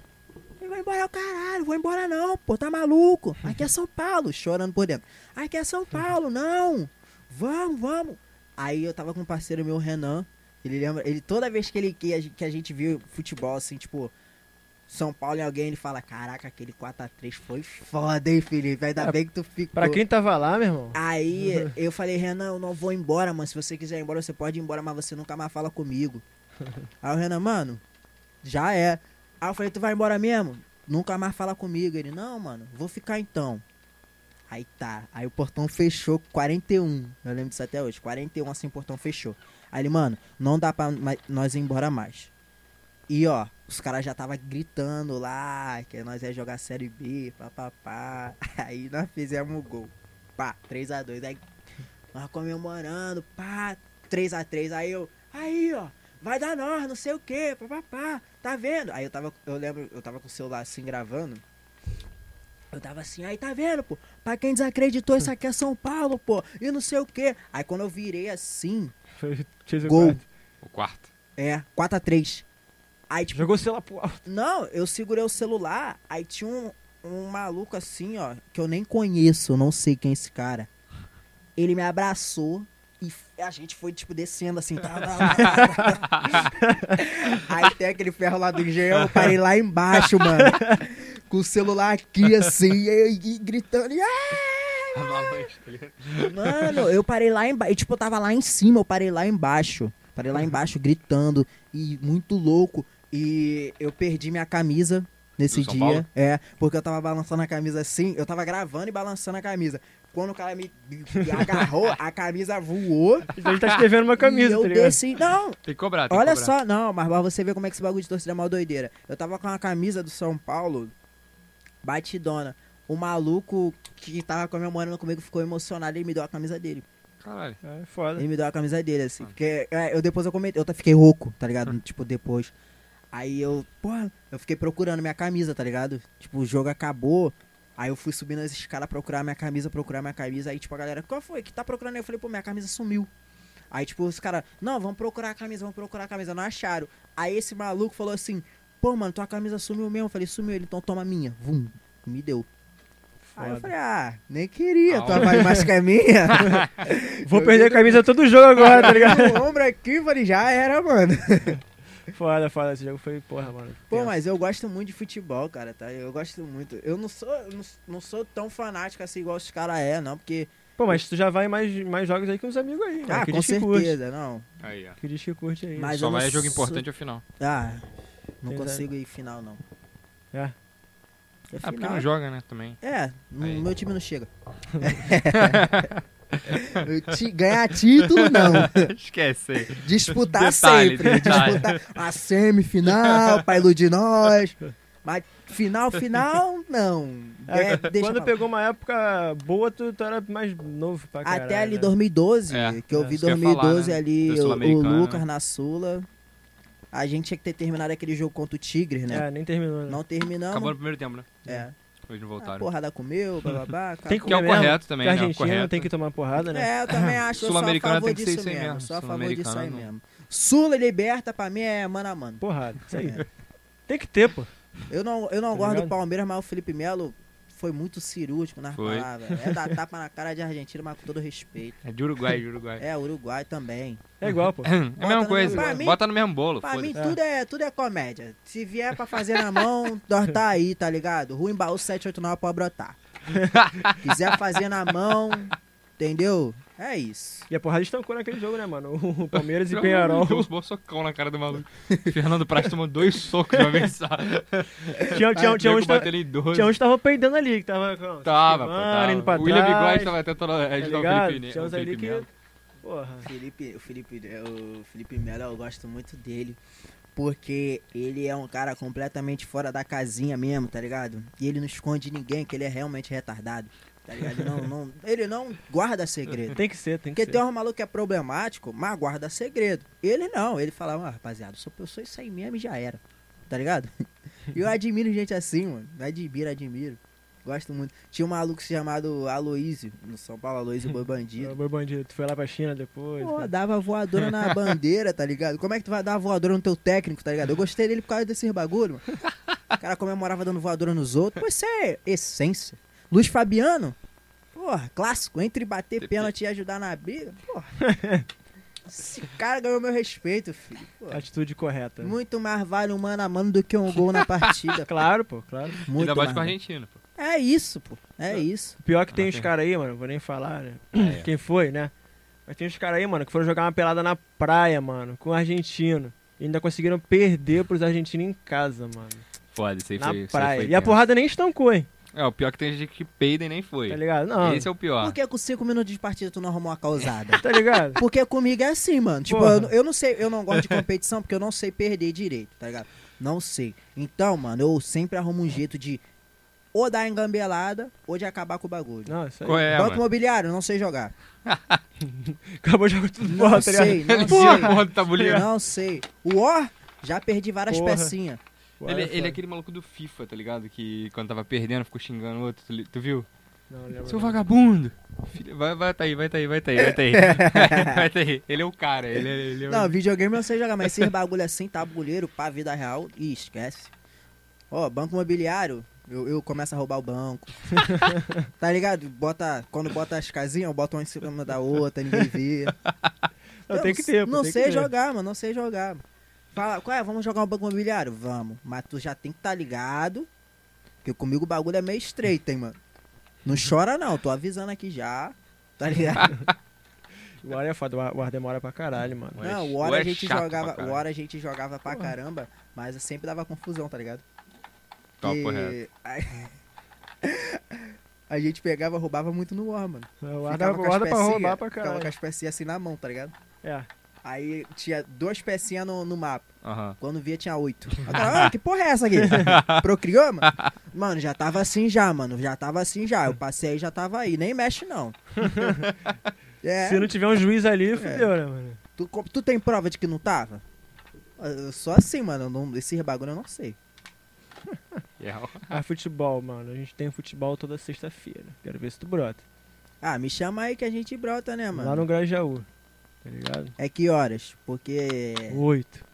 [SPEAKER 3] Ele vai embora o caralho, vou embora não, pô, tá maluco? Aqui é São Paulo, chorando por dentro. Aqui é São Paulo, não. Vamos, vamos. Aí eu tava com um parceiro meu, o Renan. Ele lembra, ele toda vez que ele que a, gente- que a gente viu futebol assim, tipo São Paulo em alguém, ele fala: "Caraca, aquele 4 a 3 foi foda, hein, Felipe? Ainda
[SPEAKER 2] É,
[SPEAKER 3] bem que tu ficou".
[SPEAKER 2] Pra quem tava lá, meu irmão.
[SPEAKER 3] Aí eu falei, Renan, eu não vou embora, mano. Se você quiser ir embora, você pode ir embora, mas você nunca mais fala comigo. Aí o Renan, mano, já é. Aí eu falei, tu vai embora mesmo? Nunca mais fala comigo. Ele, não, mano, vou ficar então. Aí tá. Aí o portão fechou 41. Eu lembro disso até hoje. 41 assim o portão fechou. Aí ele, mano, não dá pra ma- nós ir embora mais. E ó, os caras já tava gritando lá que nós ia jogar Série B, papapá. Aí nós fizemos o gol pá, 3x2. Aí nós comemorando, pá, 3x3. Aí eu, aí ó, vai dar nós, não sei o que, papapá, tá vendo? Aí eu tava, eu lembro, eu tava com o celular assim gravando. Eu tava assim, aí tá vendo, pô? Pra quem desacreditou, isso aqui é São Paulo, pô, e não sei o que. Aí quando eu virei assim,
[SPEAKER 2] Foi- fez o
[SPEAKER 3] Gol.
[SPEAKER 2] quarto.
[SPEAKER 1] O quarto.
[SPEAKER 3] é, 4x3. Aí tipo,
[SPEAKER 2] Jogou o celular pro alto.
[SPEAKER 3] Não, eu segurei o celular, aí tinha um, um maluco assim, ó, que eu nem conheço, eu não sei quem é esse cara. Ele me abraçou e f- a gente foi, tipo, descendo assim. Tá, tá, tá, tá, tá. aí tem aquele ferro lá do engenho, eu parei lá embaixo, mano. Com o celular aqui, assim, e, e gritando. E, "Ah!"
[SPEAKER 1] Tá
[SPEAKER 3] mano, eu parei lá embaixo. Tipo, eu tava lá em cima, eu parei lá embaixo. Parei
[SPEAKER 1] Uhum.
[SPEAKER 3] lá embaixo, gritando. E muito louco. E eu perdi minha camisa nesse
[SPEAKER 1] Do São
[SPEAKER 3] dia.
[SPEAKER 1] Paulo?
[SPEAKER 3] É, porque eu tava balançando a camisa assim. Eu tava gravando e balançando a camisa. Quando o cara me, me agarrou, a camisa voou.
[SPEAKER 2] Ele tá te devendo uma
[SPEAKER 3] e
[SPEAKER 2] camisa,
[SPEAKER 3] eu
[SPEAKER 2] tá ligado?
[SPEAKER 3] desci. Não,
[SPEAKER 1] Tem que cobrar, tem
[SPEAKER 3] Olha
[SPEAKER 1] que cobrar.
[SPEAKER 3] só, não, mas pra você ver como é que esse bagulho de torcida é mal doideira. Eu tava com uma camisa do São Paulo, batidona. O maluco que tava comemorando comigo ficou emocionado e me deu a camisa dele.
[SPEAKER 1] Caralho.
[SPEAKER 2] É foda.
[SPEAKER 3] Ele me deu a camisa dele, assim. Porque é, eu depois eu comentei, eu ta- fiquei rouco,
[SPEAKER 2] Ah.
[SPEAKER 3] tá ligado? Tipo, depois. Aí eu, porra, eu fiquei procurando minha camisa, tá ligado? Tipo, o jogo acabou. Aí eu fui subindo as escadas procurar minha camisa, procurar minha camisa. Aí, tipo, a galera, qual foi que tá procurando? Aí Eu falei, pô, minha camisa sumiu. Aí, tipo, os caras, não, vamos procurar a camisa, vamos procurar a camisa. Não acharam. Aí esse maluco falou assim, pô, mano, tua camisa sumiu mesmo. Eu falei, sumiu. Ele, então toma a minha. Vum, me deu. Aí eu
[SPEAKER 2] Foda. Ah.
[SPEAKER 3] falei, ah, nem queria, tua
[SPEAKER 1] Au.
[SPEAKER 3] vale mais que a minha.
[SPEAKER 2] Vou
[SPEAKER 3] Eu
[SPEAKER 2] perder a
[SPEAKER 3] juro-
[SPEAKER 2] camisa todo jogo agora, tá ligado?
[SPEAKER 3] o ombro aqui, eu falei, já era, mano.
[SPEAKER 2] Foda, foda. Esse jogo foi, porra, mano.
[SPEAKER 3] Pô,
[SPEAKER 2] tenso.
[SPEAKER 3] mas eu gosto muito de futebol, cara, tá? Eu gosto muito. Eu não sou, eu não, não sou tão fanático assim igual os caras é, não, porque...
[SPEAKER 2] Pô, mas tu já vai em mais, mais jogos aí com os amigos aí. né?
[SPEAKER 3] ah,
[SPEAKER 2] que
[SPEAKER 3] com
[SPEAKER 2] diz que
[SPEAKER 3] certeza, não.
[SPEAKER 1] Aí, ó.
[SPEAKER 2] Curte, que diz que curte aí.
[SPEAKER 3] Mas
[SPEAKER 1] só
[SPEAKER 3] eu não
[SPEAKER 1] vai jogo
[SPEAKER 3] sou-
[SPEAKER 1] importante ao final. É,
[SPEAKER 3] Ah, não
[SPEAKER 2] Verdade.
[SPEAKER 3] consigo ir final, não.
[SPEAKER 2] É.
[SPEAKER 3] É
[SPEAKER 1] Ah, porque
[SPEAKER 3] final.
[SPEAKER 1] não joga, né, também.
[SPEAKER 3] É, no
[SPEAKER 1] Aí.
[SPEAKER 3] meu time não chega. Eu ti- ganhar título, não.
[SPEAKER 1] Esquece aí.
[SPEAKER 3] Disputar
[SPEAKER 1] Detalhe,
[SPEAKER 3] sempre. né?
[SPEAKER 1] detalhe.
[SPEAKER 3] Disputar a semifinal pra iludir nós. Mas final, final, não. É, deixa
[SPEAKER 2] Quando
[SPEAKER 3] pra lá.
[SPEAKER 2] pegou uma época boa, tu, tu era mais novo pra caralho.
[SPEAKER 3] Até ali
[SPEAKER 2] né?
[SPEAKER 3] 2012,
[SPEAKER 1] É,
[SPEAKER 3] que eu
[SPEAKER 2] é,
[SPEAKER 3] vi
[SPEAKER 1] isso que eu ia falar,
[SPEAKER 3] 2012
[SPEAKER 1] né?
[SPEAKER 3] ali,
[SPEAKER 1] Da
[SPEAKER 3] o- o,
[SPEAKER 1] Sul-Americana.
[SPEAKER 3] Lucas na Sula. A gente tinha que ter terminado aquele jogo contra o Tigre, né?
[SPEAKER 2] É, nem terminou, né?
[SPEAKER 3] Não terminamos.
[SPEAKER 1] Acabou no primeiro tempo, né?
[SPEAKER 3] É.
[SPEAKER 1] Eles não
[SPEAKER 3] A
[SPEAKER 1] voltaram.
[SPEAKER 3] porrada comeu, bababá.
[SPEAKER 2] Tem
[SPEAKER 1] que é o
[SPEAKER 2] Mesmo,
[SPEAKER 1] correto
[SPEAKER 2] Porque
[SPEAKER 1] também,
[SPEAKER 2] a
[SPEAKER 1] né? O
[SPEAKER 2] Argentina
[SPEAKER 1] correto.
[SPEAKER 2] tem que tomar porrada, né?
[SPEAKER 3] É, eu também acho. Eu sou a
[SPEAKER 1] Sul-Americana
[SPEAKER 3] favor
[SPEAKER 1] tem que ser
[SPEAKER 3] disso
[SPEAKER 1] isso aí
[SPEAKER 3] mesmo.
[SPEAKER 1] mesmo.
[SPEAKER 3] Sou a favor disso aí
[SPEAKER 1] Sul-Americana não-
[SPEAKER 3] mesmo. Sula e Liberta, pra mim, é mano a mano.
[SPEAKER 2] Porrada, isso aí.
[SPEAKER 3] É.
[SPEAKER 2] Tem que ter, pô.
[SPEAKER 3] Eu não, eu não
[SPEAKER 2] Tá
[SPEAKER 3] gosto do
[SPEAKER 2] ligado?
[SPEAKER 3] Palmeiras, mas o Felipe Melo foi muito cirúrgico nas
[SPEAKER 1] Foi.
[SPEAKER 3] palavras. É dar tapa na cara de Argentina, mas com todo respeito.
[SPEAKER 1] É de Uruguai, de Uruguai.
[SPEAKER 3] É, Uruguai também.
[SPEAKER 2] É igual, pô.
[SPEAKER 1] É a mesma
[SPEAKER 3] no
[SPEAKER 1] coisa.
[SPEAKER 3] mesmo- pra mim-
[SPEAKER 1] Bota no mesmo bolo,
[SPEAKER 3] Pra mim,
[SPEAKER 1] foda-se.
[SPEAKER 3] tudo é, tudo é comédia. Se vier pra fazer na mão, nós tá aí, tá ligado? Rua Embaú 789 pode brotar. Quiser fazer na mão, entendeu? É isso.
[SPEAKER 2] E a porrada estancou naquele jogo, né, mano? O Palmeiras e
[SPEAKER 1] Pelo
[SPEAKER 2] Penharol.
[SPEAKER 1] amor de Deus, bom socão na cara do maluco. Fernando Praz tomou dois socos de uma vez só.
[SPEAKER 2] Tinha, tinha, tinha,
[SPEAKER 1] Nego
[SPEAKER 2] uns ta-
[SPEAKER 1] bateu ele em 12.
[SPEAKER 2] tinha uns que tava peidando ali, que tava. com-
[SPEAKER 1] Tava, pô,
[SPEAKER 2] esquivando, indo
[SPEAKER 1] tava.
[SPEAKER 2] pra
[SPEAKER 1] O William
[SPEAKER 2] trás, tá
[SPEAKER 1] Bigode tava tentando ajudar o
[SPEAKER 2] ligado?
[SPEAKER 1] Felipe, né?
[SPEAKER 2] Tinha
[SPEAKER 1] o
[SPEAKER 2] uns ali
[SPEAKER 1] Felipe
[SPEAKER 2] que-
[SPEAKER 1] Melo.
[SPEAKER 2] Porra.
[SPEAKER 3] Felipe, o Felipe, é, o Felipe Melo, eu gosto muito dele. Porque ele é um cara completamente fora da casinha mesmo, tá ligado? E ele não esconde ninguém, que ele é realmente retardado. Tá ligado? Não, não, ele não guarda segredo.
[SPEAKER 2] Tem que ser, tem que
[SPEAKER 3] Porque
[SPEAKER 2] ser.
[SPEAKER 3] tem um maluco que é problemático, mas guarda segredo. Ele não, ele falava, ah, rapaziada, eu sou, eu sou isso aí mesmo e já era. Tá ligado? E eu admiro gente assim, mano. Admiro, admiro. Gosto muito. Tinha um maluco chamado Aloísio, no São Paulo, Aloísio Boi
[SPEAKER 2] Ô,
[SPEAKER 3] Bandido.
[SPEAKER 2] meu bandido, tu foi lá pra China depois.
[SPEAKER 3] Pô,
[SPEAKER 2] cara.
[SPEAKER 3] dava voadora na bandeira, tá ligado? Como é que tu vai dar voadora no teu técnico, tá ligado? Eu gostei dele por causa desses bagulho, mano. O cara comemorava dando voadora nos outros. Pô, isso é essência. Luiz Fabiano, porra, clássico. Entre bater pênalti e ajudar na briga, porra. Esse cara ganhou meu respeito, filho. Pô,
[SPEAKER 2] Atitude correta. É
[SPEAKER 3] muito mais vale um mano a mano do que um gol na partida.
[SPEAKER 2] Claro, pô, claro.
[SPEAKER 3] Muito
[SPEAKER 1] Ainda mais
[SPEAKER 3] mais.
[SPEAKER 1] com a
[SPEAKER 3] vale.
[SPEAKER 1] Argentina, pô.
[SPEAKER 3] É isso, pô. É isso.
[SPEAKER 2] Pior que tem
[SPEAKER 1] Ah,
[SPEAKER 2] uns
[SPEAKER 1] tem.
[SPEAKER 2] caras aí, mano, vou nem falar, né?
[SPEAKER 1] É.
[SPEAKER 2] Quem foi, né? Mas tem uns caras aí, mano, que foram jogar uma pelada na praia, mano, com o argentino. E ainda conseguiram perder pros argentinos em casa, mano.
[SPEAKER 1] Foda, isso aí
[SPEAKER 2] na
[SPEAKER 1] foi. isso aí
[SPEAKER 2] praia.
[SPEAKER 1] foi
[SPEAKER 2] E a
[SPEAKER 1] tenso.
[SPEAKER 2] porrada nem estancou, hein?
[SPEAKER 1] É, o pior é que tem gente que peida e nem foi.
[SPEAKER 2] Tá ligado? Não.
[SPEAKER 1] Esse é o pior.
[SPEAKER 3] Por que com cinco minutos de partida tu não arrumou a causada?
[SPEAKER 2] Tá ligado?
[SPEAKER 3] Porque comigo é assim, mano. Tipo,
[SPEAKER 2] Porra.
[SPEAKER 3] eu, não- eu não sei, eu não gosto de competição porque eu não sei perder direito, tá ligado? Não sei. Então, mano, eu sempre arrumo um jeito de ou dar engambelada ou de acabar com o bagulho.
[SPEAKER 2] Não, isso aí.
[SPEAKER 1] Qual é,
[SPEAKER 3] Banco
[SPEAKER 1] mano?
[SPEAKER 3] imobiliário, não sei jogar.
[SPEAKER 2] Acabou o jogo tudo
[SPEAKER 3] Não
[SPEAKER 2] fora, tá ligado?
[SPEAKER 3] sei, não
[SPEAKER 1] Ele tira a tá
[SPEAKER 3] sei.
[SPEAKER 1] porra do tabuleiro.
[SPEAKER 3] Não sei. O ó, já perdi várias
[SPEAKER 2] Porra.
[SPEAKER 3] pecinhas.
[SPEAKER 1] Ele, ele é aquele maluco do FIFA, tá ligado? Que quando tava perdendo ficou xingando o outro. Tu, li- tu viu?
[SPEAKER 2] Não, lembro
[SPEAKER 1] Seu
[SPEAKER 2] não.
[SPEAKER 1] vagabundo! Filho, vai, vai tá aí, vai tá aí, vai tá aí, vai tá aí. vai tá aí. Ele é o cara, ele, é- ele é o.
[SPEAKER 3] Não, videogame eu não sei jogar, mas esses bagulho assim, tabuleiro, pra vida real, ih, esquece. Ó, banco imobiliário, eu, eu começo a roubar o banco. tá ligado? Bota, quando bota as casinhas, eu boto uma em cima da outra, ninguém vê.
[SPEAKER 2] Não, tem
[SPEAKER 3] não
[SPEAKER 2] que
[SPEAKER 3] s-
[SPEAKER 2] ter, pô,
[SPEAKER 3] Não
[SPEAKER 2] tem que
[SPEAKER 3] sei
[SPEAKER 2] ter.
[SPEAKER 3] jogar, mano, não sei jogar. Fala, qual é? Vamos jogar um banco imobiliário? Vamos. Mas tu já tem que tá ligado, porque comigo o bagulho é meio estreito, hein, mano. Não chora não, tô avisando aqui já. Tá ligado?
[SPEAKER 2] O War é foda, o War- o War demora pra caralho, mano.
[SPEAKER 1] Ué,
[SPEAKER 3] Não, o
[SPEAKER 1] ué,
[SPEAKER 3] hora a
[SPEAKER 1] é
[SPEAKER 3] gente
[SPEAKER 1] chato pra
[SPEAKER 3] jogava,
[SPEAKER 1] caralho.
[SPEAKER 3] o hora a gente jogava pra caramba, mas sempre dava confusão, tá ligado?
[SPEAKER 1] Tá,
[SPEAKER 3] Que-
[SPEAKER 1] porra, é.
[SPEAKER 3] A... a gente pegava, roubava muito no War, mano.
[SPEAKER 2] O War dá-
[SPEAKER 3] Ficava
[SPEAKER 2] o
[SPEAKER 3] com
[SPEAKER 2] War
[SPEAKER 3] as
[SPEAKER 2] dá pra
[SPEAKER 3] pecinhas-
[SPEAKER 2] roubar pra
[SPEAKER 3] Ficava com
[SPEAKER 2] caralho.
[SPEAKER 3] as pecinhas assim na mão, tá ligado?
[SPEAKER 2] É.
[SPEAKER 3] Aí tinha duas pecinhas no, no mapa.
[SPEAKER 1] Aham.
[SPEAKER 3] Quando via, tinha oito. Agora, ah, que porra é essa aqui? Procriou, mano? Mano, já tava assim já, mano. Já tava assim já. Eu passei e já tava aí. Nem mexe, não. É,
[SPEAKER 2] Se não tiver um juiz ali, fudeu, né, mano?
[SPEAKER 3] tu, co- tu tem prova de que não tava? Eu sou assim, mano. eu Não, esse bagulho eu não sei.
[SPEAKER 1] É.
[SPEAKER 2] Ah, futebol, mano. A gente tem futebol toda sexta-feira. Quero ver se tu brota.
[SPEAKER 3] Ah, me chama aí que a gente brota, né, mano?
[SPEAKER 2] Lá no Grajaú. Tá ligado?
[SPEAKER 3] É que horas? Porque...
[SPEAKER 2] Oito.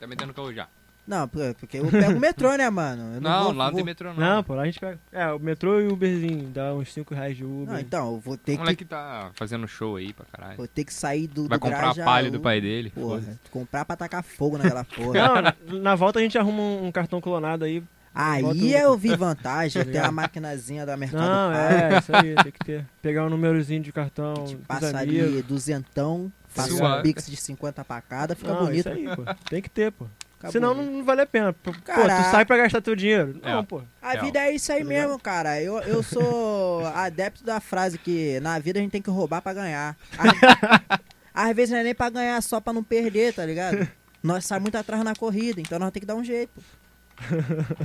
[SPEAKER 1] Tá metendo caô já.
[SPEAKER 3] Não, por- porque eu pego o metrô, né, mano? Eu
[SPEAKER 1] Não,
[SPEAKER 3] vou-
[SPEAKER 1] lá não
[SPEAKER 3] vou...
[SPEAKER 1] tem metrô, não.
[SPEAKER 2] Não, pô, lá a gente pega. É, o metrô e o Uberzinho. Dá uns 5 reais de Uber.
[SPEAKER 3] Não, então, eu vou
[SPEAKER 1] O
[SPEAKER 3] ter que...
[SPEAKER 1] moleque tá fazendo show aí pra caralho.
[SPEAKER 3] Vou ter que sair do
[SPEAKER 1] Vai
[SPEAKER 3] do
[SPEAKER 1] comprar a
[SPEAKER 3] Grajaú.
[SPEAKER 1] palha do pai dele. foda-se.
[SPEAKER 3] Porra, comprar pra tacar fogo naquela porra.
[SPEAKER 2] Não, na-
[SPEAKER 3] né?
[SPEAKER 2] na volta a gente arruma um, um cartão clonado aí. Bota
[SPEAKER 3] Aí
[SPEAKER 2] o- Tá
[SPEAKER 3] eu vi vantagem, tem uma maquinazinha da Mercado
[SPEAKER 2] Não,
[SPEAKER 3] Pago,
[SPEAKER 2] é, isso aí, tem que ter. Pegar um númerozinho de cartão
[SPEAKER 3] que
[SPEAKER 2] dos
[SPEAKER 3] passa
[SPEAKER 2] amigos.
[SPEAKER 3] ali duzentão, passa um
[SPEAKER 1] Suave.
[SPEAKER 3] pix de 50 pra cada, fica
[SPEAKER 2] não,
[SPEAKER 3] bonito.
[SPEAKER 2] isso aí, pô. Tem que ter, pô.
[SPEAKER 3] fica
[SPEAKER 2] Senão
[SPEAKER 3] bonito.
[SPEAKER 2] não, não vale a pena. Pô, pô,
[SPEAKER 3] Caraca.
[SPEAKER 2] tu sai pra gastar teu dinheiro.
[SPEAKER 1] É.
[SPEAKER 2] Não, pô.
[SPEAKER 3] A
[SPEAKER 1] É,
[SPEAKER 3] vida é isso aí
[SPEAKER 2] tá ligado?
[SPEAKER 3] mesmo, cara. Eu, eu sou adepto da frase que na vida a gente tem que roubar pra ganhar. Às- Às vezes não é nem pra ganhar, só pra não perder, tá ligado? Nós saímos muito atrás na corrida, então nós temos que dar um jeito.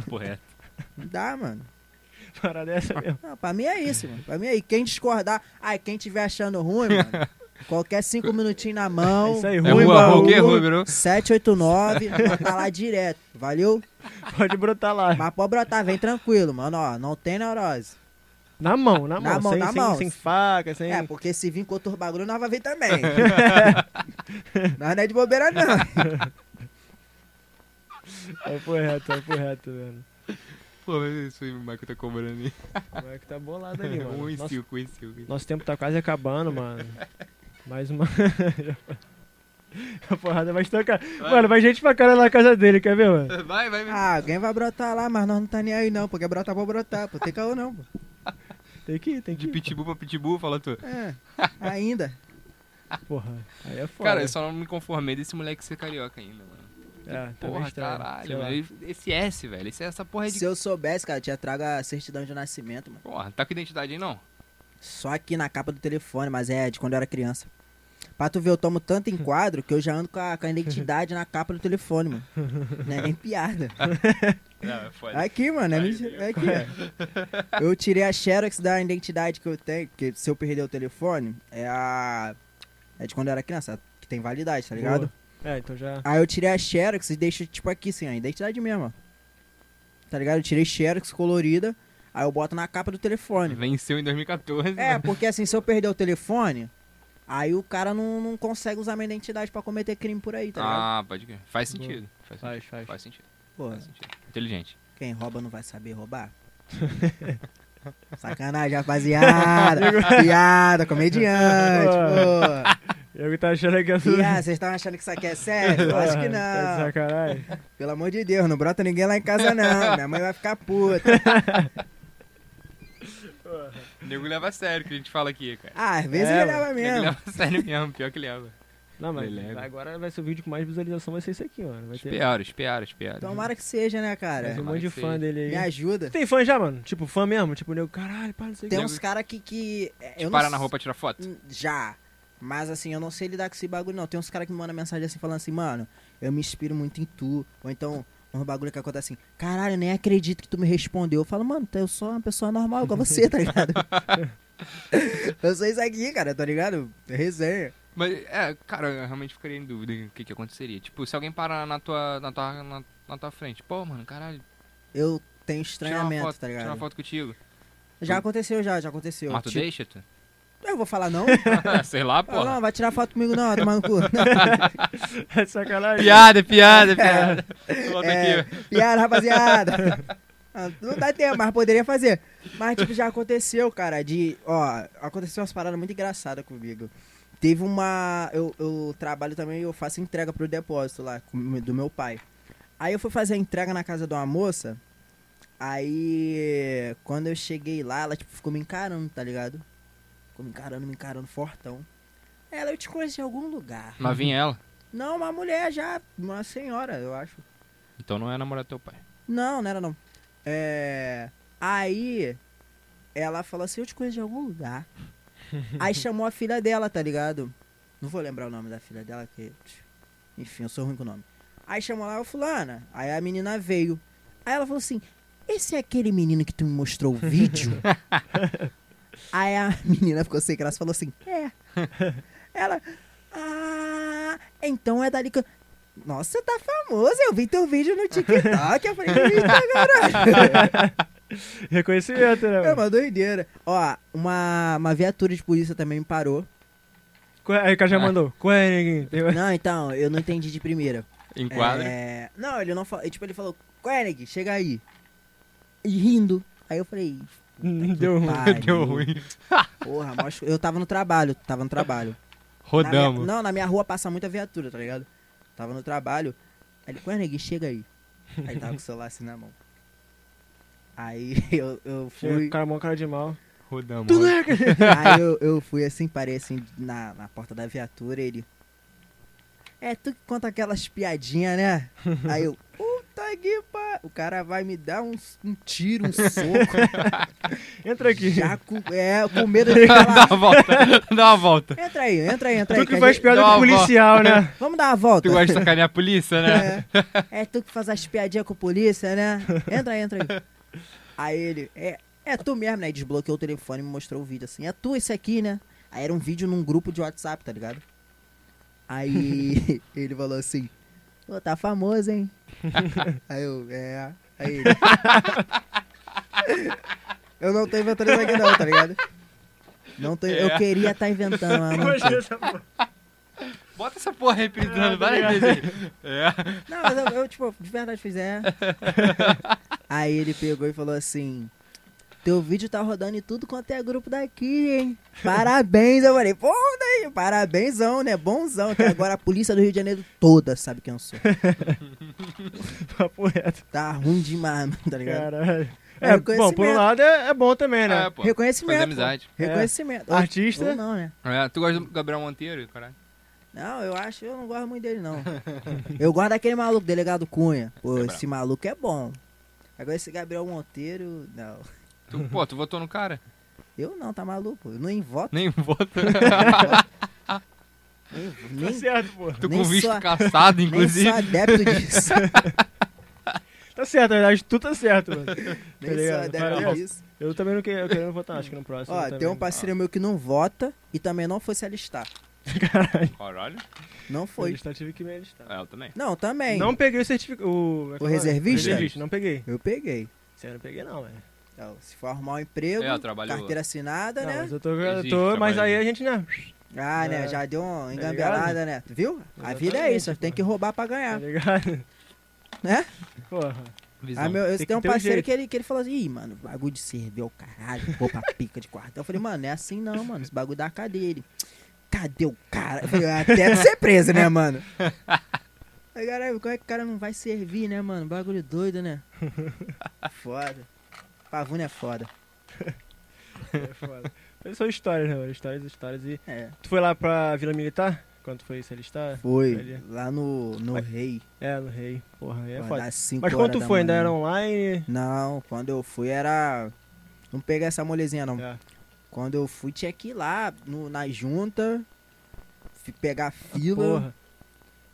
[SPEAKER 1] Porra, é.
[SPEAKER 3] Não dá, mano.
[SPEAKER 2] Parada é essa mesmo.
[SPEAKER 3] Não, pra mim é isso, mano. Pra mim é isso. Quem discordar, ai, quem tiver achando ruim, mano, qualquer cinco minutinhos na
[SPEAKER 2] É
[SPEAKER 3] mão,
[SPEAKER 2] isso aí,
[SPEAKER 1] É
[SPEAKER 2] rua,
[SPEAKER 1] rua, rua, o quê?
[SPEAKER 2] baú,
[SPEAKER 1] Rua, virou?
[SPEAKER 3] 789, tá lá direto, valeu?
[SPEAKER 2] pode brotar lá.
[SPEAKER 3] Mas pode brotar, vem tranquilo, mano, ó, não tem neurose.
[SPEAKER 2] Na mão, na mão.
[SPEAKER 3] Na mão,
[SPEAKER 2] sem,
[SPEAKER 3] na
[SPEAKER 2] sem-
[SPEAKER 3] mão.
[SPEAKER 2] sem faca, sem.
[SPEAKER 3] É, porque se vir com outro bagulho, nós vai vir também. nós não é de bobeira, não.
[SPEAKER 2] É por reto, é por reto, velho.
[SPEAKER 1] Pô, mas isso aí o Michael tá cobrando aí.
[SPEAKER 2] O moleque tá bolado ali, mano.
[SPEAKER 1] 1 e
[SPEAKER 2] Nosso,
[SPEAKER 1] 5, 1 e 5.
[SPEAKER 2] nosso tempo tá quase acabando, mano. Mais uma. A porrada vai estancar. Mano, vai gente pra cara na casa dele, quer ver, mano?
[SPEAKER 1] Vai, vai, vai.
[SPEAKER 3] Ah, alguém vai brotar lá, mas nós não tá nem aí, não, porque brotar pra brotar, pô, tem caô não, pô.
[SPEAKER 2] Tem que ir, tem que
[SPEAKER 1] De
[SPEAKER 2] ir.
[SPEAKER 1] pitbull pra pitbull, fala tu.
[SPEAKER 3] É, ainda.
[SPEAKER 2] Porra, aí é foda.
[SPEAKER 1] Cara, eu só não me conformei desse moleque ser carioca ainda, mano.
[SPEAKER 2] É, tá meio
[SPEAKER 1] Porra,
[SPEAKER 2] estranho, sei
[SPEAKER 1] caralho,
[SPEAKER 2] lá.
[SPEAKER 1] velho. Esse S, velho. Esse, essa porra é de.
[SPEAKER 3] Se eu soubesse, cara, eu tinha trago a certidão de nascimento, mano.
[SPEAKER 1] Porra, tá com identidade aí não?
[SPEAKER 3] Só aqui na capa do telefone, mas é de quando eu era criança. Pra tu ver, eu tomo tanto enquadro que eu já ando com a, com a identidade na capa do telefone, mano. Não é nem piada.
[SPEAKER 1] Não, é foda.
[SPEAKER 3] Aqui, mano, é, mentira. é aqui, ó. Eu tirei a Xerox da identidade que eu tenho, porque se eu perder o telefone, é a. É de quando eu era criança, que tem validade, tá ligado?
[SPEAKER 2] Boa. É, então já.
[SPEAKER 3] Aí eu tirei a Xerox e deixo, tipo, aqui, assim, a identidade mesmo, ó. Tá ligado? Eu tirei Xerox colorida, aí eu boto na capa do telefone.
[SPEAKER 1] Venceu em 2014.
[SPEAKER 3] É,
[SPEAKER 1] mano.
[SPEAKER 3] porque assim, se eu perder o telefone, aí o cara não, não consegue usar minha identidade pra cometer crime por aí, tá ligado?
[SPEAKER 1] Ah, pode crer. Faz sentido. Faz, sentido.
[SPEAKER 2] Faz, faz.
[SPEAKER 1] Faz sentido.
[SPEAKER 3] Pô,
[SPEAKER 1] Faz sentido. Inteligente.
[SPEAKER 3] que quem rouba não vai saber roubar? Sacanagem, rapaziada. Piada, comediante. pô.
[SPEAKER 2] Eu tá achando que eu sou.
[SPEAKER 3] Piada, vocês estão achando que isso aqui é sério? Eu acho que
[SPEAKER 2] Porra, tá de
[SPEAKER 3] não.
[SPEAKER 2] Sacanagem.
[SPEAKER 3] Pelo amor de Deus, não brota ninguém lá em casa, não. Minha mãe vai ficar puta.
[SPEAKER 1] O nego leva a sério o que a gente fala aqui, cara.
[SPEAKER 3] Ah, às vezes
[SPEAKER 2] É,
[SPEAKER 3] ele leva
[SPEAKER 1] O nego
[SPEAKER 3] mesmo.
[SPEAKER 1] leva a sério mesmo, pior que leva.
[SPEAKER 2] Não, mas
[SPEAKER 1] Lelego.
[SPEAKER 2] agora vai ser o vídeo com mais visualização, vai ser esse aqui, mano. Vai ter
[SPEAKER 1] Espiaram, espiaram, espiaram.
[SPEAKER 3] Tomara que seja, né,
[SPEAKER 2] mais
[SPEAKER 1] é,
[SPEAKER 3] cara?
[SPEAKER 2] um monte de fã
[SPEAKER 1] Tomara que
[SPEAKER 2] dele aí.
[SPEAKER 3] Me ajuda.
[SPEAKER 2] Tem fã já, mano? Tipo, fã mesmo? Tipo, nego, caralho, para, não sei o
[SPEAKER 3] Tem
[SPEAKER 2] que.
[SPEAKER 3] uns caras que. que é, eu não
[SPEAKER 1] Para na
[SPEAKER 3] s-
[SPEAKER 1] roupa tirar foto.
[SPEAKER 3] Já. Mas assim, eu não sei lidar com esse bagulho, não. Tem uns caras que me mandam mensagem assim falando assim, mano, eu me inspiro muito em tu. Ou então, um bagulho que acontece assim, caralho, eu nem acredito que tu me respondeu. Eu falo, mano, eu sou uma pessoa normal igual você, tá ligado? eu sou isso aqui, cara, tá ligado? Resenha.
[SPEAKER 1] Mas, é, cara, eu realmente ficaria em dúvida o que, que aconteceria. Tipo, se alguém parar na tua, na tua, na, na tua frente, pô, mano, caralho,
[SPEAKER 3] Eu
[SPEAKER 1] tira uma
[SPEAKER 3] tenho estranhamento,
[SPEAKER 1] foto,
[SPEAKER 3] tá
[SPEAKER 1] tira uma
[SPEAKER 3] ligado?
[SPEAKER 1] foto contigo.
[SPEAKER 3] Já aconteceu, já, já aconteceu.
[SPEAKER 1] Mas tu
[SPEAKER 3] Tipo,
[SPEAKER 1] deixa, tu?
[SPEAKER 3] eu vou falar não?
[SPEAKER 1] Sei lá,
[SPEAKER 3] Fala,
[SPEAKER 1] porra.
[SPEAKER 3] não, vai tirar foto comigo não, tomar no cu. um
[SPEAKER 2] É sacanagem.
[SPEAKER 1] Piada, piada, piada. Volta
[SPEAKER 3] É,
[SPEAKER 1] aqui.
[SPEAKER 3] piada, rapaziada. Ah, Não dá tempo, mas poderia fazer. Mas, tipo, já aconteceu, cara, de... Ó, aconteceu umas paradas muito engraçadas comigo. Teve uma... Eu, eu trabalho também, eu faço entrega pro depósito lá, com- do meu pai. Aí eu fui fazer a entrega na casa de uma moça. Aí, quando eu cheguei lá, ela, tipo, ficou me encarando, tá ligado? Ficou me encarando, me encarando, fortão. Ela, eu te conheci em algum lugar.
[SPEAKER 1] Mas vinha ela.
[SPEAKER 3] Não, uma mulher já, uma senhora, eu acho.
[SPEAKER 1] Então não é namorado do teu pai.
[SPEAKER 3] Não, não era não. É... Aí ela falou assim, eu te conheço de algum lugar. Aí chamou a filha dela, tá ligado? Não vou lembrar o nome da filha dela, que. Enfim, eu sou ruim com o nome. Aí chamou lá o fulana. Aí a menina veio. Aí ela falou assim, esse é aquele menino que tu me mostrou o vídeo? Aí a menina ficou sem graça e falou assim, é. Ela. Ah, então é dali que. eu- Nossa, você tá famoso, eu vi teu vídeo no TikTok, eu falei, eita,
[SPEAKER 2] Reconhecimento, né?
[SPEAKER 3] É
[SPEAKER 2] mano?
[SPEAKER 3] uma doideira. Ó, uma, uma viatura de polícia também me parou.
[SPEAKER 2] Qual é? Aí o cara já mandou. Qual é, neguinho? Tem-
[SPEAKER 3] Não, então, eu não entendi de primeira.
[SPEAKER 2] Um
[SPEAKER 1] Enquadra.
[SPEAKER 3] É, não, ele não falou. Tipo, ele falou, Koenig, chega aí. E rindo. Aí eu falei,
[SPEAKER 2] Hum, Deu ruim.
[SPEAKER 3] pariu.
[SPEAKER 1] Deu ruim.
[SPEAKER 3] Porra, mó esco- eu tava no trabalho, tava no trabalho. Na minha-
[SPEAKER 1] Rodamos.
[SPEAKER 3] não, na minha rua passa muita viatura, tá ligado? Tava no trabalho. Aí ele, Koenig, chega aí. Aí ele tava com o celular assim na mão. Aí eu, eu
[SPEAKER 2] Chega,
[SPEAKER 3] fui.
[SPEAKER 2] O cara é mó cara de mal.
[SPEAKER 1] Rodamos.
[SPEAKER 2] Tu não é, cara?
[SPEAKER 3] Aí eu, eu fui assim, parei assim na, na porta da viatura e ele. É, tu que conta aquelas piadinhas, né? Aí eu, puta que pa... O cara vai me dar um, um tiro, um soco.
[SPEAKER 2] Entra aqui.
[SPEAKER 3] já com, é, com medo de
[SPEAKER 1] Dá
[SPEAKER 3] falar.
[SPEAKER 1] uma volta. Dá uma volta.
[SPEAKER 3] Entra aí, entra aí, entra aí.
[SPEAKER 2] Tu
[SPEAKER 3] que
[SPEAKER 2] que
[SPEAKER 3] a
[SPEAKER 2] faz
[SPEAKER 3] gente-
[SPEAKER 2] piada
[SPEAKER 1] Dá
[SPEAKER 2] com
[SPEAKER 1] uma
[SPEAKER 2] o policial, né?
[SPEAKER 3] Vamos dar uma volta.
[SPEAKER 1] Tu gosta de sacanear a polícia, né?
[SPEAKER 3] É. É tu que faz as piadinhas com a polícia, né? Entra aí, entra aí. Aí ele, é, é tu mesmo, né? E Desbloqueou o telefone e me mostrou o vídeo assim. É tu esse aqui, né? Aí era um vídeo num grupo de WhatsApp, tá ligado? Aí ele falou assim: Pô, tá famoso, hein? aí eu, é. Aí ele. eu não tô inventando isso aqui, não, tá ligado? Não tô, Eu
[SPEAKER 1] É.
[SPEAKER 3] queria estar inventando, mas não tô.
[SPEAKER 1] Bota essa porra repetindo várias vezes. aí. É.
[SPEAKER 3] Não, mas eu, eu, tipo, de verdade fiz, é. Aí ele pegou e falou assim: Teu vídeo tá rodando em tudo quanto é grupo daqui, hein? Parabéns. Eu falei: Pô, daí, parabénsão, né? Bonzão. Que agora a polícia do Rio de Janeiro toda sabe quem eu sou.
[SPEAKER 2] Papo reto.
[SPEAKER 3] Tá ruim demais, mano, tá ligado?
[SPEAKER 2] Caralho.
[SPEAKER 3] É
[SPEAKER 2] É, bom, por um
[SPEAKER 3] reconhecimento.
[SPEAKER 2] lado é, é bom também, né?
[SPEAKER 1] É, pô.
[SPEAKER 3] Reconhecimento.
[SPEAKER 1] Fazer amizade.
[SPEAKER 3] pô. Reconhecimento. Ou-
[SPEAKER 2] Artista.
[SPEAKER 3] ou não, né?
[SPEAKER 1] É, tu gosta do Gabriel Monteiro, caralho?
[SPEAKER 3] Não, eu acho, eu não gosto muito dele, não. eu gosto daquele maluco, delegado Cunha. Pô,
[SPEAKER 1] É brabo.
[SPEAKER 3] esse maluco é bom. Agora esse Gabriel Monteiro, não.
[SPEAKER 1] Tu, pô, tu votou no cara?
[SPEAKER 3] Eu não, tá maluco. Eu nem voto.
[SPEAKER 1] Nem voto.
[SPEAKER 3] Nem,
[SPEAKER 2] Tá
[SPEAKER 3] nem,
[SPEAKER 2] certo, pô.
[SPEAKER 1] Tu
[SPEAKER 3] Nem
[SPEAKER 1] com visto
[SPEAKER 3] sou-
[SPEAKER 1] caçado,
[SPEAKER 3] nem
[SPEAKER 1] inclusive.
[SPEAKER 3] sou adepto disso.
[SPEAKER 2] Tá certo, na verdade, tu tá certo, mano. Tá
[SPEAKER 3] nem sou
[SPEAKER 2] ligado?
[SPEAKER 3] adepto
[SPEAKER 2] Valeu.
[SPEAKER 3] disso.
[SPEAKER 2] Eu também não quero, eu quero votar, acho que no próximo.
[SPEAKER 3] Ó,
[SPEAKER 2] também.
[SPEAKER 3] tem um parceiro meu que não vota e também não foi se alistar.
[SPEAKER 2] Caralho.
[SPEAKER 1] Caralho.
[SPEAKER 3] Não foi.
[SPEAKER 2] Eu tive que me alistar.
[SPEAKER 1] É, eu também.
[SPEAKER 3] Não, também.
[SPEAKER 2] Não peguei o certificado. O, é que é nome?
[SPEAKER 3] reservista?
[SPEAKER 2] reservista, não peguei.
[SPEAKER 3] Eu peguei.
[SPEAKER 2] Sério, não peguei não, velho.
[SPEAKER 3] Então, se for arrumar um emprego,
[SPEAKER 1] É, eu trabalho-
[SPEAKER 3] carteira assinada,
[SPEAKER 2] Não,
[SPEAKER 3] né?
[SPEAKER 2] mas eu tô, eu
[SPEAKER 1] Existe,
[SPEAKER 2] tô mas
[SPEAKER 1] trabalho.
[SPEAKER 2] aí a gente, né?
[SPEAKER 3] Ah, né?
[SPEAKER 2] É.
[SPEAKER 3] Já deu uma
[SPEAKER 2] Tá
[SPEAKER 3] engambeirada, né? Tu Viu? A vida é
[SPEAKER 2] Exatamente,
[SPEAKER 3] isso. Tem que roubar pra ganhar,
[SPEAKER 2] Tá ligado?
[SPEAKER 3] né?
[SPEAKER 2] Tá Porra.
[SPEAKER 1] Visão.
[SPEAKER 3] Aí meu, eu
[SPEAKER 2] Tem que
[SPEAKER 3] tenho um
[SPEAKER 2] ter um
[SPEAKER 3] parceiro
[SPEAKER 2] jeito.
[SPEAKER 3] que ele, que ele falou assim, ih, mano, bagulho de cerveja, o caralho, roupa pica de quartel. Eu falei, mano, não é assim não, mano, esse bagulho da cadeia. Ele, cadê o cara? Eu falei, "Ah, até tu ser preso, né, mano? Aí, caralho, como é que o cara não vai servir, né, mano? Bagulho doido, né? Foda. Pavuna é foda.
[SPEAKER 2] É foda. Mas São histórias, né, mano? Histórias, histórias. E
[SPEAKER 3] É,
[SPEAKER 2] tu foi lá pra Vila Militar? Quando tu foi se alistar?
[SPEAKER 3] foi.
[SPEAKER 2] Ali.
[SPEAKER 3] Lá no, no Rei,
[SPEAKER 2] É, no Rei. Porra, aí é
[SPEAKER 3] lá
[SPEAKER 2] foda.
[SPEAKER 3] das cinco
[SPEAKER 2] Mas
[SPEAKER 3] horas
[SPEAKER 2] quando tu
[SPEAKER 3] da
[SPEAKER 2] foi, ainda
[SPEAKER 3] manhã.
[SPEAKER 2] era um- online?
[SPEAKER 3] Não, quando eu fui era... Não peguei essa molezinha, não.
[SPEAKER 2] É.
[SPEAKER 3] Quando eu fui, tinha que ir lá no- na junta, fi- pegar fila,
[SPEAKER 2] Ah, Porra.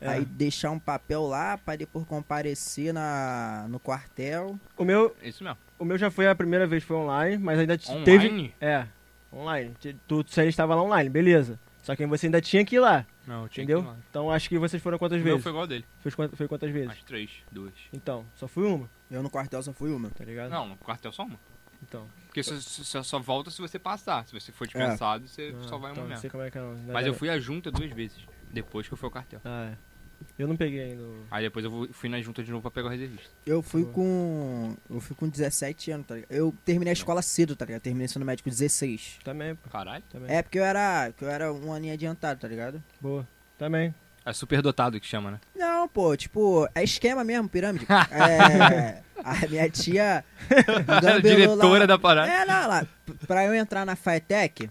[SPEAKER 2] É.
[SPEAKER 3] aí deixar um papel lá pra depois comparecer na, no quartel.
[SPEAKER 2] O, meu,
[SPEAKER 1] Isso mesmo.
[SPEAKER 2] o meu já foi a primeira vez, foi online, mas ainda te-
[SPEAKER 1] Online?
[SPEAKER 2] teve. É, online. Te- Tu, tu se alistava lá online, beleza. Só que você ainda tinha que ir lá,
[SPEAKER 1] Não, tinha
[SPEAKER 2] entendeu?
[SPEAKER 1] que ir lá.
[SPEAKER 2] Então acho que vocês foram
[SPEAKER 1] O
[SPEAKER 2] quantas
[SPEAKER 1] meu
[SPEAKER 2] vezes?
[SPEAKER 1] foi igual ao dele.
[SPEAKER 2] Foi quant- foi quantas vezes?
[SPEAKER 1] Mais três, duas.
[SPEAKER 2] Então, só fui uma,
[SPEAKER 3] Eu no quartel só fui uma.
[SPEAKER 2] tá ligado?
[SPEAKER 1] Não, no quartel só uma.
[SPEAKER 2] Então.
[SPEAKER 1] Porque só, só, só volta se você passar. Se você for dispensado, você
[SPEAKER 2] ah,
[SPEAKER 1] só vai
[SPEAKER 2] então,
[SPEAKER 1] uma
[SPEAKER 2] não
[SPEAKER 1] mesmo.
[SPEAKER 2] sei como é que é, não. Ainda
[SPEAKER 1] Mas
[SPEAKER 2] era-
[SPEAKER 1] eu fui à junta duas vezes. Depois que eu fui ao quartel.
[SPEAKER 2] Ah, é. Eu não peguei ainda. o-
[SPEAKER 1] Aí depois eu vou- fui na junta de novo pra pegar o reservista.
[SPEAKER 3] Eu fui
[SPEAKER 2] Boa.
[SPEAKER 3] com. Eu fui com 17 anos, tá ligado? Eu terminei a escola cedo, tá ligado? Terminei sendo médico 16.
[SPEAKER 2] Também, pô.
[SPEAKER 1] Caralho.
[SPEAKER 2] Também.
[SPEAKER 3] É porque eu era. que eu era um aninho adiantado, tá ligado?
[SPEAKER 2] Boa. Também.
[SPEAKER 1] É superdotado que chama, né?
[SPEAKER 3] Não, pô, tipo, é esquema mesmo, pirâmide. é. A minha tia. gambelou lá-
[SPEAKER 1] Diretora da parada.
[SPEAKER 3] É, não, lá. p- Pra eu entrar na FATEC,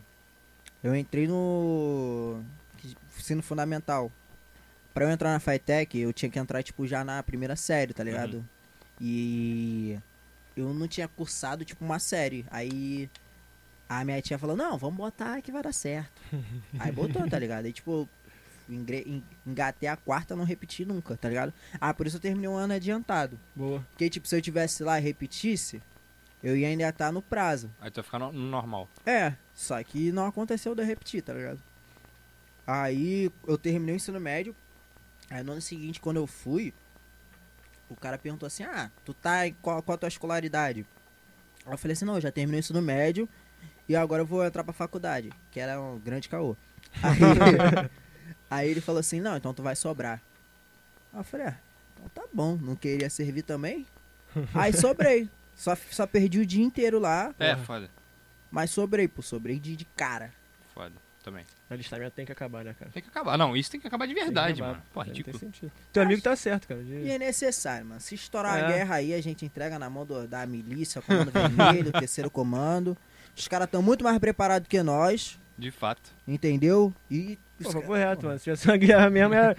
[SPEAKER 3] eu entrei no. ensino fundamental. Pra eu entrar na FATEC, eu tinha que entrar, tipo, já na primeira série, tá ligado? E. Eu não tinha cursado, tipo, uma série. Aí. A minha tia falou: não, vamos botar que vai dar certo. Aí botou, tá ligado? Aí, tipo. engre- en- Engatei a quarta, não repeti nunca, tá ligado? Ah, por isso eu terminei um ano adiantado.
[SPEAKER 2] Boa.
[SPEAKER 3] Porque, tipo, se eu tivesse lá e repetisse, eu ia ainda estar no prazo.
[SPEAKER 1] Aí tu vai ficar no, no normal.
[SPEAKER 3] É, só que não aconteceu de eu repetir, tá ligado? Aí eu terminei o ensino médio. Aí no ano seguinte, quando eu fui, o cara perguntou assim: Ah, tu tá em qual, qual a tua escolaridade? Aí eu falei assim: Não, eu já terminei o ensino médio e agora eu vou entrar pra faculdade, que era um grande caô. Aí, aí ele falou assim: Não, então tu vai sobrar. Aí eu falei: Ah, então tá bom, não queria servir também? Aí sobrei. Só, só perdi o dia inteiro lá.
[SPEAKER 1] É,
[SPEAKER 2] Porra.
[SPEAKER 1] foda.
[SPEAKER 3] Mas sobrei, pô, sobrei de, de cara.
[SPEAKER 1] Foda. Também.
[SPEAKER 2] Alistamento tem que acabar, né, cara?
[SPEAKER 1] Tem que acabar. Não, isso tem que acabar de
[SPEAKER 2] Tem que
[SPEAKER 1] verdade,
[SPEAKER 2] acabar.
[SPEAKER 1] mano. tipo, Pô,
[SPEAKER 2] Não tem
[SPEAKER 1] ridículo.
[SPEAKER 2] sentido. Teu amigo tá certo, cara. de-
[SPEAKER 3] E é necessário, mano. Se estourar a
[SPEAKER 2] É.
[SPEAKER 3] guerra aí, a gente entrega na mão do- da milícia, comando vermelho, terceiro comando. Os caras estão muito mais preparados que nós,
[SPEAKER 1] De fato.
[SPEAKER 3] entendeu? E.
[SPEAKER 2] Pô,
[SPEAKER 3] os
[SPEAKER 2] papo
[SPEAKER 3] ca-
[SPEAKER 2] reto, mano. Se tivesse uma guerra mesmo, era...
[SPEAKER 1] É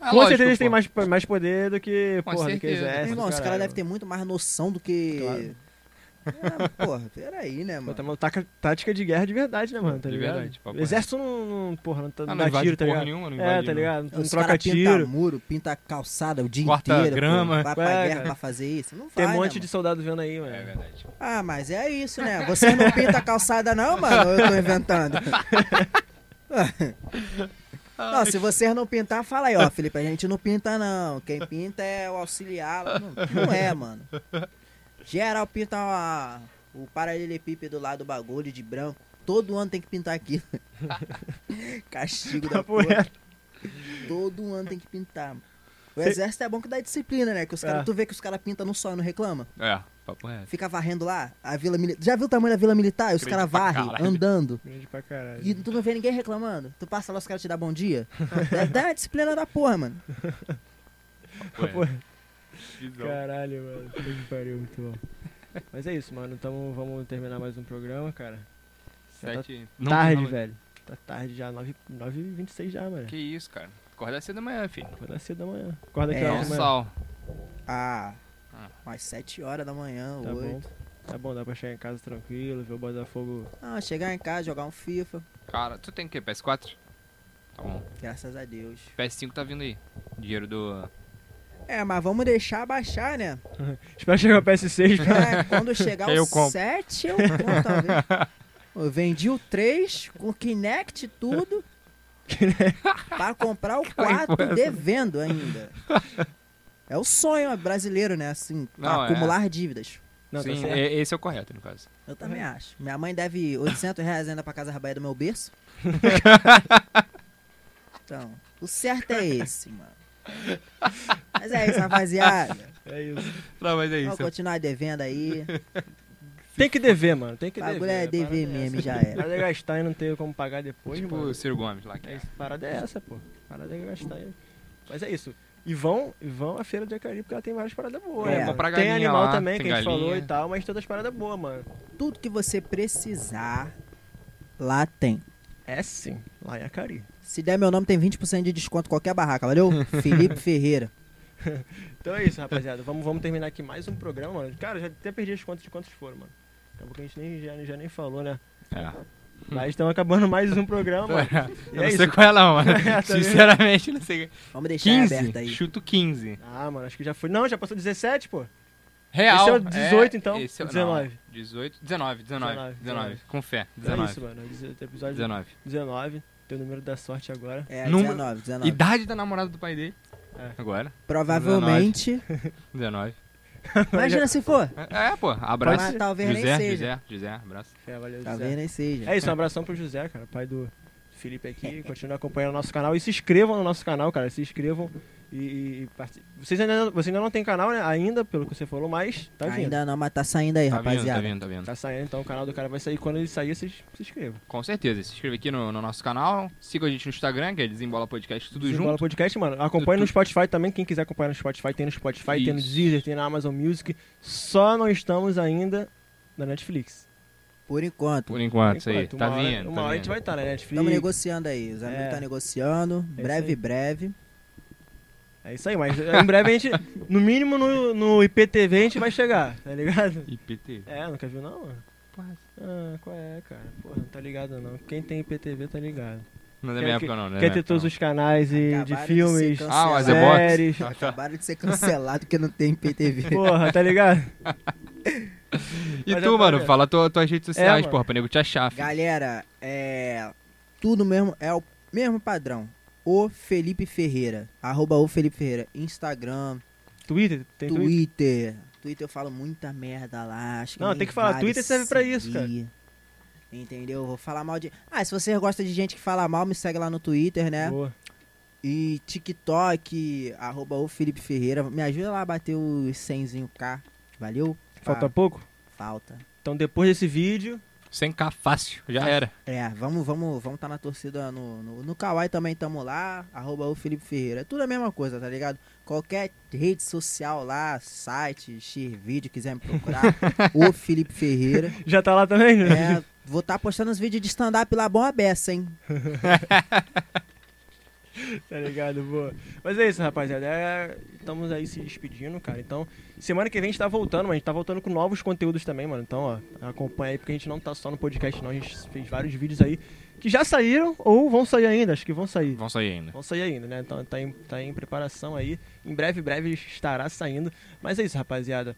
[SPEAKER 2] com
[SPEAKER 1] lógico,
[SPEAKER 2] certeza eles têm
[SPEAKER 1] pô.
[SPEAKER 2] mais, mais poder do que,
[SPEAKER 1] Com
[SPEAKER 2] porra, do que
[SPEAKER 1] certeza.
[SPEAKER 3] Meu
[SPEAKER 2] exército.
[SPEAKER 3] irmão, os caras
[SPEAKER 2] caralho.
[SPEAKER 3] devem ter muito mais noção do que.
[SPEAKER 2] Claro.
[SPEAKER 3] Ah, porra, peraí, né,
[SPEAKER 2] Pô,
[SPEAKER 3] mano?
[SPEAKER 2] tá maluco, taca- tática de guerra de verdade, né, mano? Tá
[SPEAKER 1] De
[SPEAKER 2] ligado?
[SPEAKER 1] verdade, papo
[SPEAKER 2] Exército não, não, porra, não, tá-
[SPEAKER 1] Ah,
[SPEAKER 2] não dá tiro, tá ligado?
[SPEAKER 1] nenhuma, não
[SPEAKER 2] É,
[SPEAKER 1] invade,
[SPEAKER 2] tá
[SPEAKER 1] não.
[SPEAKER 2] ligado? Não,
[SPEAKER 3] Os
[SPEAKER 2] troca
[SPEAKER 3] caras
[SPEAKER 2] tiro.
[SPEAKER 3] pintam muro, pinta calçada o dia
[SPEAKER 1] Corta
[SPEAKER 3] inteiro. pô.
[SPEAKER 1] grama.
[SPEAKER 3] Vai
[SPEAKER 2] É,
[SPEAKER 3] pra guerra
[SPEAKER 2] cara.
[SPEAKER 3] pra fazer isso? Não
[SPEAKER 2] Tem
[SPEAKER 3] vai,
[SPEAKER 2] um monte
[SPEAKER 3] né,
[SPEAKER 2] de soldado vendo aí, mano.
[SPEAKER 1] É verdade.
[SPEAKER 3] mano? Ah, mas é isso, né? Você não pinta calçada, não, mano? Eu tô inventando. Não, se vocês não pintar, fala aí, ó, Felipe, a gente não pinta não. Quem pinta é o auxiliar. lá. Não, não é, mano. Geral pinta a- o paralelepípedo lá do bagulho de branco. Todo ano tem que pintar aquilo. Castigo da
[SPEAKER 2] Papo
[SPEAKER 3] porra.
[SPEAKER 2] reto.
[SPEAKER 3] Todo ano tem que pintar. mano. O exército é bom que dá disciplina, né? Que os cara,
[SPEAKER 2] É.
[SPEAKER 3] Tu vê que os caras pintam no sol e não reclama.
[SPEAKER 1] É, papo reto.
[SPEAKER 3] Fica varrendo lá. A vila militar. Já viu o tamanho da vila militar? Os
[SPEAKER 1] Grande
[SPEAKER 3] caras
[SPEAKER 1] pra
[SPEAKER 3] varrem,
[SPEAKER 1] caralho. É.
[SPEAKER 3] andando.
[SPEAKER 2] Grande pra caralho.
[SPEAKER 3] E tu não vê ninguém reclamando? Tu passa lá, os caras te dão bom dia? É, Deve dar uma disciplina da porra, mano.
[SPEAKER 1] Papo reto.
[SPEAKER 2] Pô,
[SPEAKER 1] Visão.
[SPEAKER 2] Caralho, mano. Puta Que pariu, muito bom. Mas é isso, mano. Então vamos terminar mais um programa, cara.
[SPEAKER 1] Sete.
[SPEAKER 2] tá tarde,
[SPEAKER 1] não- né?
[SPEAKER 2] velho. Tá tarde já, 9 9 e 26 já, mano.
[SPEAKER 1] Que isso, cara. Acorda cedo amanhã, filho.
[SPEAKER 2] Vai dar cedo da manhã. Acorda aqui
[SPEAKER 3] É,
[SPEAKER 1] Dá um
[SPEAKER 2] horas da manhã.
[SPEAKER 1] sal.
[SPEAKER 3] Ah,
[SPEAKER 1] Ah.
[SPEAKER 3] umas 7 horas da manhã,
[SPEAKER 2] Tá bom.
[SPEAKER 3] 8.
[SPEAKER 2] Tá bom, dá pra chegar em casa tranquilo, ver o Botafogo.
[SPEAKER 3] Ah, chegar em casa, jogar um FIFA.
[SPEAKER 1] Cara, tu tem o quê? PS4? Tá bom.
[SPEAKER 3] Graças a Deus.
[SPEAKER 1] PS5 tá vindo aí. Dinheiro do.
[SPEAKER 3] É, mas vamos deixar baixar, né?
[SPEAKER 2] Espera chegar o PS6 pra.
[SPEAKER 3] É, quando chegar
[SPEAKER 1] Que eu
[SPEAKER 3] o
[SPEAKER 1] compro.
[SPEAKER 3] 7, eu compro, talvez. Eu vendi o 3 com Kinect e tudo. pra comprar o 4 devendo ainda. É o sonho brasileiro, né? Assim, pra
[SPEAKER 1] Não, é.
[SPEAKER 3] acumular dívidas.
[SPEAKER 2] Não,
[SPEAKER 1] Sim,
[SPEAKER 2] tá certo.
[SPEAKER 1] é- esse é o correto, no caso.
[SPEAKER 3] Eu também acho. Minha mãe deve 800 reais ainda pra casa rabaia do meu berço. então, o certo é esse, mano. Mas é isso, rapaziada.
[SPEAKER 2] É isso.
[SPEAKER 1] Não, mas é
[SPEAKER 3] Vamos
[SPEAKER 2] Ah,
[SPEAKER 1] isso.
[SPEAKER 3] continuar devendo aí.
[SPEAKER 2] Tem que dever, mano. Tem que
[SPEAKER 3] O
[SPEAKER 2] dever.
[SPEAKER 3] bagulho é
[SPEAKER 2] a parada
[SPEAKER 3] dever
[SPEAKER 2] essa.
[SPEAKER 3] mesmo, já era.
[SPEAKER 2] Parada é gastar e não ter como pagar depois,
[SPEAKER 1] tipo
[SPEAKER 2] mano.
[SPEAKER 1] o Ciro Gomes lá. Que
[SPEAKER 2] É
[SPEAKER 1] é.
[SPEAKER 2] isso, parada é essa, pô. Parada é gastar. e- Mas é isso. E vão, e vão à feira de Acari porque ela tem várias paradas boas,
[SPEAKER 3] É,
[SPEAKER 2] né? mano?
[SPEAKER 1] comprar
[SPEAKER 2] Tem
[SPEAKER 1] galinha
[SPEAKER 2] animal
[SPEAKER 1] lá,
[SPEAKER 2] também,
[SPEAKER 1] tem
[SPEAKER 2] que a gente
[SPEAKER 1] galinha.
[SPEAKER 2] falou e tal, mas tem outras paradas boas, mano.
[SPEAKER 3] Tudo que você precisar, lá tem.
[SPEAKER 2] É sim, lá em Acari.
[SPEAKER 3] Se der meu nome, tem 20% de desconto em qualquer barraca, valeu? Felipe Ferreira.
[SPEAKER 2] Então é isso, rapaziada. Vamos, vamos terminar aqui mais um programa, mano. Cara, eu já até perdi as contas de quantos foram, mano. Acabou que a gente nem, já, já nem falou, né?
[SPEAKER 1] É.
[SPEAKER 2] Mas estão acabando mais um programa, mano.
[SPEAKER 1] Eu
[SPEAKER 2] E
[SPEAKER 1] não
[SPEAKER 2] é
[SPEAKER 1] sei
[SPEAKER 2] isso.
[SPEAKER 1] qual é lá, mano.
[SPEAKER 2] É, também.
[SPEAKER 1] Sinceramente, não sei.
[SPEAKER 3] Vamos deixar aberto
[SPEAKER 1] 15?
[SPEAKER 3] aí.
[SPEAKER 1] Chuto 15.
[SPEAKER 2] Ah, mano, acho que já foi. Não, já passou 17, pô. É
[SPEAKER 1] Real.
[SPEAKER 2] Esse é o 18, então?
[SPEAKER 1] Esse é,
[SPEAKER 2] Ou 19?
[SPEAKER 1] Não, 18, 19, 19,
[SPEAKER 2] 19,
[SPEAKER 1] 19, Com fé,
[SPEAKER 2] Então
[SPEAKER 1] 19.
[SPEAKER 2] É isso, mano. Deze- Episódio 19.
[SPEAKER 1] 19.
[SPEAKER 2] Tem o número da sorte agora.
[SPEAKER 3] É,
[SPEAKER 1] Numa-
[SPEAKER 3] 19, 19.
[SPEAKER 1] Idade da namorada do pai dele.
[SPEAKER 2] É.
[SPEAKER 1] Agora,
[SPEAKER 3] Provavelmente.
[SPEAKER 1] 19.
[SPEAKER 3] Imagina se for.
[SPEAKER 1] É, é, pô, abraço.
[SPEAKER 3] Mas talvez nem
[SPEAKER 1] José,
[SPEAKER 3] seja.
[SPEAKER 1] José, José, abraço.
[SPEAKER 2] É, valeu, Zé.
[SPEAKER 3] Talvez nem seja.
[SPEAKER 2] É isso, um abração pro José, cara, pai do Felipe aqui. Continua acompanhando o nosso canal e se inscrevam no nosso canal, cara. Se inscrevam e. e- e parti- vocês, ainda não, vocês ainda não tem canal, né? Ainda, pelo que você falou, mas tá vindo.
[SPEAKER 3] Ainda não, mas tá saindo aí,
[SPEAKER 1] Tá vindo, tá
[SPEAKER 3] rapaziada.
[SPEAKER 1] vindo, tá vindo.
[SPEAKER 2] Tá saindo, então o canal do cara vai sair. Quando ele sair, vocês se inscrevam.
[SPEAKER 1] Com certeza. Se inscreve aqui no, no nosso canal. Siga a gente no Instagram, que é Desembola Podcast, tudo
[SPEAKER 2] Desembola
[SPEAKER 1] junto.
[SPEAKER 2] Podcast, mano. Acompanhe no
[SPEAKER 1] Tu-
[SPEAKER 2] Spotify também. Quem quiser acompanhar no Spotify, tem no Spotify, tem no
[SPEAKER 1] Isso.
[SPEAKER 2] Deezer, tem na Amazon Music. Só não estamos ainda na Netflix.
[SPEAKER 3] Por enquanto.
[SPEAKER 1] Por enquanto, isso aí.
[SPEAKER 2] Enquanto,
[SPEAKER 1] Tá
[SPEAKER 2] uma hora-
[SPEAKER 1] vindo,
[SPEAKER 2] Uma
[SPEAKER 1] tá
[SPEAKER 2] hora a
[SPEAKER 1] vindo.
[SPEAKER 2] gente vai estar na Netflix.
[SPEAKER 3] Estamos negociando aí. Os amigos
[SPEAKER 2] É.
[SPEAKER 3] estão negociando.
[SPEAKER 2] isso
[SPEAKER 3] breve,
[SPEAKER 2] aí.
[SPEAKER 3] breve.
[SPEAKER 2] É isso aí, mas eh, em breve a gente, no mínimo no, no IPTV a gente vai chegar, tá ligado?
[SPEAKER 1] IPT.
[SPEAKER 2] É, nunca viu não, mano?
[SPEAKER 1] Porra,
[SPEAKER 2] Ah, qual é, cara? Porra, não tá ligado não. Quem tem IPTV tá ligado.
[SPEAKER 1] Não é da
[SPEAKER 2] Quer-
[SPEAKER 1] minha época, não. não é da
[SPEAKER 2] Quer
[SPEAKER 1] minha
[SPEAKER 2] ter
[SPEAKER 1] época,
[SPEAKER 2] todos
[SPEAKER 1] não.
[SPEAKER 2] os canais e, de
[SPEAKER 3] Acabaram de
[SPEAKER 2] filmes, é
[SPEAKER 3] ser can-
[SPEAKER 1] Ah, o
[SPEAKER 3] cancelar.
[SPEAKER 1] Azebox?
[SPEAKER 2] séries,
[SPEAKER 1] Ah, tá.
[SPEAKER 3] Acabaram de ser cancelado porque não tem PTV.
[SPEAKER 2] porra, tá ligado?
[SPEAKER 1] E
[SPEAKER 2] Mas é
[SPEAKER 1] tu,
[SPEAKER 2] pra
[SPEAKER 1] mano,
[SPEAKER 2] ver. É,
[SPEAKER 1] fala tua- tuas redes sociais,
[SPEAKER 2] mano.
[SPEAKER 1] porra, pra nego te achar, filho.
[SPEAKER 3] Galera, é. Tudo mesmo, é o mesmo padrão. O Felipe Ferreira. Arroba o Felipe Ferreira. Instagram,
[SPEAKER 2] Twitter? Tem Twitter?
[SPEAKER 3] Twitter. Twitter eu falo muita merda lá. Acho que
[SPEAKER 2] Não,
[SPEAKER 3] nem
[SPEAKER 2] tem que falar,
[SPEAKER 3] vale
[SPEAKER 2] Twitter serve pra isso,
[SPEAKER 3] seguir. Entendeu? Vou falar mal de. Ah, se você gosta de gente que fala mal, me segue lá no Twitter, né?
[SPEAKER 2] Boa.
[SPEAKER 3] E TikTok, arroba o Felipe Ferreira. Me ajuda lá a bater os 100k. Valeu?
[SPEAKER 2] Falta
[SPEAKER 3] Ah,
[SPEAKER 2] pouco?
[SPEAKER 3] falta.
[SPEAKER 2] Então depois desse vídeo,
[SPEAKER 1] 100k fácil, já
[SPEAKER 2] Tá
[SPEAKER 1] era.
[SPEAKER 3] É, vamos, vamos, vamos tá na torcida no, no, no Kawaii também tamo lá, arroba o Felipe Ferreira. É Tudo a mesma coisa, tá ligado? Qualquer rede social lá, site, xvideo, quiser me procurar, o Felipe Ferreira.
[SPEAKER 2] já tá lá também, né?
[SPEAKER 3] É, vou tá postando os vídeos de stand-up lá, bom a beça, hein?
[SPEAKER 2] Tá ligado, boa. Mas é isso, rapaziada. É, estamos aí se despedindo, cara. Então, semana que vem a gente tá voltando, mas a gente tá voltando com novos conteúdos também, mano. Então, ó, acompanha aí, porque a gente não tá só no podcast, não. A gente fez vários vídeos aí que já saíram ou vão sair ainda. Acho que vão sair.
[SPEAKER 1] Vão sair ainda.
[SPEAKER 2] Vão sair ainda, né? Então tá em, tá em preparação aí. Em breve, breve estará saindo. Mas é isso, rapaziada.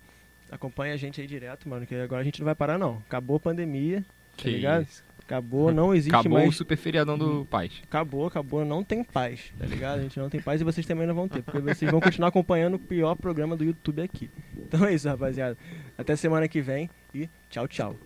[SPEAKER 2] Acompanha a gente aí direto, mano, que agora a gente não vai parar, não. Acabou a pandemia,
[SPEAKER 1] Que
[SPEAKER 2] Tá ligado?
[SPEAKER 1] isso.
[SPEAKER 2] acabou, não existe
[SPEAKER 1] Acabou
[SPEAKER 2] mais. Uhum.
[SPEAKER 1] o super feriadão do Paz.
[SPEAKER 2] Acabou, acabou, não tem paz, tá ligado? A gente não tem paz e vocês também não vão ter, porque vocês vão continuar acompanhando o pior programa do YouTube aqui. Então é isso, rapaziada. Até semana que vem e tchau, tchau.